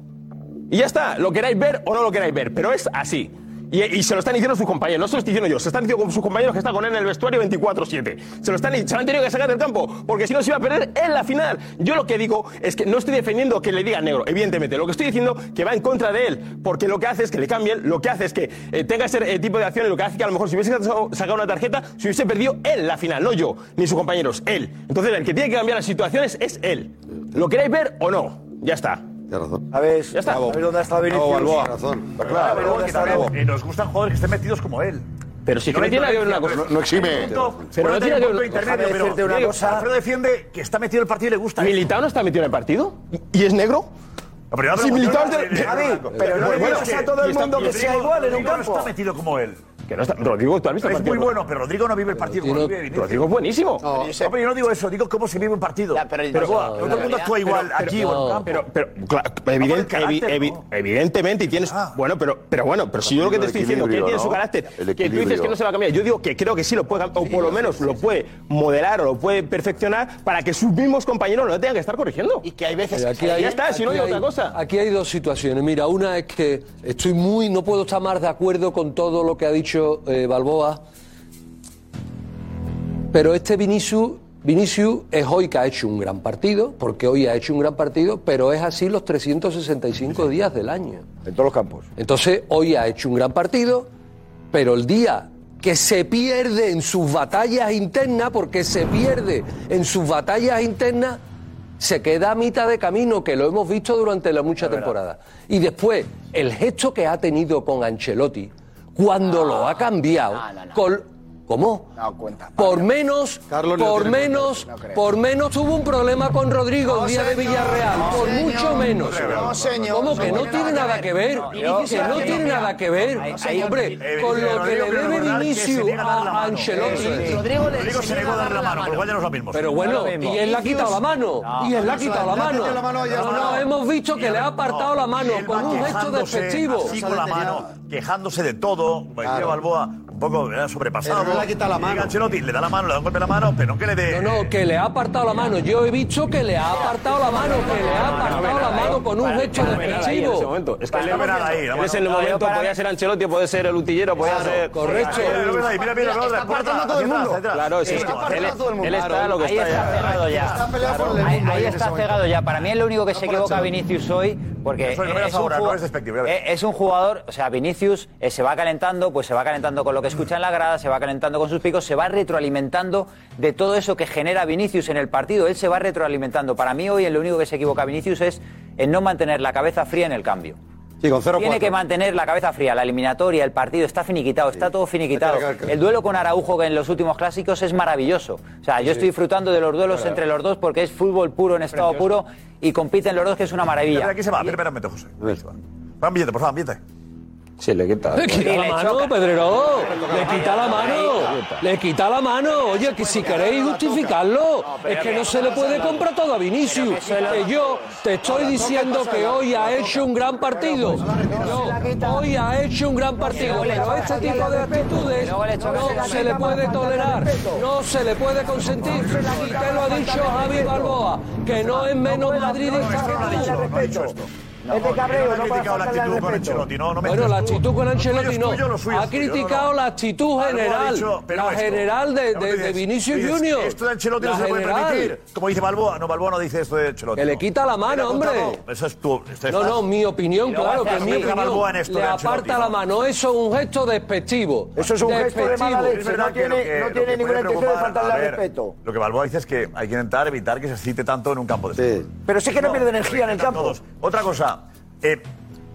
Speaker 17: Y ya está, lo queráis ver o no lo queráis ver, pero es así. Y, y se lo están diciendo sus compañeros, no se lo estoy diciendo yo, se lo están diciendo con sus compañeros que están con él en el vestuario 24-7. Se lo están se lo han tenido que sacar del campo, porque si no se iba a perder en la final. Yo lo que digo es que no estoy defendiendo que le digan negro, evidentemente. Lo que estoy diciendo que va en contra de él, porque lo que hace es que le cambien, lo que hace es que eh, tenga ese eh, tipo de acciones, lo que hace que a lo mejor si hubiese sacado sacado una tarjeta, se hubiese perdido él la final, no yo, ni sus compañeros, él. Entonces el que tiene que cambiar las situaciones es él. ¿Lo queréis ver o no? Ya está.
Speaker 12: razón.
Speaker 11: A ver,
Speaker 17: Ya está.
Speaker 11: a ver dónde está Vinicius.
Speaker 17: Balboa.
Speaker 6: Está
Speaker 11: A
Speaker 6: claro,
Speaker 11: ver dónde
Speaker 6: que
Speaker 11: está
Speaker 6: también,
Speaker 11: Balboa.
Speaker 6: eh, nos gustan jugadores que estén metidos como él.
Speaker 17: Pero si es que no
Speaker 6: hay
Speaker 17: tiene nada que ver una
Speaker 6: violencia,
Speaker 17: cosa.
Speaker 6: pero- No exime.
Speaker 17: Pero no tiene que ver
Speaker 6: Déjame decirte una cosa. Alfredo defiende que está metido en el partido y le gusta.
Speaker 17: ¿Militao no está metido en el partido? ¿Y y es negro?
Speaker 6: yo hablo
Speaker 17: Si
Speaker 6: con
Speaker 17: Militao
Speaker 6: Jordi,
Speaker 17: es de-
Speaker 6: de- Javi,
Speaker 17: de-
Speaker 6: pero no le
Speaker 17: Bueno,
Speaker 6: digas
Speaker 17: es
Speaker 6: a todo el
Speaker 17: y está-
Speaker 6: mundo que
Speaker 17: Rodrigo-
Speaker 6: sea igual en un
Speaker 17: Rodrigo no
Speaker 6: campo.
Speaker 17: está
Speaker 6: metido como él.
Speaker 17: Que no está, Rodrigo, ¿tú has visto el
Speaker 6: Es
Speaker 17: partido?
Speaker 6: muy bueno, pero Rodrigo no vive el partido como lo vive Vinicius.
Speaker 17: Rodrigo es buenísimo.
Speaker 6: No, pero yo no digo eso, digo cómo se vive un partido. pero,
Speaker 17: Balboa,
Speaker 6: no todo el mundo actúa igual aquí o en el campo.
Speaker 17: Pero, pero, claro, evidente-
Speaker 6: el carácter, Ah.
Speaker 17: evi- evi- evidentemente, y tienes. Bueno, pero, pero bueno, pero si yo lo que te
Speaker 6: El
Speaker 17: estoy diciendo, que él tiene
Speaker 6: equilibrio,
Speaker 17: su
Speaker 6: ¿no?
Speaker 17: carácter,
Speaker 6: El
Speaker 17: que tú dices
Speaker 6: equilibrio.
Speaker 17: que no se va a cambiar, yo digo que creo que sí lo puede cambiar, o por lo menos lo puede modelar o lo puede perfeccionar para que sus mismos compañeros no lo tengan que estar corrigiendo. Y que hay veces.
Speaker 8: Oye,
Speaker 17: ya está, si no
Speaker 8: aquí
Speaker 17: digo
Speaker 8: hay-
Speaker 17: otra cosa.
Speaker 8: Aquí hay dos situaciones. Mira, una es que estoy muy, no puedo estar más de acuerdo con todo lo que ha dicho eh, Balboa, pero este Vinicius, Vinicius es hoy que ha hecho un gran partido, porque hoy ha hecho un gran partido, pero es así los 365 días del año.
Speaker 11: En todos los campos.
Speaker 8: Entonces, hoy ha hecho un gran partido, pero el día que se pierde en sus batallas internas, porque se pierde en sus batallas internas, se queda a mitad de camino, que lo hemos visto durante la mucha temporada. Y después, el gesto que ha tenido con Ancelotti, cuando lo ha cambiado, col- ¿cómo?
Speaker 14: No, cuenta.
Speaker 8: Por menos,
Speaker 14: Carlos no
Speaker 8: por
Speaker 14: tiene
Speaker 8: menos,
Speaker 14: cuenta, no creo.
Speaker 8: por menos tuvo un problema con Rodrigo
Speaker 14: No,
Speaker 8: el día de
Speaker 14: señor,
Speaker 8: Villarreal,
Speaker 14: no,
Speaker 8: por
Speaker 14: señor.
Speaker 8: mucho menos.
Speaker 14: No, señor,
Speaker 8: ¿Cómo
Speaker 14: no
Speaker 8: que no
Speaker 14: tiene
Speaker 8: tiene
Speaker 14: nada
Speaker 8: nada que ver?
Speaker 14: No,
Speaker 8: Que
Speaker 14: yo-
Speaker 8: no tiene nada que ver,
Speaker 14: Ahí- ahí-
Speaker 8: hombre,
Speaker 14: eh,
Speaker 8: con lo que
Speaker 14: Rodrigo,
Speaker 8: le
Speaker 14: quiero
Speaker 8: debe
Speaker 14: recordar que se
Speaker 8: Vinicius
Speaker 14: niega a dar la
Speaker 8: a
Speaker 14: mano.
Speaker 8: Ancelotti.
Speaker 14: Eso es. Rodrigo le Rodrigo se enseñó niega a dar la mano,
Speaker 6: con lo cual ya no es lo mismo.
Speaker 8: Pero bueno, y él le ha quitado la mano. Y él le ha quitado la mano. No, no, hemos visto que le ha apartado la mano con un gesto
Speaker 6: quejándose
Speaker 8: despectivo.
Speaker 6: Así con la mano, quejándose de todo. Bueno,
Speaker 8: Claro.
Speaker 6: Balboa un poco ¿verdad? sobrepasado.
Speaker 8: Pero no le quita la
Speaker 6: Y llega
Speaker 8: mano.
Speaker 6: Ancelotti, le da la mano, le da un golpe en la mano, pero no que le dé.
Speaker 8: No, no, que le ha apartado la mano. Yo he visto que le ha apartado la mano, que le ha apartado la mano con un gesto
Speaker 17: Nada ahí en ese
Speaker 8: despectivo.
Speaker 17: momento. Es que
Speaker 8: Vale,
Speaker 17: él-
Speaker 8: no ve nada ahí,
Speaker 17: él
Speaker 8: no,
Speaker 17: es en el
Speaker 8: no, no,
Speaker 17: momento,
Speaker 8: para-
Speaker 17: podía ser Ancelotti, puede ser el Utillero, podía ser.
Speaker 8: correcto.
Speaker 6: Mira, mira, mira, mira, mira,
Speaker 17: Está
Speaker 6: atrás,
Speaker 17: apartando a todo el
Speaker 6: atrás,
Speaker 17: mundo.
Speaker 6: atrás.
Speaker 17: Claro, es
Speaker 6: Está
Speaker 17: que
Speaker 6: apartando
Speaker 17: él-
Speaker 6: a todo el mundo.
Speaker 17: él está lo que
Speaker 9: ahí
Speaker 17: está
Speaker 9: está
Speaker 17: ya.
Speaker 9: cerrado ya.
Speaker 17: Está
Speaker 14: peleado por el
Speaker 9: ahí,
Speaker 14: mundo
Speaker 9: ahí
Speaker 14: ahí
Speaker 9: está
Speaker 14: en ese momento.
Speaker 9: cerrado ya. Para mí es lo único que se
Speaker 14: por
Speaker 9: equivoca
Speaker 14: Ancelotti.
Speaker 9: Vinicius hoy, porque
Speaker 14: Eso no
Speaker 9: eh,
Speaker 14: me das
Speaker 9: es, un
Speaker 14: ahora, no
Speaker 9: jugo-
Speaker 14: eres despectivo, ya ves.
Speaker 9: eh, es un jugador, o sea, Vinicius eh, se va calentando, pues se va calentando con lo que escucha en la grada, se va calentando con sus picos, se va retroalimentando de todo eso que genera Vinicius en el partido. Él se va retroalimentando. Para mí hoy en lo único que se equivoca Vinicius es en no mantener la cabeza fría en el cambio.
Speaker 12: Sí, con 0-4.
Speaker 9: Tiene que mantener la cabeza fría, la eliminatoria, el partido, está finiquitado, está todo finiquitado.
Speaker 12: Hay que ver que-
Speaker 9: El duelo con Araujo que en los últimos clásicos es maravilloso. O sea, yo estoy disfrutando de los duelos
Speaker 6: Claro.
Speaker 9: entre los dos porque es fútbol puro en estado puro y compiten los dos que es una
Speaker 6: Espera,
Speaker 9: maravilla.
Speaker 6: Aquí se va, espera, espera un momento, José. Va un billete, por favor, un billete.
Speaker 17: Sí, le quita.
Speaker 8: Le quita la mano, Pedrero. Le quita la mano. Le quita la mano. Oye, que si queréis justificarlo, es que no se le puede comprar todo a Vinicius. Que yo te estoy diciendo que hoy ha hecho un gran partido. Yo, hoy ha hecho un gran partido. Pero este tipo de actitudes no se le puede tolerar. No se le puede consentir. Y te lo ha dicho Javi Balboa, que no es menos madridista que tú.
Speaker 6: No, este cabreo, no, criticado la actitud con Ancelotti, no, no me
Speaker 8: Bueno, la
Speaker 6: tú.
Speaker 8: actitud con
Speaker 6: Lo tuyo
Speaker 8: Ancelotti
Speaker 6: es
Speaker 8: no.
Speaker 6: tuyo, lo suyo
Speaker 8: Ha
Speaker 6: es tuyo, no,
Speaker 8: criticado
Speaker 6: no.
Speaker 8: la actitud
Speaker 6: Algo ha
Speaker 8: general.
Speaker 6: dicho, pero
Speaker 8: la
Speaker 6: esto.
Speaker 8: general de,
Speaker 6: Algo
Speaker 8: de-
Speaker 6: que
Speaker 8: de
Speaker 6: dices,
Speaker 8: Vinicius
Speaker 6: dices,
Speaker 8: Junior.
Speaker 6: Esto de Ancelotti no
Speaker 8: La
Speaker 6: se le puede
Speaker 8: general.
Speaker 6: permitir. Como dice Balboa, no, Balboa no dice esto de Ancelotti.
Speaker 8: Que le
Speaker 6: no.
Speaker 8: quita la mano,
Speaker 6: Mira,
Speaker 8: hombre.
Speaker 6: Gonzalo, Eso es tu. esto es-
Speaker 8: No, no, mi
Speaker 6: Y
Speaker 8: opinión,
Speaker 6: luego
Speaker 8: claro
Speaker 6: hace
Speaker 8: que es mi
Speaker 6: algo que
Speaker 8: opinión.
Speaker 6: haga Balboa en esto
Speaker 8: Le
Speaker 6: de Ancelotti,
Speaker 8: aparta la mano, eso es un gesto despectivo.
Speaker 6: Eso es un gesto de mala leche,
Speaker 11: Es verdad no que tiene- lo que- no lo que tiene puede ninguna intención de preocupar- faltarle
Speaker 6: a
Speaker 11: al
Speaker 6: ver,
Speaker 11: respeto.
Speaker 6: Lo que Balboa dice es que hay que intentar evitar que se excite tanto en un campo de fútbol.
Speaker 11: Pero sí que no pierde energía en el
Speaker 6: intentan
Speaker 11: campo.
Speaker 6: todos. Otra cosa. eh,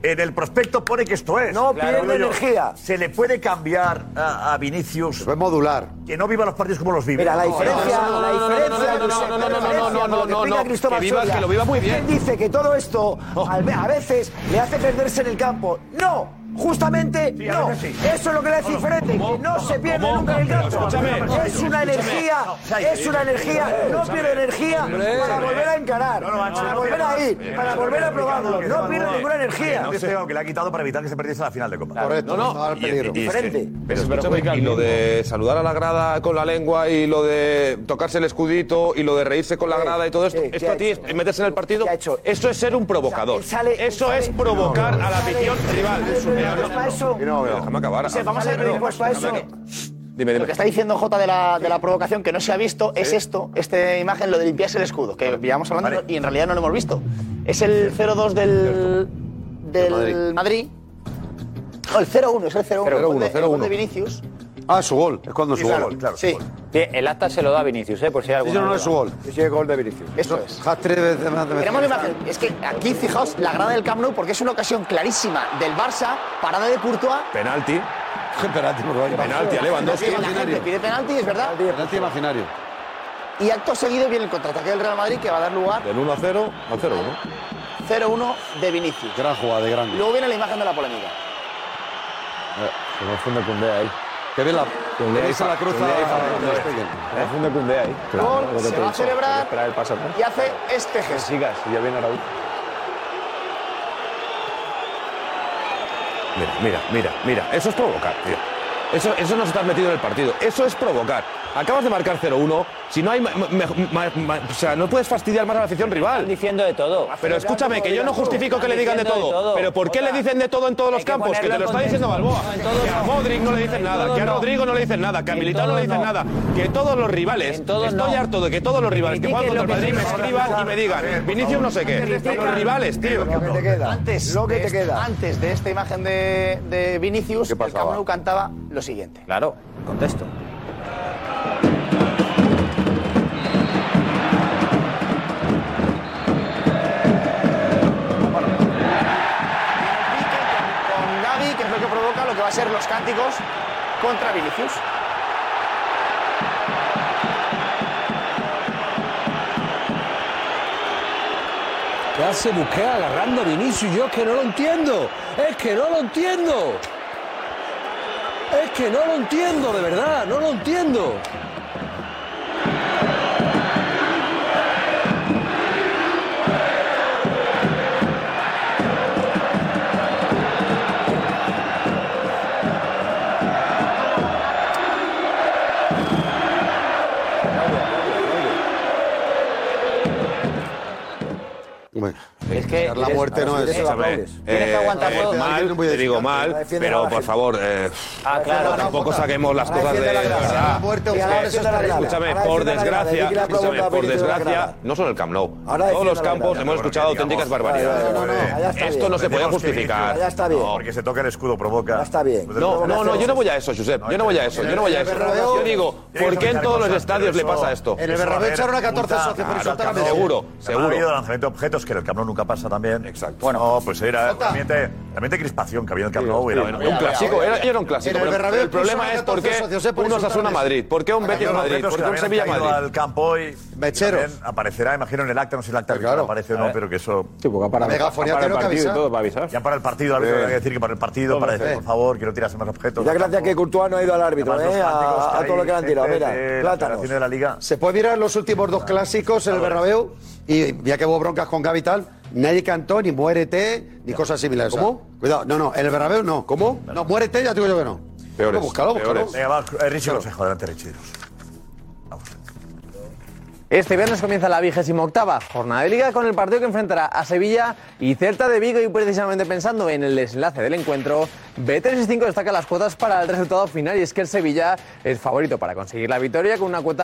Speaker 6: en el prospecto pone que esto es.
Speaker 11: No Claro. pierde
Speaker 6: Digo yo,
Speaker 11: energía.
Speaker 6: Se le puede cambiar a, a Vinicius. Se puede
Speaker 12: modular.
Speaker 6: Que no viva los partidos como los vive.
Speaker 11: Mira, la
Speaker 6: No,
Speaker 11: diferencia,
Speaker 6: no, no, no,
Speaker 11: la
Speaker 6: no, no,
Speaker 11: diferencia,
Speaker 6: no, no,
Speaker 11: Josep,
Speaker 6: no, no,
Speaker 11: la
Speaker 6: no, no,
Speaker 11: diferencia
Speaker 6: no, no,
Speaker 11: con lo que
Speaker 6: no,
Speaker 11: explica
Speaker 6: no,
Speaker 11: Cristóbal
Speaker 6: que viva,
Speaker 11: Soria.
Speaker 6: que lo viva muy bien.
Speaker 11: Él dice que todo esto al ve- a veces le hace perderse en el campo. ¡No! Justamente
Speaker 6: a
Speaker 11: no.
Speaker 6: veces sí.
Speaker 11: Eso es lo que le hace diferente, que no se pierde nunca en el campo.
Speaker 6: Escúchame.
Speaker 11: Es una energía,
Speaker 6: No, o sea,
Speaker 11: es una energía, no pierde energía
Speaker 6: Hombre.
Speaker 11: para volver a encarar.
Speaker 6: No lo ha hecho.
Speaker 11: Para
Speaker 6: No,
Speaker 11: volver
Speaker 6: no,
Speaker 11: a ir,
Speaker 6: no,
Speaker 11: para
Speaker 6: no,
Speaker 11: volver a
Speaker 6: no,
Speaker 11: probarlo.
Speaker 6: que
Speaker 11: No
Speaker 6: no,
Speaker 11: pierde
Speaker 6: no,
Speaker 11: ninguna
Speaker 6: que
Speaker 11: energía.
Speaker 6: no se- que le ha quitado para evitar que se perdiese la final de Copa.
Speaker 12: Correcto,
Speaker 6: No,
Speaker 12: no,
Speaker 6: no,
Speaker 12: y- y- y-
Speaker 6: Diferente.
Speaker 12: Pero escúchame, y lo de saludar a la grada con la lengua y lo de tocarse el escudito y lo de reírse con la grada y todo esto, esto a ti es meterse en el partido, eso es ser un provocador. eso es provocar a la afición rival.
Speaker 6: No, no.
Speaker 12: Déjame acabar.
Speaker 15: Josep, vamos a
Speaker 12: Déjame
Speaker 15: ver
Speaker 12: acabar.
Speaker 15: dispuesto a eso.
Speaker 12: Dime,
Speaker 15: Lo
Speaker 12: dime.
Speaker 15: que está diciendo Jota de la, de la provocación que no se ha visto es esto, esta imagen, lo de limpiarse el escudo, que llevamos hablando y en realidad no lo hemos visto. Es el 0-2 del, del Madrid. No, el 0-1, es el 0-1. el gol de- el gol de Vinicius.
Speaker 7: Ah, su gol. Es cuando
Speaker 15: Sí,
Speaker 7: su
Speaker 15: claro,
Speaker 7: gol. Claro,
Speaker 15: sí.
Speaker 9: El acta se lo da a Vinicius, ¿eh? Por si hay
Speaker 7: Sí,
Speaker 9: alguna
Speaker 7: no, no
Speaker 9: duda.
Speaker 7: es su gol.
Speaker 11: Sí, gol de Vinicius.
Speaker 15: Eso es.
Speaker 7: Hat tres veces más de
Speaker 15: Tenemos la imagen. Es que aquí, fijaos, la grada del Camp Nou, porque es una ocasión clarísima del Barça, parada de Courtois.
Speaker 12: Penalti.
Speaker 7: <laughs> Penalti, por favor.
Speaker 12: Penalti a Lewandowski.
Speaker 15: La gente pide penalti, es verdad.
Speaker 7: Penalti imaginario.
Speaker 15: Y acto seguido viene el contraataque del Real Madrid que va a dar lugar
Speaker 12: Del 1 a 0 al 0 1.
Speaker 15: 0-1 de Vinicius.
Speaker 7: Gran jugada de grande.
Speaker 15: Luego viene la imagen de la polémica.
Speaker 7: Se confunde Cundé ahí. Que bien la.
Speaker 2: Cundé
Speaker 7: esa la cruza.
Speaker 2: Me confunde Cundé ahí.
Speaker 15: Gol,
Speaker 2: Lo que
Speaker 15: se
Speaker 2: te he
Speaker 15: va a
Speaker 2: dicho.
Speaker 15: celebrar.
Speaker 2: Hay que Esperar el paso atrás.
Speaker 15: Y hace este
Speaker 2: Que
Speaker 15: gesto.
Speaker 2: sigas, y ya viene Raúl.
Speaker 12: Mira, mira, mira, mira. Eso es provocar, tío. Eso, eso no estás metido en el partido. Eso es provocar. Acabas de marcar 0-1. Si no hay. ma- ma- ma- ma- o sea, no puedes fastidiar más a la afición rival.
Speaker 9: diciendo de todo.
Speaker 12: Pero escúchame, que yo no justifico que le digan de
Speaker 9: Están diciendo de
Speaker 12: todo.
Speaker 9: todo.
Speaker 12: Pero ¿por qué le dicen de todo en todos los
Speaker 9: Hay que
Speaker 12: campos? Que te
Speaker 9: ponerlo
Speaker 12: lo
Speaker 9: en
Speaker 12: está diciendo Balboa.
Speaker 9: contexto. No, en todos
Speaker 12: Que a
Speaker 9: no.
Speaker 12: Modric no le dicen
Speaker 9: En
Speaker 12: nada,
Speaker 9: todos
Speaker 12: que a
Speaker 9: no.
Speaker 12: Rodrigo no le dicen nada, que a
Speaker 9: En
Speaker 12: Militao no le
Speaker 9: todos
Speaker 12: dicen
Speaker 9: no.
Speaker 12: nada, que todos los rivales,
Speaker 9: En todos
Speaker 12: estoy
Speaker 9: no.
Speaker 12: harto de que todos los rivales que juegan
Speaker 9: Critiquen
Speaker 12: contra el
Speaker 9: lo que
Speaker 12: Madrid me
Speaker 9: se
Speaker 12: escriban y me digan, Vinicius no sé qué.
Speaker 15: Critiquen.
Speaker 12: Los rivales, tío.
Speaker 15: Antes,
Speaker 11: Lo que
Speaker 15: de
Speaker 11: te
Speaker 15: este-
Speaker 11: queda.
Speaker 15: antes de esta imagen de, de Vinicius, el Camp Nou cantaba lo siguiente.
Speaker 9: Claro, contesto.
Speaker 15: Con Gaby, que es lo que provoca lo que va a ser los cánticos contra Vinicius.
Speaker 8: ¿Qué hace Busquets agarrando a Vinicius? Yo es que no lo entiendo. Es que no lo entiendo. Es que no lo entiendo, de verdad. No lo entiendo.
Speaker 9: Es que
Speaker 7: La muerte no es.
Speaker 12: Eh, eh,
Speaker 7: todo.
Speaker 12: mal, te digo mal, pero por favor, eh,
Speaker 9: Ah, claro.
Speaker 12: tampoco saquemos las cosas de, de verdad.
Speaker 7: muerte,
Speaker 12: Es que,
Speaker 7: Oscar.
Speaker 12: escúchame, por desgracia, escúchame, por desgracia, no solo el Camp Nou, todos los campos hemos escuchado auténticas barbaridades. Esto no se puede justificar. No,
Speaker 6: Porque se toca el escudo, provoca.
Speaker 11: Está bien.
Speaker 12: No, no, no, yo no voy a eso, Josep. Yo no voy a eso, yo no voy a eso. Yo digo, ¿por qué en todos los estadios le pasa esto?
Speaker 7: En el Bernabéu echaron a 14 socios por insultar a Messi.
Speaker 12: Seguro,
Speaker 6: Ha habido
Speaker 12: seguro.
Speaker 6: lanzamiento de objetos que en el Camp Nou nunca pasa también. Exacto. Bueno, pues era un ambiente, un ambiente de crispación que había en el Camp Nou. era-
Speaker 12: Un clásico, era, era un clásico.
Speaker 7: En el
Speaker 12: pero El,
Speaker 7: Bernabéu
Speaker 12: problema
Speaker 7: puso
Speaker 12: es por qué
Speaker 7: 14 socios, eh, por
Speaker 12: uno
Speaker 7: insultar a
Speaker 12: Osasuna
Speaker 7: Messi.
Speaker 12: Madrid, por qué un Betis
Speaker 6: Había unos
Speaker 12: Madrid,
Speaker 6: objetos
Speaker 12: por
Speaker 6: que
Speaker 12: qué un
Speaker 6: habían
Speaker 12: Sevilla
Speaker 6: caído
Speaker 12: Madrid.
Speaker 6: al campo y
Speaker 7: Mecheros.
Speaker 6: también aparecerá, imagino, en el acta, no sé si el acta arbitral aparece o no, pero que eso...
Speaker 2: Sí, porque para,
Speaker 7: La megafonía
Speaker 2: para el
Speaker 7: tiene que
Speaker 2: partido y
Speaker 7: avisar.
Speaker 2: todo para avisar.
Speaker 6: Ya para el partido, el árbitro
Speaker 2: Sí.
Speaker 6: había que decir que para el partido,
Speaker 2: Todo
Speaker 6: para
Speaker 2: lo
Speaker 6: decir,
Speaker 2: sé.
Speaker 6: por favor, que no tiras más objetos.
Speaker 11: Ya gracias que Courtois no ha ido al árbitro,
Speaker 6: Además,
Speaker 11: ¿eh?
Speaker 6: los cánticos
Speaker 11: A, a
Speaker 6: hay
Speaker 11: todo lo que le han tirado.
Speaker 6: gente
Speaker 11: Mira,
Speaker 6: de este, la
Speaker 11: plátanos.
Speaker 6: Federación de la Liga. Ah,
Speaker 7: Se puede mirar los últimos dos clásicos en el Bernabéu y ya que hubo broncas con Gaby y tal, nadie cantó ni muérete ni cosas similares.
Speaker 12: ¿Cómo?
Speaker 7: Cuidado, no, no, en el Bernabéu no. ¿Cómo? No, muérete ya te digo yo que no.
Speaker 12: Peores,
Speaker 7: No, búscalo, búscalo.
Speaker 12: peores.
Speaker 6: Venga, va, eh, Richie Consejo, adelante, Richie.
Speaker 28: Este viernes comienza la vigésima octava jornada de liga con el partido que enfrentará a Sevilla y Celta de Vigo y precisamente pensando en el desenlace del encuentro, B365 destaca las cuotas para el resultado final y es que el Sevilla es favorito para conseguir la victoria con una cuota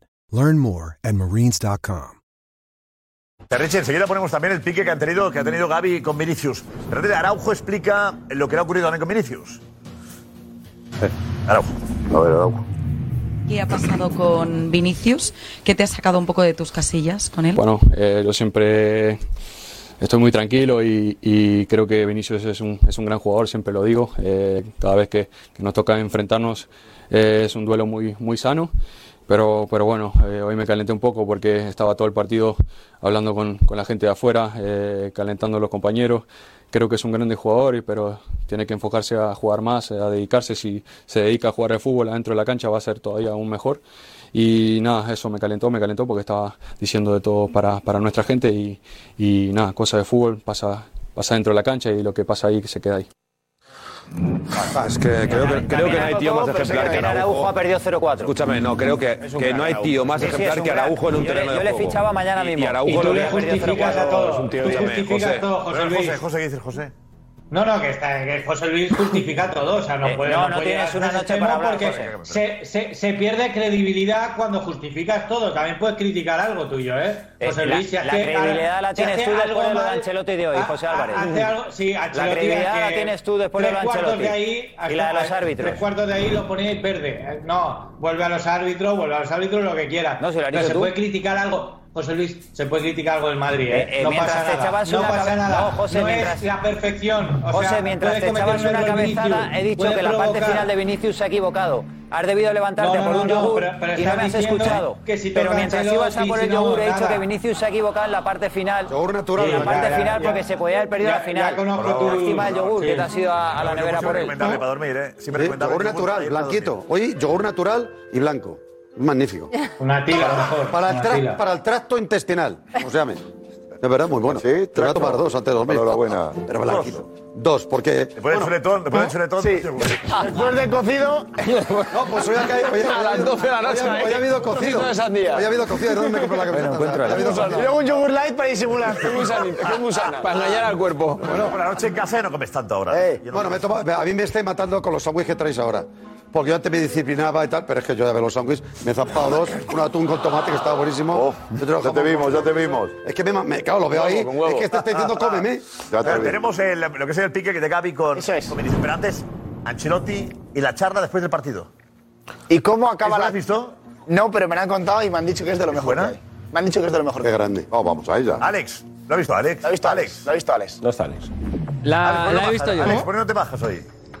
Speaker 29: Learn more at marines.com.
Speaker 6: Eh, Richie, enseguida ponemos también el pique que, han tenido, que ha tenido Gaby con Vinicius. De repente, Araujo explica lo que le ha ocurrido también con Vinicius. Araujo. A ver, Araujo.
Speaker 30: ¿Qué ha pasado con Vinicius? ¿Qué te ha sacado un poco de tus casillas con él?
Speaker 31: Bueno, eh, yo siempre Estoy muy tranquilo y, y creo que Vinicius es un, es un gran jugador, siempre lo digo. Eh, cada vez que, que nos toca enfrentarnos eh, es un duelo muy, muy sano. Pero, pero bueno, eh, hoy me calenté un poco porque estaba todo el partido hablando con, con la gente de afuera, eh, calentando a los compañeros. Creo que es un grande jugador, y- pero tiene que enfocarse a jugar más, a dedicarse. Si se dedica a jugar al fútbol adentro de la cancha va a ser todavía aún mejor. Y nada, eso me calentó, me calentó porque estaba diciendo de todo para, para nuestra gente y, y nada, cosa de fútbol pasa, pasa dentro de la cancha y lo que pasa ahí se queda ahí.
Speaker 12: Es que creo que, creo que no hay tío más
Speaker 11: Pero sé que
Speaker 12: ejemplar que
Speaker 11: Araujo.
Speaker 12: Araujo.
Speaker 11: ha perdido 0-4.
Speaker 12: Escúchame, no, creo que,
Speaker 11: Es un
Speaker 12: que
Speaker 11: gran
Speaker 12: no hay tío más
Speaker 11: Sí, sí,
Speaker 12: ejemplar
Speaker 11: es un
Speaker 12: que
Speaker 11: gran-
Speaker 12: Araujo en un
Speaker 11: yo le-
Speaker 12: terreno de
Speaker 11: yo le
Speaker 12: juego.
Speaker 11: fichaba mañana
Speaker 12: Y-
Speaker 11: mismo.
Speaker 12: Y Araujo
Speaker 11: Y tú
Speaker 12: lo
Speaker 11: le
Speaker 12: que ha perdido
Speaker 11: justificas a
Speaker 12: 0-4
Speaker 11: todo.
Speaker 12: es un tío
Speaker 11: Tú
Speaker 12: de-
Speaker 11: justificas
Speaker 12: José.
Speaker 20: todo, José
Speaker 12: Pero
Speaker 20: Luis.
Speaker 12: José, José, ¿qué dices, José?
Speaker 20: No, no, que, está, que José Luis justifica todo. O sea, no,
Speaker 11: Eh,
Speaker 20: puede,
Speaker 11: no, no
Speaker 20: puede
Speaker 11: tienes
Speaker 20: llegar
Speaker 11: una
Speaker 20: a ese
Speaker 11: noche
Speaker 20: extremo
Speaker 11: para hablar,
Speaker 20: porque
Speaker 11: José.
Speaker 20: Se, se- se pierde credibilidad cuando justificas todo. También puedes criticar algo tuyo, ¿eh?
Speaker 11: Eh,
Speaker 20: José
Speaker 11: la-
Speaker 20: Luis, si
Speaker 11: la
Speaker 20: hace-
Speaker 11: credibilidad
Speaker 20: ah,
Speaker 11: la
Speaker 20: si
Speaker 11: tienes
Speaker 20: hace
Speaker 11: tú después
Speaker 20: algo
Speaker 11: de lo de
Speaker 20: mal,
Speaker 11: Ancelotti de hoy,
Speaker 20: ah,
Speaker 11: José
Speaker 20: ah,
Speaker 11: Álvarez.
Speaker 20: hace algo- sí,
Speaker 11: La
Speaker 20: Ancelotti,
Speaker 11: credibilidad
Speaker 20: que
Speaker 11: la tienes tú después de lo de
Speaker 20: tres cuartos de
Speaker 11: Ancelotti.
Speaker 20: ahí,
Speaker 11: Y la de los
Speaker 20: hasta-
Speaker 11: árbitros.
Speaker 20: Tres cuartos de ahí lo poníais verde. Eh, No, vuelve a los árbitros, vuelve a los árbitros, lo que pues, quieras.
Speaker 11: No, si lo has
Speaker 20: Pero
Speaker 11: dicho
Speaker 20: se
Speaker 11: tú.
Speaker 20: puede criticar algo. José Luis, se puede criticar algo del Madrid, ¿eh?
Speaker 11: Eh, eh,
Speaker 20: no
Speaker 11: mientras
Speaker 20: pasa
Speaker 11: te
Speaker 20: nada.
Speaker 11: echabas
Speaker 20: no
Speaker 11: una
Speaker 20: pasa
Speaker 11: cabe-
Speaker 20: nada.
Speaker 11: No, José,
Speaker 20: es
Speaker 11: mientras-
Speaker 20: la perfección. O
Speaker 11: José,
Speaker 20: sea,
Speaker 11: mientras
Speaker 20: puedes
Speaker 11: te
Speaker 20: cometer
Speaker 11: echabas
Speaker 20: un
Speaker 11: una
Speaker 20: error
Speaker 11: cabezada,
Speaker 20: Vinicius,
Speaker 11: he dicho
Speaker 20: puedes
Speaker 11: que la parte
Speaker 20: provocar.
Speaker 11: final de Vinicius se ha equivocado. Has debido levantarte
Speaker 20: No, no,
Speaker 11: por
Speaker 20: no,
Speaker 11: un
Speaker 20: no,
Speaker 11: yogur
Speaker 20: pero- pero
Speaker 11: y no
Speaker 20: estás
Speaker 11: me has
Speaker 20: diciendo
Speaker 11: escuchado.
Speaker 20: que si
Speaker 11: pero
Speaker 20: toca
Speaker 11: mientras
Speaker 20: Ancelotti,
Speaker 11: ibas a por
Speaker 20: si
Speaker 11: el
Speaker 20: no,
Speaker 11: yogur, he
Speaker 20: nada.
Speaker 11: dicho que Vinicius se ha equivocado en la parte final. Yogur
Speaker 20: natural,
Speaker 11: En la
Speaker 20: ya,
Speaker 11: parte
Speaker 20: ya,
Speaker 11: final
Speaker 20: ya.
Speaker 11: porque se podía haber perdido
Speaker 20: Ya-
Speaker 11: al final.
Speaker 20: ya conozco
Speaker 11: Por
Speaker 20: tu-
Speaker 11: encima del yogur,
Speaker 20: sí.
Speaker 11: que te has ido a, a la
Speaker 20: Yo
Speaker 11: nevera
Speaker 20: siempre
Speaker 11: por él.
Speaker 6: recomendable para dormir, ¿eh? Siempre
Speaker 7: Sí,
Speaker 6: recomendable
Speaker 7: yogur
Speaker 6: yogur para
Speaker 7: natural,
Speaker 6: ir para
Speaker 7: blanquito. Oye, yogur natural y blanco. Magnífico.
Speaker 20: Una tila, a lo mejor.
Speaker 7: <laughs> Para el,
Speaker 20: Una
Speaker 7: tra-
Speaker 20: tila.
Speaker 7: para el tracto intestinal, como se llame. De verdad, muy bueno. Sí, Voy a
Speaker 10: trato.
Speaker 7: tomar dos antes de dormir.
Speaker 10: Enhorabuena.
Speaker 7: Pero blanquito. Dos, porque...
Speaker 6: Después del chuletón, después del chuletón.
Speaker 7: Después de cocido...
Speaker 6: <laughs>
Speaker 7: No, pues hoy ha caído... hoy ha-
Speaker 6: A las 12 de la noche,
Speaker 7: Hoy ha, hoy ha habido
Speaker 6: ¿eh?
Speaker 7: cocido.
Speaker 6: Trocito de sandía.
Speaker 7: Hoy ha habido cocido. ¿De dónde me compro la camiseta? Hoy ha habido
Speaker 6: Y
Speaker 7: cocido.
Speaker 6: luego
Speaker 32: un yogur light para
Speaker 28: <laughs>
Speaker 32: disimular.
Speaker 6: Para engañar al cuerpo. Bueno, por la noche en casa no comes tanto ahora.
Speaker 7: Eh, bueno, me toma- a mí me estoy matando con los sándwiches que traéis ahora. Porque yo antes me disciplinaba y tal, pero es que yo ya veo los sándwiches. Me he zapado dos, un atún con tomate que estaba buenísimo. otro
Speaker 10: ya te
Speaker 7: jamón.
Speaker 10: vimos, ya te vimos.
Speaker 7: Es que me, ma- me- claro, lo veo
Speaker 10: Con
Speaker 7: ahí.
Speaker 10: huevo, con huevo.
Speaker 7: Es que este está diciendo cómeme.
Speaker 10: Ya te
Speaker 6: Ahora,
Speaker 10: vi.
Speaker 6: tenemos el- lo que es el pique de Gaby con, con Vinicius. Pero antes, Ancelotti y la charla después del partido.
Speaker 15: ¿Y cómo acaba
Speaker 6: ¿Eso lo
Speaker 15: la
Speaker 6: has visto?
Speaker 15: No, pero me la han contado y me han dicho que es de lo mejor. que hay. Me han dicho que es de lo mejor.
Speaker 10: Qué grande. Vamos, vamos a ella.
Speaker 6: Alex, ¿lo ha visto Alex?
Speaker 15: Lo ha visto Alex. Lo ha visto Alex.
Speaker 33: No está Alex.
Speaker 6: Alex,
Speaker 9: Ah, La,
Speaker 6: ¿por qué
Speaker 9: la
Speaker 6: no
Speaker 9: he
Speaker 6: bajas?
Speaker 9: visto yo.
Speaker 6: Alex, ¿por qué no te bajas hoy?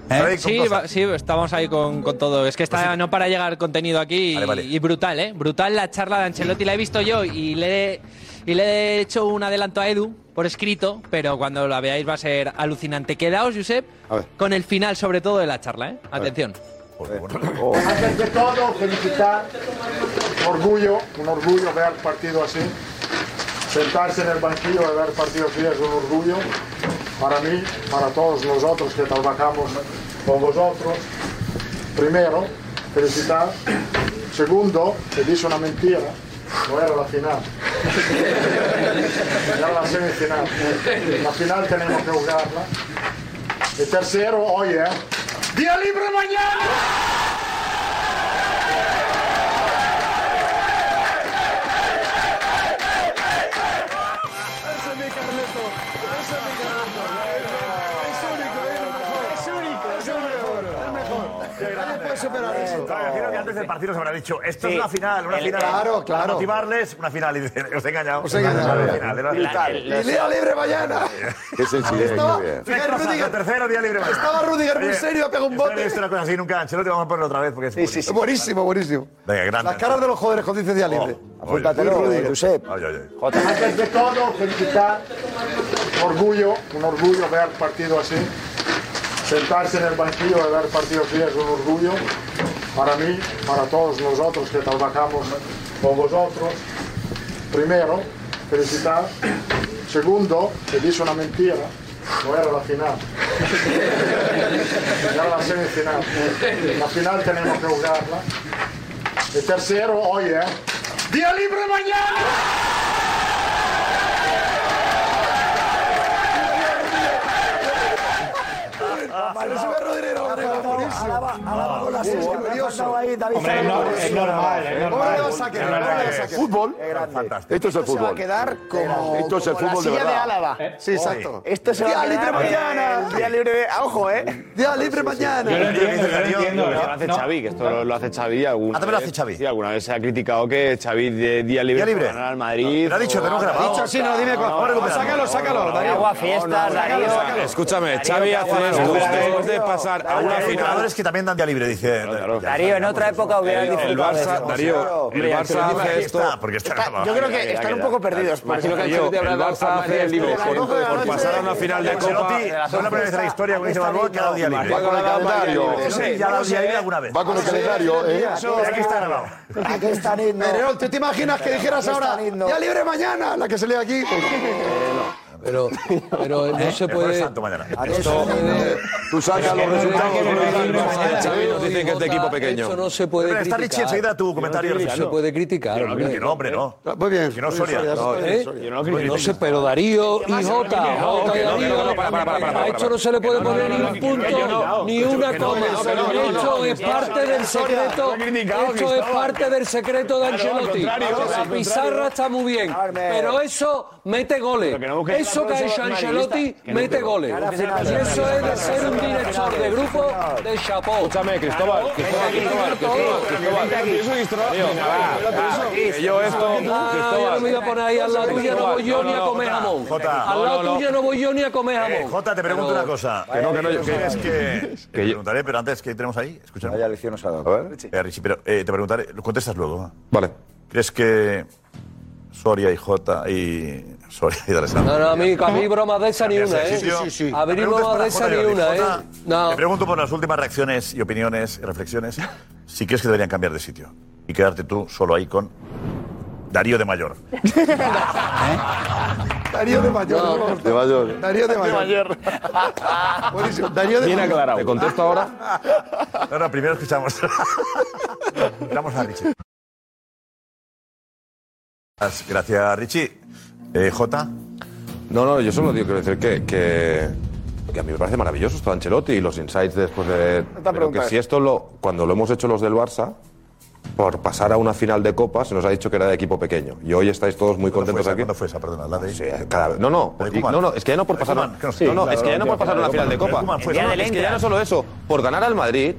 Speaker 9: ¿Eh?
Speaker 6: Ahí con
Speaker 9: Sí,
Speaker 6: cosas.
Speaker 9: va- sí, estamos ahí con, con todo. Es que está no para llegar contenido aquí y, y brutal, ¿eh? Brutal la charla de Ancelotti. La he visto yo y le, y le he hecho un adelanto a Edu por escrito, pero cuando la veáis va a ser alucinante. Quedaos, Josep, con el final sobre todo de la charla, ¿eh? Atención.
Speaker 12: Eh. <laughs>
Speaker 30: Antes de todo, felicitar, un orgullo, un orgullo ver partido así. Sentarse en el banquillo y ver partido así es un orgullo para mí, para todos nosotros que trabajamos con vosotros. Primero, felicitar. Segundo, que dice una mentira, no era la final. Era la semifinal. La final tenemos que jugarla. Y tercero, hoy, ¿eh? ¡Día libre mañana! pues,
Speaker 6: Claro, imagino que antes del partido se habrá dicho, esto
Speaker 11: Sí.
Speaker 6: es una final, una
Speaker 11: El-
Speaker 6: final.
Speaker 11: Claro,
Speaker 6: Para
Speaker 11: claro.
Speaker 6: motivarles, una final. Y dicen, os he engañado.
Speaker 10: Os he engañado.
Speaker 6: Era una final, era una
Speaker 10: Brutal.
Speaker 6: final.
Speaker 10: Y día libre mañana. Qué sencillez,
Speaker 6: Estaba-
Speaker 10: qué bien.
Speaker 6: Tres cosas, lo tercero, día libre mañana.
Speaker 7: Estaba Rudiger muy
Speaker 6: Oye,
Speaker 7: serio, pegó un
Speaker 6: espero
Speaker 7: bote.
Speaker 6: que esto no sea una cosa así nunca, Ancelotti, vamos a ponerlo otra vez porque es buenísimo.
Speaker 7: Buenísimo, buenísimo.
Speaker 6: Venga, grande.
Speaker 7: Las caras de los joderes cuando dice día libre.
Speaker 30: apúntatelo,
Speaker 7: Muy Rudiger.
Speaker 30: Josep.
Speaker 6: Ay, ay, ay.
Speaker 30: Antes de todo, felicitar. Un orgullo, un orgullo ver partido así. Sentarse en el banquillo y ver partido así es un orgullo para mí, para todos nosotros que trabajamos con vosotros. Primero, felicitar. Segundo, que dice una mentira, no era la final. Era la semifinal. La final tenemos que jugarla. Y tercero, hoy, ¿eh? ¡Día libre mañana!
Speaker 15: Alaba, alaba con la
Speaker 11: falta
Speaker 7: Es
Speaker 11: fútbol. Le ha
Speaker 7: curioso.
Speaker 11: faltado ahí David
Speaker 7: Hombre,
Speaker 11: Zalando.
Speaker 7: no, es normal, es normal. Hoy lo saquen, hoy lo saquen.
Speaker 10: Fútbol. Esto es el
Speaker 7: Esto se va a
Speaker 10: fútbol.
Speaker 7: quedar como,
Speaker 10: Esto es el
Speaker 7: como
Speaker 10: fútbol de
Speaker 7: la silla de,
Speaker 10: verdad.
Speaker 7: Álava.
Speaker 10: ¿Eh?
Speaker 7: Sí,
Speaker 10: Sí.
Speaker 7: exacto.
Speaker 15: Este
Speaker 11: Esto se va
Speaker 7: Día
Speaker 11: a
Speaker 7: libre
Speaker 11: quedar,
Speaker 7: mañana.
Speaker 11: eh, día libre de- ah, ojo, ¿eh?
Speaker 7: Día libre mañana.
Speaker 4: lo hace Xavi, que esto lo, lo hace Xavi. y alguna
Speaker 7: Ah, también lo hace
Speaker 4: vez- Sí, alguna vez se ha criticado que Xavi de día libre,
Speaker 6: Día libre.
Speaker 4: para ganar al Madrid.
Speaker 6: Lo ha dicho,
Speaker 4: o-
Speaker 6: te lo hemos grabado. Dicho, sí, no, dime cuál. Ahora recuperamos.
Speaker 4: sácalo, sácalo, Darío.
Speaker 6: Agua, fiesta, Darío.
Speaker 12: Escúchame, Xavi hace esto después de pasar a una
Speaker 6: Hay
Speaker 12: final.
Speaker 6: jugadores que también dan día libre, dice.
Speaker 12: Darío, en otra época hubiera
Speaker 6: El- El
Speaker 12: disfrutado de
Speaker 6: Barça,
Speaker 12: eso.
Speaker 6: Darío,
Speaker 12: Claro.
Speaker 6: el
Speaker 12: Hombre,
Speaker 6: Barça
Speaker 12: aquí
Speaker 6: hace
Speaker 12: está,
Speaker 6: esto.
Speaker 12: porque está
Speaker 6: yo creo que están un poco perdidos.
Speaker 12: Imagino que Ancelotti habrá dado a Madrid el libre por- por pasar a una final de
Speaker 10: Pues
Speaker 12: Copa.
Speaker 6: Fue la primera vez en la historia que dice Balboa que ha dado día libre.
Speaker 10: Va con el calendario.
Speaker 6: Sí, ya ha dado día libre alguna vez.
Speaker 10: Va con el calendario, ¿eh?
Speaker 6: Aquí está grabado.
Speaker 7: Aquí está Nino. Pero ¿tú te imaginas que dijeras ahora día libre mañana? La que se lee <laughs> aquí.
Speaker 8: Pero, pero
Speaker 6: <laughs> ¿Eh?
Speaker 8: no se puede.
Speaker 6: Tú sacas los resultados.
Speaker 12: Xavi nos dicen que es de equipo pequeño.
Speaker 8: Eso no se puede
Speaker 6: Pero está
Speaker 8: criticar.
Speaker 6: Richie enseguida tu comentario,
Speaker 8: No
Speaker 6: Richie.
Speaker 8: se puede criticar.
Speaker 6: Pero no,
Speaker 8: hombre.
Speaker 6: que no, hombre, no.
Speaker 7: Muy bien.
Speaker 6: Que no, Soria.
Speaker 8: No,
Speaker 6: No,
Speaker 8: ¿eh?
Speaker 6: Soria.
Speaker 8: Pues no sé, pero Darío y Jota, Jota y
Speaker 12: no,
Speaker 8: Darío,
Speaker 12: no, no, para, para, para, para,
Speaker 8: a
Speaker 12: para,
Speaker 8: esto
Speaker 12: para.
Speaker 8: no se le puede poner
Speaker 12: no,
Speaker 8: ni
Speaker 12: no,
Speaker 8: un
Speaker 12: que no,
Speaker 8: punto,
Speaker 12: que no.
Speaker 8: ni una
Speaker 12: Que no,
Speaker 8: coma.
Speaker 12: que no, que no, que no,
Speaker 8: Esto
Speaker 12: no.
Speaker 8: es parte del secreto, esto es parte del secreto de Ancelotti. La pizarra está muy bien, pero eso mete goles. Eso que ha hecho Ancelotti mete goles. Y eso es de ser un director de grupo de chapó. Escúchame,
Speaker 12: Cristóbal, Cristóbal, Cristóbal, Cristóbal, Cristóbal. Tío, va, va, que yo esto,
Speaker 8: Ah, yo no me
Speaker 12: Cristóbal.
Speaker 8: voy a poner ahí al lado tuya, no voy yo
Speaker 12: No,
Speaker 8: ni a
Speaker 12: no,
Speaker 8: comer
Speaker 12: Jota,
Speaker 8: jamón.
Speaker 12: Jota.
Speaker 8: Al
Speaker 12: No, no,
Speaker 8: lado
Speaker 12: no.
Speaker 8: tuyo no voy yo ni a comer
Speaker 6: Eh,
Speaker 8: jamón.
Speaker 6: Jota, te pregunto
Speaker 8: Pero-
Speaker 6: una cosa.
Speaker 8: Que no, que no, yo- que-
Speaker 6: Es que. Te preguntaré, pero antes, ¿qué tenemos ahí? Escúchame. Vaya lección nos ha dado. A ver. Eh, Richie, pero eh, te preguntaré, lo contestas luego.
Speaker 12: Vale.
Speaker 6: ¿Crees que Soria y Jota y. Soria y Alessandro?
Speaker 8: No, no, a mí, a mí bromas de esa ni
Speaker 6: Cambiarse
Speaker 8: una,
Speaker 6: de
Speaker 8: ¿eh?
Speaker 6: sitio.
Speaker 8: A mí
Speaker 6: Preguntas
Speaker 8: bromas
Speaker 6: para
Speaker 8: de esa
Speaker 6: Jota
Speaker 8: ni
Speaker 6: y Oli.
Speaker 8: una, ¿eh?
Speaker 6: Jota, Te pregunto por las últimas reacciones y opiniones y reflexiones. Si crees que deberían cambiar de sitio y quedarte tú solo ahí con Darío de Mayor.
Speaker 7: Darío de Mayor.
Speaker 10: De mayor.
Speaker 7: Darío de Mayor. Buenísimo. Darío de Mayor.
Speaker 12: ¿Te contesto ahora?
Speaker 6: No, no, primero escuchamos. <laughs> Escuchamos a Richie. Gracias, Gracias, Richie. Eh, Jota.
Speaker 12: No, no, yo solo digo, quiero decir que, que, que a mí me parece maravilloso esto de Ancelotti y los insights después de... Pero que
Speaker 14: pregunta
Speaker 12: si esto lo... Cuando lo hemos hecho los del Barça, por pasar a una final de Copa, se nos ha dicho que era de equipo pequeño. Y hoy estáis todos muy contentos aquí.
Speaker 6: fue esa? Perdona, la de...
Speaker 12: Sí, cada vez- No, no, pues-
Speaker 6: Koeman.
Speaker 12: no, no, es que ya no por
Speaker 6: La de
Speaker 12: pasar...
Speaker 6: Koeman, que no sé.
Speaker 12: No, no,
Speaker 6: La
Speaker 12: es que ya no
Speaker 6: última
Speaker 12: por pasar una
Speaker 6: final
Speaker 12: final
Speaker 6: de
Speaker 12: de
Speaker 6: Copa.
Speaker 12: Copa.
Speaker 6: La de Koeman fue-
Speaker 12: No, no, Es que ya no solo eso, por ganar al Madrid...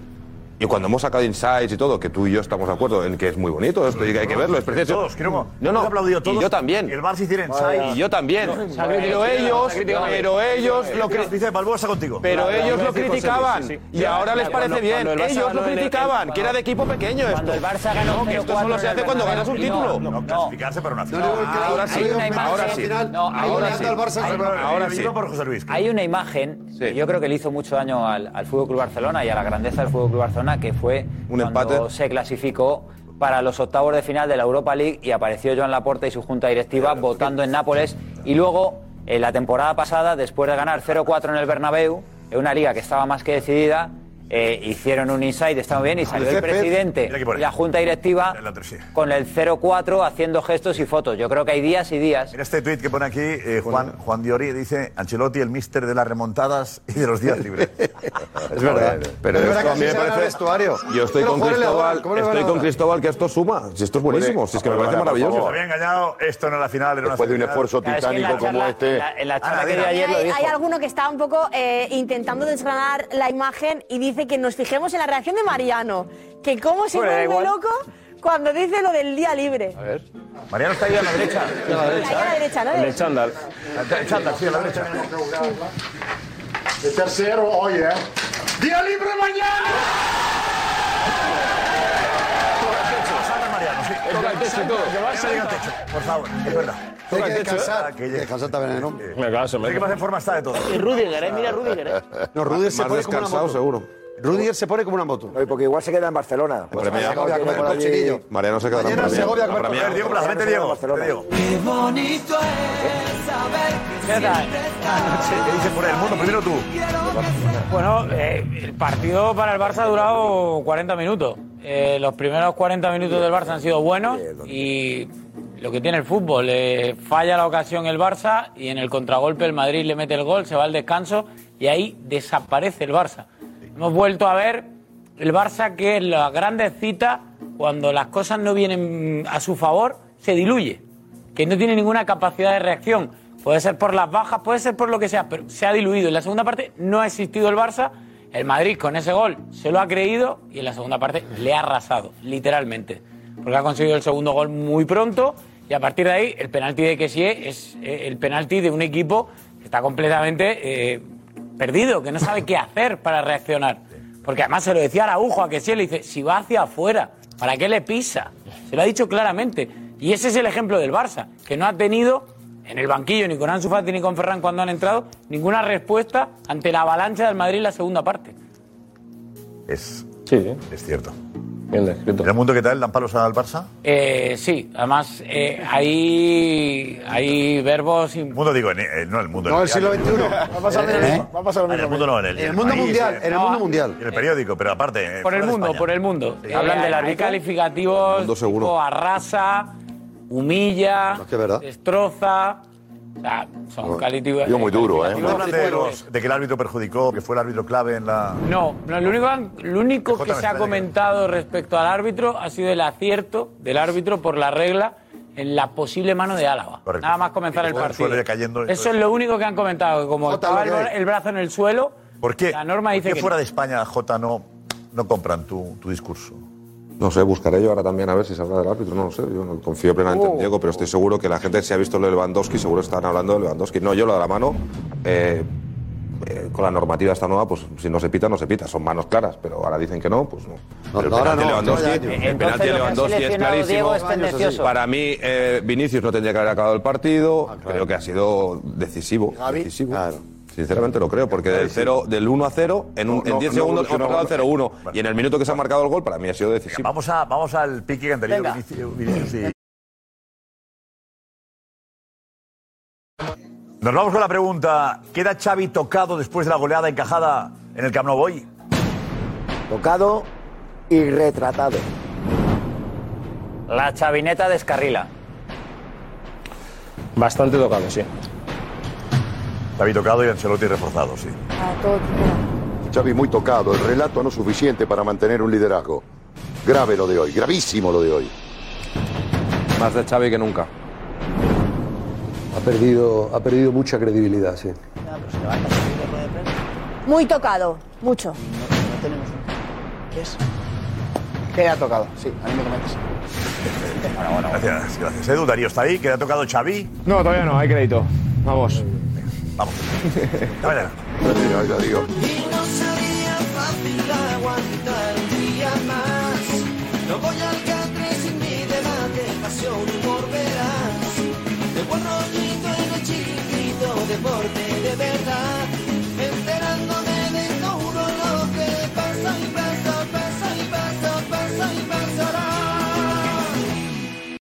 Speaker 12: Y cuando hemos sacado insights y todo, que tú y yo estamos de acuerdo en que es muy bonito esto y que hay que verlo, es precioso. Mm.
Speaker 6: Todos, creo que-
Speaker 12: no, no,
Speaker 6: hemos aplaudido
Speaker 12: y
Speaker 6: todos.
Speaker 12: yo también.
Speaker 6: Y el Barça hicieron insights.
Speaker 12: Y yo también. Pero ellos, pero ellos lo cri-
Speaker 6: Dice Balboa está contigo.
Speaker 12: pero ellos lo criticaban y ahora les parece bien.
Speaker 6: Cuando el Barça
Speaker 12: Ellos lo
Speaker 6: ganó el-
Speaker 12: criticaban, que era de equipo pequeño esto.
Speaker 6: Cuando el Barça ganó
Speaker 12: No, que esto solo
Speaker 6: 0-4
Speaker 12: se
Speaker 6: en
Speaker 12: hace
Speaker 6: el
Speaker 12: cuando ganas
Speaker 6: Bernabéu.
Speaker 12: un título.
Speaker 6: No, no, clasificarse para una final.
Speaker 12: Ah, ahora sí, ahora sí.
Speaker 9: No, ahora sí.
Speaker 12: Ahora sí.
Speaker 9: Hay una imagen que yo creo que le hizo mucho daño al, al Fútbol Club Barcelona y a la grandeza del Fútbol Club Barcelona, que fue cuando se clasificó para los octavos de final de la Europa League y apareció Joan Laporta y su junta directiva votando en Nápoles. Y luego, en la temporada pasada, después de ganar 0-4 en el Bernabéu, en una liga que estaba más que decidida, eh, hicieron un inside, está muy bien, y salió el
Speaker 6: césped.
Speaker 9: presidente
Speaker 6: Mira que pone.
Speaker 9: y la junta directiva con el 0-4 haciendo gestos y fotos. Yo creo que hay días y días.
Speaker 6: Mira este tuit que pone aquí eh, Juan, Juan Diori, dice Ancelotti, el mister de las remontadas y de los
Speaker 12: <laughs>
Speaker 6: días libres. es
Speaker 12: verdad. Pero
Speaker 6: Es verdad
Speaker 12: esto
Speaker 6: que
Speaker 12: a mí
Speaker 6: así
Speaker 12: me
Speaker 6: se gana el
Speaker 12: parece.
Speaker 6: vestuario.
Speaker 12: Yo estoy
Speaker 6: Pero
Speaker 12: con
Speaker 6: Juan le va a dar,
Speaker 12: Cristóbal.
Speaker 6: ¿cómo le van a
Speaker 12: Estoy con
Speaker 6: dar?
Speaker 12: Cristóbal que esto suma. Si esto es buenísimo, si es que me parece maravilloso.
Speaker 6: Os había engañado, esto no es la final. Era una
Speaker 10: Después de un esfuerzo
Speaker 6: semifinal.
Speaker 10: Claro, es que en la titánico como charla- este. la- en la charla
Speaker 6: Ana,
Speaker 10: que
Speaker 6: dila.
Speaker 10: dio ayer
Speaker 1: Hay, hay alguno que está un poco eh, intentando desgranar la imagen y dice que nos fijemos en la reacción de Mariano, que cómo se
Speaker 6: Bueno, da
Speaker 1: vuelve
Speaker 6: igual.
Speaker 1: loco cuando dice lo del día libre.
Speaker 6: A ver. Mariano está ahí a la derecha.
Speaker 1: Ahí a la derecha, ¿no?
Speaker 2: El chándal.
Speaker 6: El chándal, sí, a la derecha.
Speaker 30: El tercero hoy, ¿eh? ¡Día libre mañana!
Speaker 6: Toca el techo y todo. Llega al techo, por favor, es verdad.
Speaker 7: Hay que descansar. Hay que descansar también en el hombre.
Speaker 2: Me canso,
Speaker 6: Sé que más en forma está de todo.
Speaker 7: Y Rüdiger, eh, mira Rüdiger, eh. No, Rüdiger se
Speaker 6: Más
Speaker 7: pone como una
Speaker 6: descansado,
Speaker 7: moto.
Speaker 12: seguro.
Speaker 7: Rudiger se pone como una moto.
Speaker 11: porque igual se queda en Barcelona. Pues
Speaker 12: Hombre,
Speaker 11: se
Speaker 12: mira,
Speaker 11: acaba de comer por allí.
Speaker 12: Mariano se quedará
Speaker 11: Mañana
Speaker 12: para mí.
Speaker 11: Segovia,
Speaker 12: Para mí.
Speaker 11: Copa- Diego Plaza, vente, Diego, vente, Diego.
Speaker 13: Qué bonito es saber que siempre estás.
Speaker 6: ¿Qué dices por el mundo? Primero tú.
Speaker 22: Bueno, eh, el partido para el Barça ha durado 40 minutos. Eh, los primeros 40 minutos del Barça han sido buenos y lo que tiene el fútbol, eh, falla la ocasión el Barça y en el contragolpe el Madrid le mete el gol, se va al descanso y ahí desaparece el Barça. Hemos vuelto a ver el Barça que en las grandes citas, cuando las cosas no vienen a su favor, se diluye. Que no tiene ninguna capacidad de reacción. Puede ser por las bajas, puede ser por lo que sea, pero se ha diluido. En la segunda parte no ha existido el Barça. El Madrid con ese gol se lo ha creído y en la segunda parte le ha arrasado, literalmente. Porque ha conseguido el segundo gol muy pronto y a partir de ahí el penalti de Kessie es eh, el penalti de un equipo que está completamente eh, perdido, que no sabe qué hacer para reaccionar. Porque además se lo decía Araujo a que sí, le dice, si va hacia afuera, ¿para qué le pisa? Se lo ha dicho claramente. Y ese es el ejemplo del Barça, que no ha tenido en el banquillo ni con Ansu Fati ni con Ferran cuando han entrado ninguna respuesta ante la avalancha del Madrid en la segunda parte.
Speaker 6: Es,
Speaker 2: sí,
Speaker 6: es cierto.
Speaker 2: Bien descrito.
Speaker 6: ¿En el mundo qué tal? ¿Dan palos al Barça?
Speaker 22: Eh, sí, además eh, hay, hay verbos...
Speaker 6: Mundo digo, en el- no el mundo.
Speaker 22: No, el siglo
Speaker 6: diario.
Speaker 22: XXI. <laughs> Va a pasar lo mismo,
Speaker 6: va a pasar En el mundo no, en el,
Speaker 22: En el mundo
Speaker 6: país,
Speaker 22: mundial, en el mundo mundial.
Speaker 6: En el periódico, pero aparte. eh,
Speaker 22: Por el
Speaker 6: fuera de
Speaker 22: mundo,
Speaker 6: España.
Speaker 22: por el mundo.
Speaker 6: Sí.
Speaker 22: Hablan del árbitro. Hay
Speaker 6: El mundo
Speaker 22: calificativos,
Speaker 6: seguro.
Speaker 22: tipo arrasa, humilla, destroza. O sea, son calificativos.
Speaker 6: Yo muy duro, ¿eh?
Speaker 22: calificativos
Speaker 6: Hablan de, los- de que el árbitro perjudicó, que fue el árbitro clave en la.
Speaker 22: No, no, lo único, lo único que
Speaker 6: Jota,
Speaker 22: se ha
Speaker 6: espérate que-
Speaker 22: comentado respecto al árbitro ha sido el acierto del árbitro por la regla en la posible mano de Álava.
Speaker 6: Correcto.
Speaker 22: Nada más comenzar
Speaker 6: Y
Speaker 22: el
Speaker 6: luego el
Speaker 22: partido.
Speaker 6: suelo ya cayendo,
Speaker 22: Eso es
Speaker 6: entonces-
Speaker 22: lo único que han comentado, que como
Speaker 6: Jota,
Speaker 22: estaba
Speaker 6: lo que
Speaker 22: el-
Speaker 6: hay.
Speaker 22: el brazo en el suelo,
Speaker 6: ¿Por qué?
Speaker 22: la norma dice
Speaker 6: ¿Por
Speaker 22: que
Speaker 6: qué
Speaker 22: no.
Speaker 6: fuera de España, J, no, no compran tu, tu discurso?
Speaker 12: No sé, buscaré yo ahora también a ver si se habla del árbitro, no lo sé. Yo no confío plenamente en Diego, pero estoy seguro que la gente, si ha visto lo de Lewandowski, seguro están hablando de Lewandowski. No, yo lo de la mano, eh, eh, con la normativa esta nueva, pues si no se pita, no se pita. Son manos claras, pero ahora dicen que no, pues no. Pero
Speaker 14: no, ahora
Speaker 12: penalti
Speaker 14: no,
Speaker 12: Lewandowski-
Speaker 14: no, ya, ya.
Speaker 12: el penalti de
Speaker 14: Entonces, lo que ha
Speaker 12: Lewandowski es
Speaker 14: seleccionado
Speaker 12: clarísimo.
Speaker 14: Diego es tendencioso. Ah,
Speaker 12: Para mí, eh, Vinicius no tendría que haber acabado el partido. Creo que ha sido decisivo. decisivo. Sinceramente lo creo, porque del, cero, del 1 a 0, en, un-
Speaker 6: No,
Speaker 12: en
Speaker 6: no,
Speaker 12: 10
Speaker 6: no
Speaker 12: segundos hemos
Speaker 6: evolucionó.
Speaker 12: pasado al 0-1. Y en el minuto que se ha marcado el gol, para mí ha sido decisivo.
Speaker 6: Vamos, a, vamos al pique que han tenido
Speaker 12: Venga.
Speaker 6: Vinici- Vinicius y. Nos vamos con la pregunta. ¿Queda Xavi tocado después de la goleada encajada en el Camp Nou hoy?
Speaker 11: Tocado y retratado.
Speaker 9: La chavineta descarrila.
Speaker 2: Bastante tocado, sí.
Speaker 6: Xavi tocado y Ancelotti reforzado, sí.
Speaker 10: Xavi muy tocado, el relato no suficiente para mantener un liderazgo. Grave lo de hoy, gravísimo lo de hoy.
Speaker 12: Más de Xavi que nunca.
Speaker 8: Ha perdido, ha perdido mucha credibilidad, sí.
Speaker 1: Muy tocado, mucho.
Speaker 15: Es. Queda tocado, sí, a mí me comentas.
Speaker 6: Gracias, gracias. Edu, Darío está ahí. ¿Queda tocado Xavi?
Speaker 2: No, todavía no, hay crédito. Vamos.
Speaker 6: Vamos.
Speaker 4: <laughs>
Speaker 6: Dame la-
Speaker 13: Y no sería fácil aguantar un día más. No voy al catre sin mi debate, pasión, humor, verás. De buen rollito en el chiquitito, deporte de verdad. Enterándome